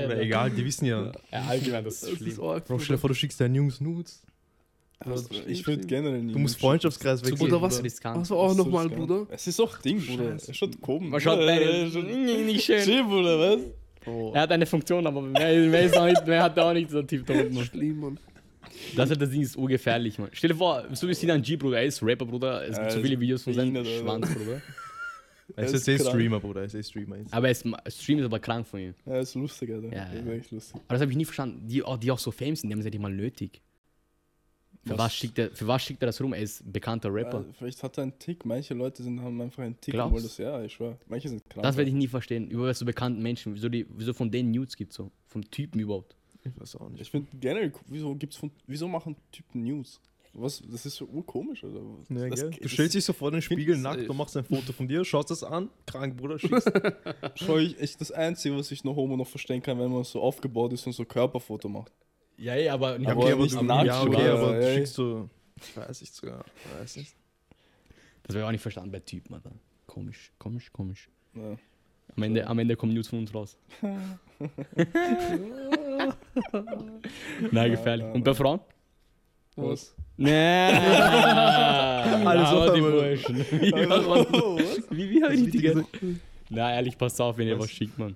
Speaker 2: Oder egal, die wissen ja.
Speaker 1: Ja, allgemein, das
Speaker 4: Das
Speaker 1: ist
Speaker 4: ist
Speaker 1: schlimm.
Speaker 4: arg,
Speaker 2: Bro, stell dir
Speaker 4: Bruder.
Speaker 2: vor, du schickst deinen Jungs Nudes.
Speaker 4: Was
Speaker 3: Also,
Speaker 4: stimmt,
Speaker 3: ich würde
Speaker 4: stimmt.
Speaker 3: generell nie.
Speaker 2: Du musst Freundschaftskreis wechseln.
Speaker 4: Oder was?
Speaker 1: riskant.
Speaker 4: Was war auch nochmal, Bruder?
Speaker 3: Es ist auch Ding, Bruder.
Speaker 4: Scheiße.
Speaker 3: Es ist schon komisch.
Speaker 1: Man schaut beide. so,
Speaker 3: schon.
Speaker 1: mm, Nicht schön.
Speaker 3: Chill, Bruder, was?
Speaker 2: Oh.
Speaker 1: Er hat eine Funktion, aber mehr, mehr, ist auch nicht, mehr hat er auch nicht so tief da unten.
Speaker 4: Schlimm, Mann.
Speaker 1: Das ist das Ding ist urgefährlich, Mann. Stell dir vor, so wie Sinan G, Bruder, er ist Rapper, Bruder. Es
Speaker 3: Ja,
Speaker 1: gibt so
Speaker 3: er
Speaker 1: viele
Speaker 3: ist
Speaker 1: Videos von seinem
Speaker 3: behindert, Alter.
Speaker 1: Schwanz, Bruder.
Speaker 2: Er ist
Speaker 3: Das
Speaker 2: jetzt
Speaker 3: ist
Speaker 2: eh
Speaker 3: krank.
Speaker 2: Streamer, Bruder. Er ist eh Streamer. jetzt.
Speaker 1: Aber er ist, Stream ist aber krank von ihm.
Speaker 3: Ja, ist lustig, Alter.
Speaker 1: Ja,
Speaker 3: Ja,
Speaker 1: ja.
Speaker 3: ja. Echt lustig.
Speaker 1: Aber das habe ich nie verstanden. Die, auch- die auch so fame sind, die haben es ja nicht mal nötig. Für
Speaker 3: Was? Äh,
Speaker 1: was, schickt er, für was schickt er das rum? Er ist bekannter Rapper.
Speaker 3: Ja, vielleicht hat er einen Tick. Manche Leute sind, haben einfach einen Tick.
Speaker 1: Glaubst?
Speaker 3: obwohl das, ja, ich schwör. Manche sind krank.
Speaker 1: das werde ich nie verstehen. Über so bekannten Menschen, wieso, die, wieso von denen Nudes gibt, so. Vom Typen überhaupt.
Speaker 2: Ich weiß auch nicht.
Speaker 3: Ich finde generell, wieso gibt's von, wieso machen Typen News? Was, das ist so urkomisch, oder?
Speaker 2: Ja,
Speaker 3: das,
Speaker 2: gell?
Speaker 3: das-
Speaker 2: Du stellst dich so vor den Spiegel
Speaker 4: safe.
Speaker 2: nackt und machst ein Foto von dir, schaust das an, krank, Bruder, schickst.
Speaker 3: schau ich echt das Einzige, was ich noch Homo noch verstehen kann, wenn man so aufgebaut ist und so Körperfoto macht.
Speaker 1: Ja, ja, aber.
Speaker 3: Ja, okay, aber
Speaker 2: du,
Speaker 3: am Nackt
Speaker 2: ja, okay,
Speaker 3: oder?
Speaker 2: aber
Speaker 3: Ja,
Speaker 2: du
Speaker 3: ja.
Speaker 2: schickst so. Ich weiß nicht sogar. Ich weiß nicht.
Speaker 1: Das habe ich auch nicht verstanden bei Typen, Alter. Komisch, komisch, komisch.
Speaker 3: Ja.
Speaker 1: Am Ende, am Ende kommen News von uns raus. Nein, gefährlich. Und bei Frauen?
Speaker 4: Was?
Speaker 1: Nee. Alles
Speaker 2: auf
Speaker 1: aber die
Speaker 2: einmal.
Speaker 1: Burschen. Wie, was, wie, wie habe ich die gesagt? Na, ehrlich, passt auf, wenn ihr
Speaker 2: also- Was?
Speaker 1: was schickt, man.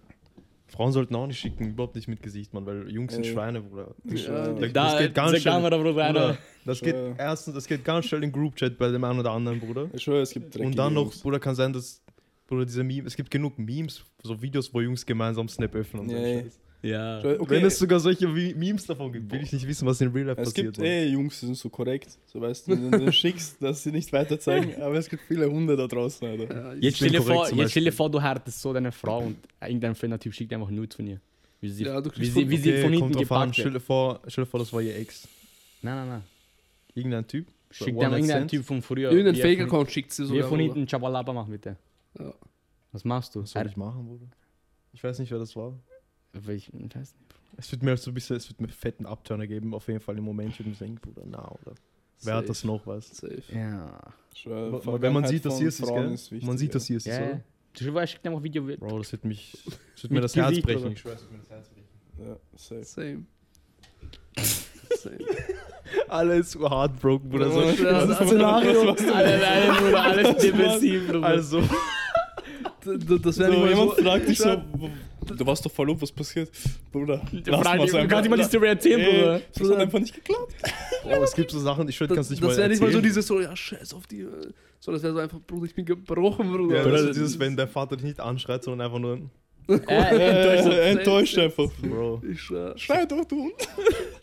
Speaker 2: Frauen sollten auch nicht schicken, überhaupt nicht mit Gesicht, Mann, weil Jungs sind
Speaker 3: Äh.
Speaker 2: Schweine, Bruder.
Speaker 4: Ja,
Speaker 3: Ja,
Speaker 2: Das geht ganz
Speaker 1: sag da
Speaker 2: schnell.
Speaker 1: mal da, Bruder,
Speaker 2: Bruder,
Speaker 1: einer.
Speaker 2: das geht
Speaker 3: Ja.
Speaker 2: erstens, das geht ganz schnell in Groupchat bei dem einen oder anderen, Bruder.
Speaker 3: ich schwör, es gibt dreckige
Speaker 2: Und dann noch,
Speaker 3: Jungs.
Speaker 2: Bruder, kann sein, dass Bruder diese Meme, es gibt genug Memes, so Videos, wo Jungs gemeinsam Snap öffnen und so
Speaker 3: Nee.
Speaker 2: ein Scheiß.
Speaker 1: Ja.
Speaker 3: Schau, Okay,
Speaker 2: Wenn es sogar solche Vi- Memes davon gibt, will ich nicht wissen, was in Real Life
Speaker 3: es
Speaker 2: passiert.
Speaker 3: gibt
Speaker 2: Mann.
Speaker 3: eh Jungs, die sind so korrekt. So weißt du, wenn du denen schickst, dass sie nicht weiter zeigen, aber es gibt viele Hunde da draußen, Alter.
Speaker 4: Ja,
Speaker 1: Jetzt
Speaker 4: ich,
Speaker 1: stell, dir
Speaker 2: korrekt
Speaker 1: vor,
Speaker 2: zum
Speaker 1: jetzt stell dir
Speaker 2: Beispiel.
Speaker 1: vor, du härtest so deine Frau und irgendein fremder Typ schickt einfach Nudes von ihr. Wie sie,
Speaker 4: Ja, du
Speaker 1: wie
Speaker 4: kriegst
Speaker 1: sie,
Speaker 4: von-
Speaker 1: wie sie
Speaker 2: Okay,
Speaker 1: von hinten
Speaker 2: kommt drauf an.
Speaker 1: gepackt
Speaker 2: Stell
Speaker 1: wird.
Speaker 2: dir vor, stell dir vor, das war ihr Ex.
Speaker 1: Nein, nein, nein.
Speaker 2: Irgendein Typ.
Speaker 1: Schickt
Speaker 2: One
Speaker 1: einem
Speaker 2: Night
Speaker 1: irgendein
Speaker 2: Stand.
Speaker 1: Typ von früher.
Speaker 4: irgendein
Speaker 1: wie er von-
Speaker 4: Fake-Account schickt sie
Speaker 1: Wie er
Speaker 4: sogar.
Speaker 1: von
Speaker 4: Bruder.
Speaker 1: hinten Chabalaba macht mit der.
Speaker 4: Ja.
Speaker 1: Was machst du?
Speaker 2: Was soll ich machen, Bruder? Ich weiß nicht, wer das war.
Speaker 1: Welch- ich weiß nicht.
Speaker 2: Es wird mir halt so ein bisschen, es wird mir fetten Abturner geben, auf jeden Fall im Moment. Ich würde mir denken, Bruder, na, oder? Wer hat das noch, weißt
Speaker 4: Safe.
Speaker 1: Ja.
Speaker 3: Ich schwör,
Speaker 2: du? Aber Wenn man
Speaker 3: Äh, Vergangenheit
Speaker 2: sieht, dass
Speaker 3: von
Speaker 2: hier ist, es,
Speaker 3: Frauen
Speaker 2: gell?
Speaker 3: ist wichtig,
Speaker 2: man sieht, dass hier ist, es,
Speaker 1: Ja. ja.
Speaker 2: oder?
Speaker 1: Du weißt, schickt einfach Video. wie-
Speaker 2: Bro, das wird mich, das wird
Speaker 1: Mit
Speaker 2: mir das Herz
Speaker 1: Gesicht,
Speaker 2: brechen.
Speaker 1: oder?
Speaker 2: Ich schwör's, das wird mir das Herz brechen.
Speaker 3: ja. Ja, safe.
Speaker 4: Same. Same.
Speaker 2: Alles so heartbroken, Bruder.
Speaker 4: Ja,
Speaker 2: So
Speaker 4: das ist ein Szenario.
Speaker 1: Alle, alle, Bruder, alles depressiv, Bruder.
Speaker 2: also,
Speaker 4: Das, das
Speaker 3: So,
Speaker 4: wäre nicht mal
Speaker 3: jemand
Speaker 4: so.
Speaker 3: fragt dich so, du warst doch verlobt, was passiert? Bruder,
Speaker 1: Frag
Speaker 3: lass mal's
Speaker 1: dich- du
Speaker 3: einfach. Äh,
Speaker 1: kannst nicht mal die Story erzählen,
Speaker 3: Ey,
Speaker 1: Bruder.
Speaker 3: das hat einfach nicht geklappt.
Speaker 2: oh, es gibt so Sachen, ich schwör,
Speaker 4: Das,
Speaker 2: kannst
Speaker 4: das
Speaker 2: nicht mal
Speaker 4: wäre nicht mal so
Speaker 2: erzählen.
Speaker 4: dieses so, ja, scheiß auf die. äh, So, das wäre so einfach, Bruder, ich bin gebrochen, Bruder.
Speaker 2: Ja,
Speaker 4: Bruder,
Speaker 2: das ist
Speaker 4: das
Speaker 2: dieses, wenn der Vater dich nicht anschreit, sondern einfach nur,
Speaker 1: Äh, äh,
Speaker 3: Äh, enttäuscht einfach.
Speaker 2: Bro,
Speaker 4: Ich schwör.
Speaker 3: Schrei doch, du Hund.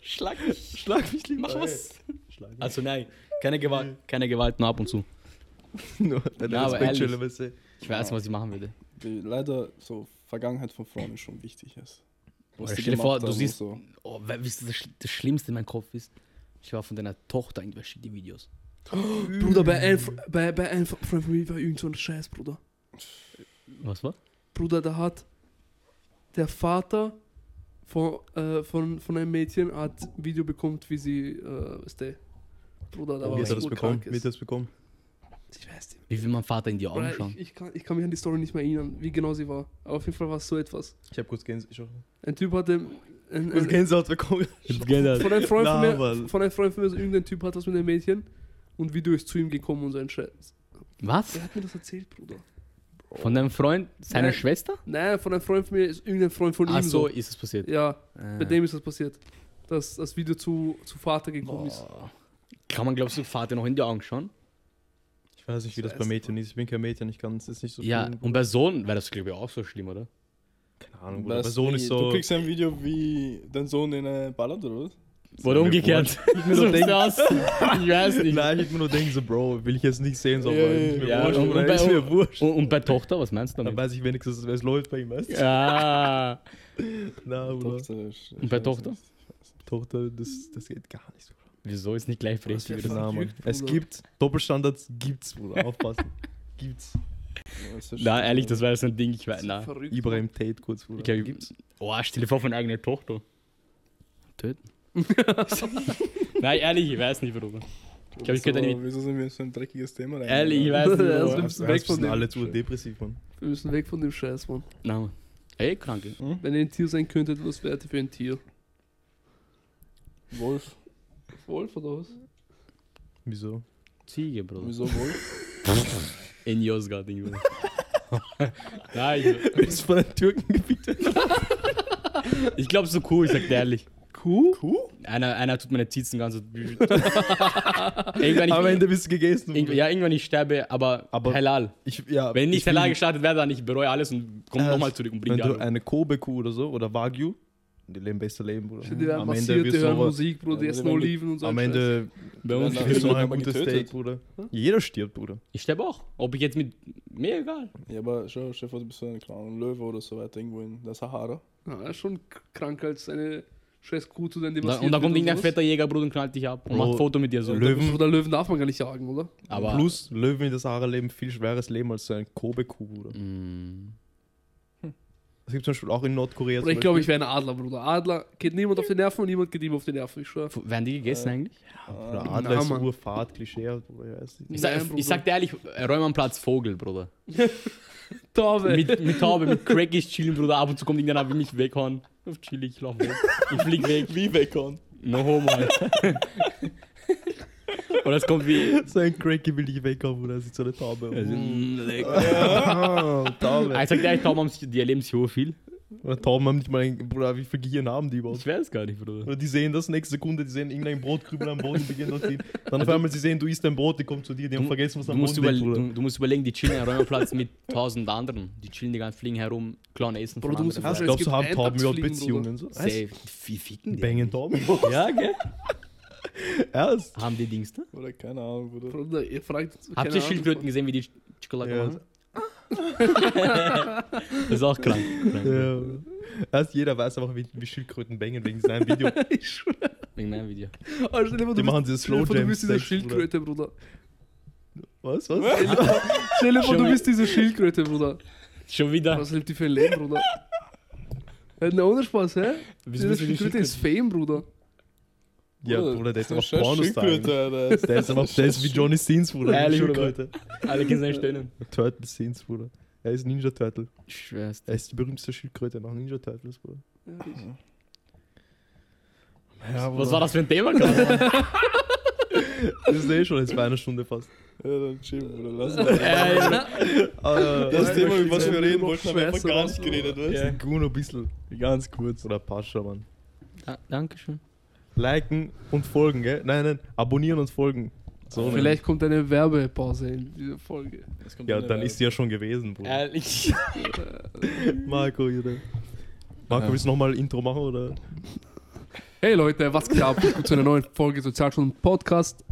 Speaker 1: Schlag mich. Schlag mich lieber. Mach was.
Speaker 2: schlag mich.
Speaker 1: Also nein, keine Gewalt, keine Gewalt, nur ab und zu.
Speaker 2: nur,
Speaker 1: Na, aber ehrlich.
Speaker 2: Respektschelle, weißt du.
Speaker 1: Ich weiß, was ich machen würde.
Speaker 3: Leider, so Vergangenheit von Frauen ist schon wichtig. Ist. Was
Speaker 1: Oder
Speaker 3: die
Speaker 1: stell dir vor,
Speaker 3: gemacht
Speaker 1: du
Speaker 3: haben und
Speaker 1: siehst-
Speaker 3: So.
Speaker 1: Oh, we- wisst ihr, das, Sch- das Schlimmste in meinem Kopf ist, ich war von deiner Tochter irgendwer schickt die Videos.
Speaker 4: Bruder, bei einem, Fr- bei, bei einem Fr- Freund von mir war irgend so ein Scheiß, Bruder.
Speaker 1: Was war?
Speaker 4: Bruder, da hat der Vater von, äh, von, von einem Mädchen hat ein Video bekommen, wie sie, äh, ist der. Bruder, da war
Speaker 2: Wie hat er das
Speaker 4: urkrank
Speaker 2: bekommen? Wie
Speaker 4: ist.
Speaker 2: hat er das bekommen?
Speaker 4: Ich weiß nicht.
Speaker 1: Wie will mein Vater in die Augen
Speaker 4: Bruder,
Speaker 1: schauen?
Speaker 4: ich, ich, kann, ich kann mich an die Story nicht mehr erinnern, wie genau sie war. Aber auf jeden Fall war es so etwas.
Speaker 2: Ich hab kurz Gänsehaut. Ich hab
Speaker 4: Ein Typ hatte. Ein,
Speaker 2: kurz
Speaker 4: ein,
Speaker 2: Gänsehaut bekommen.
Speaker 4: von einem Freund von
Speaker 2: Na,
Speaker 4: mir,
Speaker 2: Mann.
Speaker 4: von einem Freund von mir, so irgendein Typ hat was mit einem Mädchen und Video ist zu ihm gekommen und so ein Scheiß.
Speaker 1: Was?
Speaker 4: Wer hat mir das erzählt, Bruder?
Speaker 1: Von deinem Freund, seiner
Speaker 4: Nein.
Speaker 1: Schwester?
Speaker 4: Nein, von einem Freund von mir ist irgendein Freund von
Speaker 1: Ach
Speaker 4: ihm
Speaker 1: so,
Speaker 4: so.
Speaker 1: ist es passiert.
Speaker 4: Ja, bei
Speaker 1: Äh.
Speaker 4: dem ist das passiert. Dass das Video zu, zu Vater gekommen ist.
Speaker 1: Boah. Kann man, glaubst du, Vater noch in die Augen schauen?
Speaker 2: Ich weiß nicht, wie das bei
Speaker 4: Zuerst
Speaker 2: Mädchen ist. Ich bin kein Mädchen, ich kann es jetzt nicht so
Speaker 1: Ja,
Speaker 2: fühlen.
Speaker 1: und bei Sohn wäre das, glaube ich, auch so schlimm, oder?
Speaker 2: Keine Ahnung, Bruder.
Speaker 3: Das-
Speaker 2: Bei Sohn
Speaker 3: wie-
Speaker 2: ist so.
Speaker 3: Du kriegst ein Video, wie dein Sohn in eine Ballert, oder was?
Speaker 1: Oder
Speaker 2: mir
Speaker 1: umgekehrt. Ich,
Speaker 2: mir so denken.
Speaker 1: aus. ich weiß nicht.
Speaker 2: Nein, ich würde mir nur denken, so, Bro, will ich jetzt nicht sehen, so,
Speaker 3: Ja,
Speaker 2: aber ist
Speaker 3: ja,
Speaker 2: mir
Speaker 1: Ja,
Speaker 2: wurscht,
Speaker 1: und, und,
Speaker 2: Bruder, ist
Speaker 1: bei,
Speaker 2: mir wurscht.
Speaker 1: und, und bei Tochter, was meinst du
Speaker 2: Dann
Speaker 1: damit?
Speaker 2: weiß ich wenigstens, es läuft bei ihm, weißt du?
Speaker 1: Ja.
Speaker 2: Na, Bruder.
Speaker 3: Tochter, ich- ich
Speaker 1: Und bei
Speaker 3: weiß
Speaker 1: Tochter?
Speaker 3: nicht. Ich weiß nicht.
Speaker 2: Tochter, das, das geht gar nicht so.
Speaker 1: Wieso ist nicht gleich
Speaker 4: Was
Speaker 1: richtig?
Speaker 4: für
Speaker 1: wieder?
Speaker 4: Frage?
Speaker 2: Na, Mann.
Speaker 4: verrückt,
Speaker 2: Es
Speaker 4: Bruder.
Speaker 2: gibt Doppelstandards, gibt's, Bruder. Aufpassen. gibt's.
Speaker 3: Das ist
Speaker 1: Nein,
Speaker 3: schon-
Speaker 1: ehrlich, das war jetzt ein Ding. Ich weiß,
Speaker 4: Das ist
Speaker 1: nein.
Speaker 4: verrückt.
Speaker 2: Ibrahim Tate kurz, Bruder.
Speaker 1: Ich glaub, ich-
Speaker 2: gibt's.
Speaker 1: Oh, stell dir vor, von eigener Tochter. Töten. Nein, ehrlich, ich weiß nicht, Bruder. Ich glaube, ich könnte
Speaker 3: Wieso-
Speaker 1: nicht.
Speaker 3: Wieso sind wir in so ein dreckiges Thema rein?
Speaker 1: Ehrlich, ich weiß nicht.
Speaker 4: Ja, das
Speaker 1: Bruder.
Speaker 4: nimmst du
Speaker 2: Wir
Speaker 4: weg von
Speaker 2: sind
Speaker 4: dem.
Speaker 2: alle zu depressiv, Mann.
Speaker 4: Wir müssen weg von dem Scheiß, Mann.
Speaker 1: Nein, Mann. Ey, kranke.
Speaker 4: Wenn ihr ein Tier sein könntet, was wärt ihr für ein Tier?
Speaker 3: Wolf.
Speaker 4: Wolf oder was?
Speaker 2: Wieso?
Speaker 1: Ziege, Bruder.
Speaker 3: Wieso wohl?
Speaker 1: In Yozgat, Junge. Nein,
Speaker 2: Du bist von den Türken gebietet.
Speaker 1: ich glaube so cool, ich sag dir ehrlich.
Speaker 2: Kuh? Kuh?
Speaker 1: Einer, einer tut meine Tizen ganz so. irgendwann ich,
Speaker 2: Am Ende bist du gegessen.
Speaker 1: irgend, ja, irgendwann ich sterbe, aber,
Speaker 2: Aber-
Speaker 1: halal.
Speaker 2: Ich, ja,
Speaker 1: Wenn
Speaker 2: ich
Speaker 1: nicht halal
Speaker 2: bin-
Speaker 1: gestartet werde, dann ich bereue alles und komme
Speaker 2: Äh,
Speaker 1: nochmal zurück und bringe
Speaker 2: Wenn
Speaker 1: die
Speaker 2: du
Speaker 1: Arbeit.
Speaker 2: eine Kobe-Kuh oder so oder Wagyu, die leben beste Leben, Bruder.
Speaker 4: Die werden
Speaker 2: Am
Speaker 4: massiert,
Speaker 2: Ende
Speaker 4: die
Speaker 2: wirst du
Speaker 4: hören
Speaker 2: aber-
Speaker 4: Musik, Bruder, die
Speaker 3: Ja,
Speaker 4: essen
Speaker 3: wenn die-
Speaker 4: Oliven und so.
Speaker 2: am
Speaker 4: ein Scheiß.
Speaker 2: Ende
Speaker 1: Bei
Speaker 3: Ja,
Speaker 1: uns
Speaker 3: na-
Speaker 1: gibt's
Speaker 2: wirst du noch
Speaker 3: wird
Speaker 2: ein
Speaker 3: man
Speaker 2: gutes
Speaker 3: getötet.
Speaker 2: Steak, Bruder. Jeder stirbt, Bruder.
Speaker 1: Ich sterbe auch. Ob ich jetzt mit. Mir egal.
Speaker 3: Ja, aber schau, stell dir vor, du bist so ein keine Ahnung, Löwe oder so weiter irgendwo in der Sahara.
Speaker 4: Ja, das ist schon k- krank als eine scheiß Kuh zu sein, die
Speaker 1: Und da,
Speaker 4: massiert
Speaker 1: und da kommt
Speaker 4: wird
Speaker 1: irgendein
Speaker 4: sowas.
Speaker 1: fetter Jäger, Bruder, und knallt dich ab und
Speaker 2: Bro,
Speaker 1: macht ein Foto mit dir so.
Speaker 2: Löwen- Löwen-
Speaker 4: Oder Löwen darf man gar nicht jagen, oder?
Speaker 1: Aber.
Speaker 2: Plus, Löwen in der Sahara leben viel schweres Leben als so ein Kobe-Kuh, Bruder.
Speaker 1: Mm.
Speaker 2: Das gibt zum Beispiel auch in Nordkorea.
Speaker 4: Oder ich glaube, ich wäre ein Adler, Bruder. Adler geht niemand auf die Nerven und niemand geht ihm auf die Nerven. Ich schwör.
Speaker 1: F- Werden die
Speaker 4: Äh,
Speaker 1: gegessen eigentlich?
Speaker 2: Oder
Speaker 4: Ah,
Speaker 2: Adler ist
Speaker 4: Mann.
Speaker 2: Urfahrt, Klischee, Bruder. Ich weiß nicht.
Speaker 1: Ich sag,
Speaker 4: Nein,
Speaker 1: ich sag dir ehrlich, Räumanplatz Vogel, Bruder.
Speaker 4: Taube.
Speaker 1: Mit, mit Taube, mit Crackies chillen, Bruder. Ab und zu kommt irgendeiner, will mich weghauen. Auf Chili, ich lauf weg. Ich flieg weg.
Speaker 3: Wie weghauen.
Speaker 1: No homo. Alter. Oder es kommt wie.
Speaker 2: So ein Cracky will ich weghaben, Bruder. Das ist so eine Taube.
Speaker 1: Mm, leck.
Speaker 2: Ah, Taube.
Speaker 1: Ah, Ich sag dir ehrlich, Tauben haben sich- die erleben sich so viel.
Speaker 2: Oder Tauben haben nicht mal ein, Bruder, wie viel Gehirn haben die überhaupt?
Speaker 1: Ich weiß gar nicht, Bruder.
Speaker 2: Oder die sehen das nächste Sekunde, die sehen irgendein Brotkrübel am Boden, beginnen dort hin. Dann auf einmal, sie sehen, du isst ein Brot, die kommen zu dir, die haben vergessen, was
Speaker 1: Du
Speaker 2: am
Speaker 1: musst,
Speaker 2: Boden
Speaker 1: überle-
Speaker 2: liegt, Bruder.
Speaker 1: du, du musst überlegen, die chillen am Räumerplatz mit tausend anderen. Die chillen die ganzen Fliegen herum, klauen Essen
Speaker 4: Bro, du musst
Speaker 1: anderen.
Speaker 4: dir
Speaker 2: Was
Speaker 4: Also, es
Speaker 2: glaubst du,
Speaker 4: gibt
Speaker 2: haben Tauben überhaupt
Speaker 4: Eintagsfliegen,
Speaker 2: Beziehungen? So?
Speaker 1: Safe. Wie ficken die?
Speaker 2: Bängen Tauben?
Speaker 1: Ja, gell?
Speaker 2: Erst?
Speaker 1: Haben die Dings da?
Speaker 3: Oder keine Ahnung, Bruder.
Speaker 4: Bruder, ihr fragt.
Speaker 1: Habt
Speaker 4: keine
Speaker 1: ihr
Speaker 4: Ahnung.
Speaker 1: Schildkröten gesehen, wie die Sch- Schokolade
Speaker 2: Ja.
Speaker 1: machen? Das ist auch krank.
Speaker 2: Ja. Erst jeder weiß einfach, wie, wie Schildkröten bängen wegen seinem Video.
Speaker 4: Ich schwör.
Speaker 1: Wegen meinem Video.
Speaker 4: Alter, stell dir vor,
Speaker 2: Die
Speaker 4: du bist-
Speaker 2: machen dieses
Speaker 4: stell
Speaker 2: Slow
Speaker 4: dir vor, du
Speaker 2: Jam.
Speaker 4: bist diese
Speaker 2: Steak, Bruder.
Speaker 4: Schildkröte, Bruder.
Speaker 2: Was? Was?
Speaker 4: Stell dir vor,
Speaker 1: Schon
Speaker 4: du
Speaker 1: mal-
Speaker 4: bist diese Schildkröte, Bruder.
Speaker 1: Schon wieder.
Speaker 4: Was lebt die für ein Leben, Bruder? Äh, Na, ohne Spaß, hä?
Speaker 1: Wieso
Speaker 4: diese
Speaker 1: bist du die
Speaker 4: Schildkröte ist Fame, Bruder.
Speaker 2: Ja, Bruder, der ist
Speaker 3: so
Speaker 2: einfach
Speaker 3: scheiß
Speaker 2: Pornostar.
Speaker 3: Schildkröte, Alter.
Speaker 2: Der ist einfach, der ist wie Johnny Sins, Bruder.
Speaker 1: Ehrlich, Bruder.
Speaker 2: Schildkröte.
Speaker 1: Alle können seine um. Stöhnen.
Speaker 2: Turtle Sins, Bruder. Er ist Ninja Turtle.
Speaker 1: Schwerst.
Speaker 2: Er ist die berühmteste Schildkröte nach Ninja Turtles, Bruder. Ja,
Speaker 1: Was war das für ein Thema gerade?
Speaker 2: Das ist eh schon jetzt bei einer Stunde fast.
Speaker 3: Ja, dann chill, Bruder. Lass mal.
Speaker 1: Äh,
Speaker 2: Ah,
Speaker 3: Das
Speaker 2: Das
Speaker 3: Thema, über was wir reden
Speaker 4: noch
Speaker 3: wollten, haben wir einfach
Speaker 4: scheiße
Speaker 3: gar
Speaker 4: raus,
Speaker 3: nicht geredet, weißt
Speaker 2: ist Guno ein bisschen.
Speaker 3: du? Ganz kurz.
Speaker 2: Oder Pascha, Mann.
Speaker 1: da- Dankeschön.
Speaker 2: Liken und folgen, gell? Nein, nein, abonnieren und folgen.
Speaker 1: Oh,
Speaker 2: So, ne?
Speaker 4: Vielleicht kommt eine Werbepause in dieser Folge.
Speaker 3: Das kommt
Speaker 2: Ja,
Speaker 3: in der
Speaker 2: dann ist sie ja schon gewesen, Bruder.
Speaker 1: Ehrlich.
Speaker 2: Marco, Junge. Marco,
Speaker 3: Ja.
Speaker 2: willst du nochmal Intro machen oder?
Speaker 4: Hey Leute, was geht ab? Willkommen zu einer neuen Folge Sozialstunden Podcast.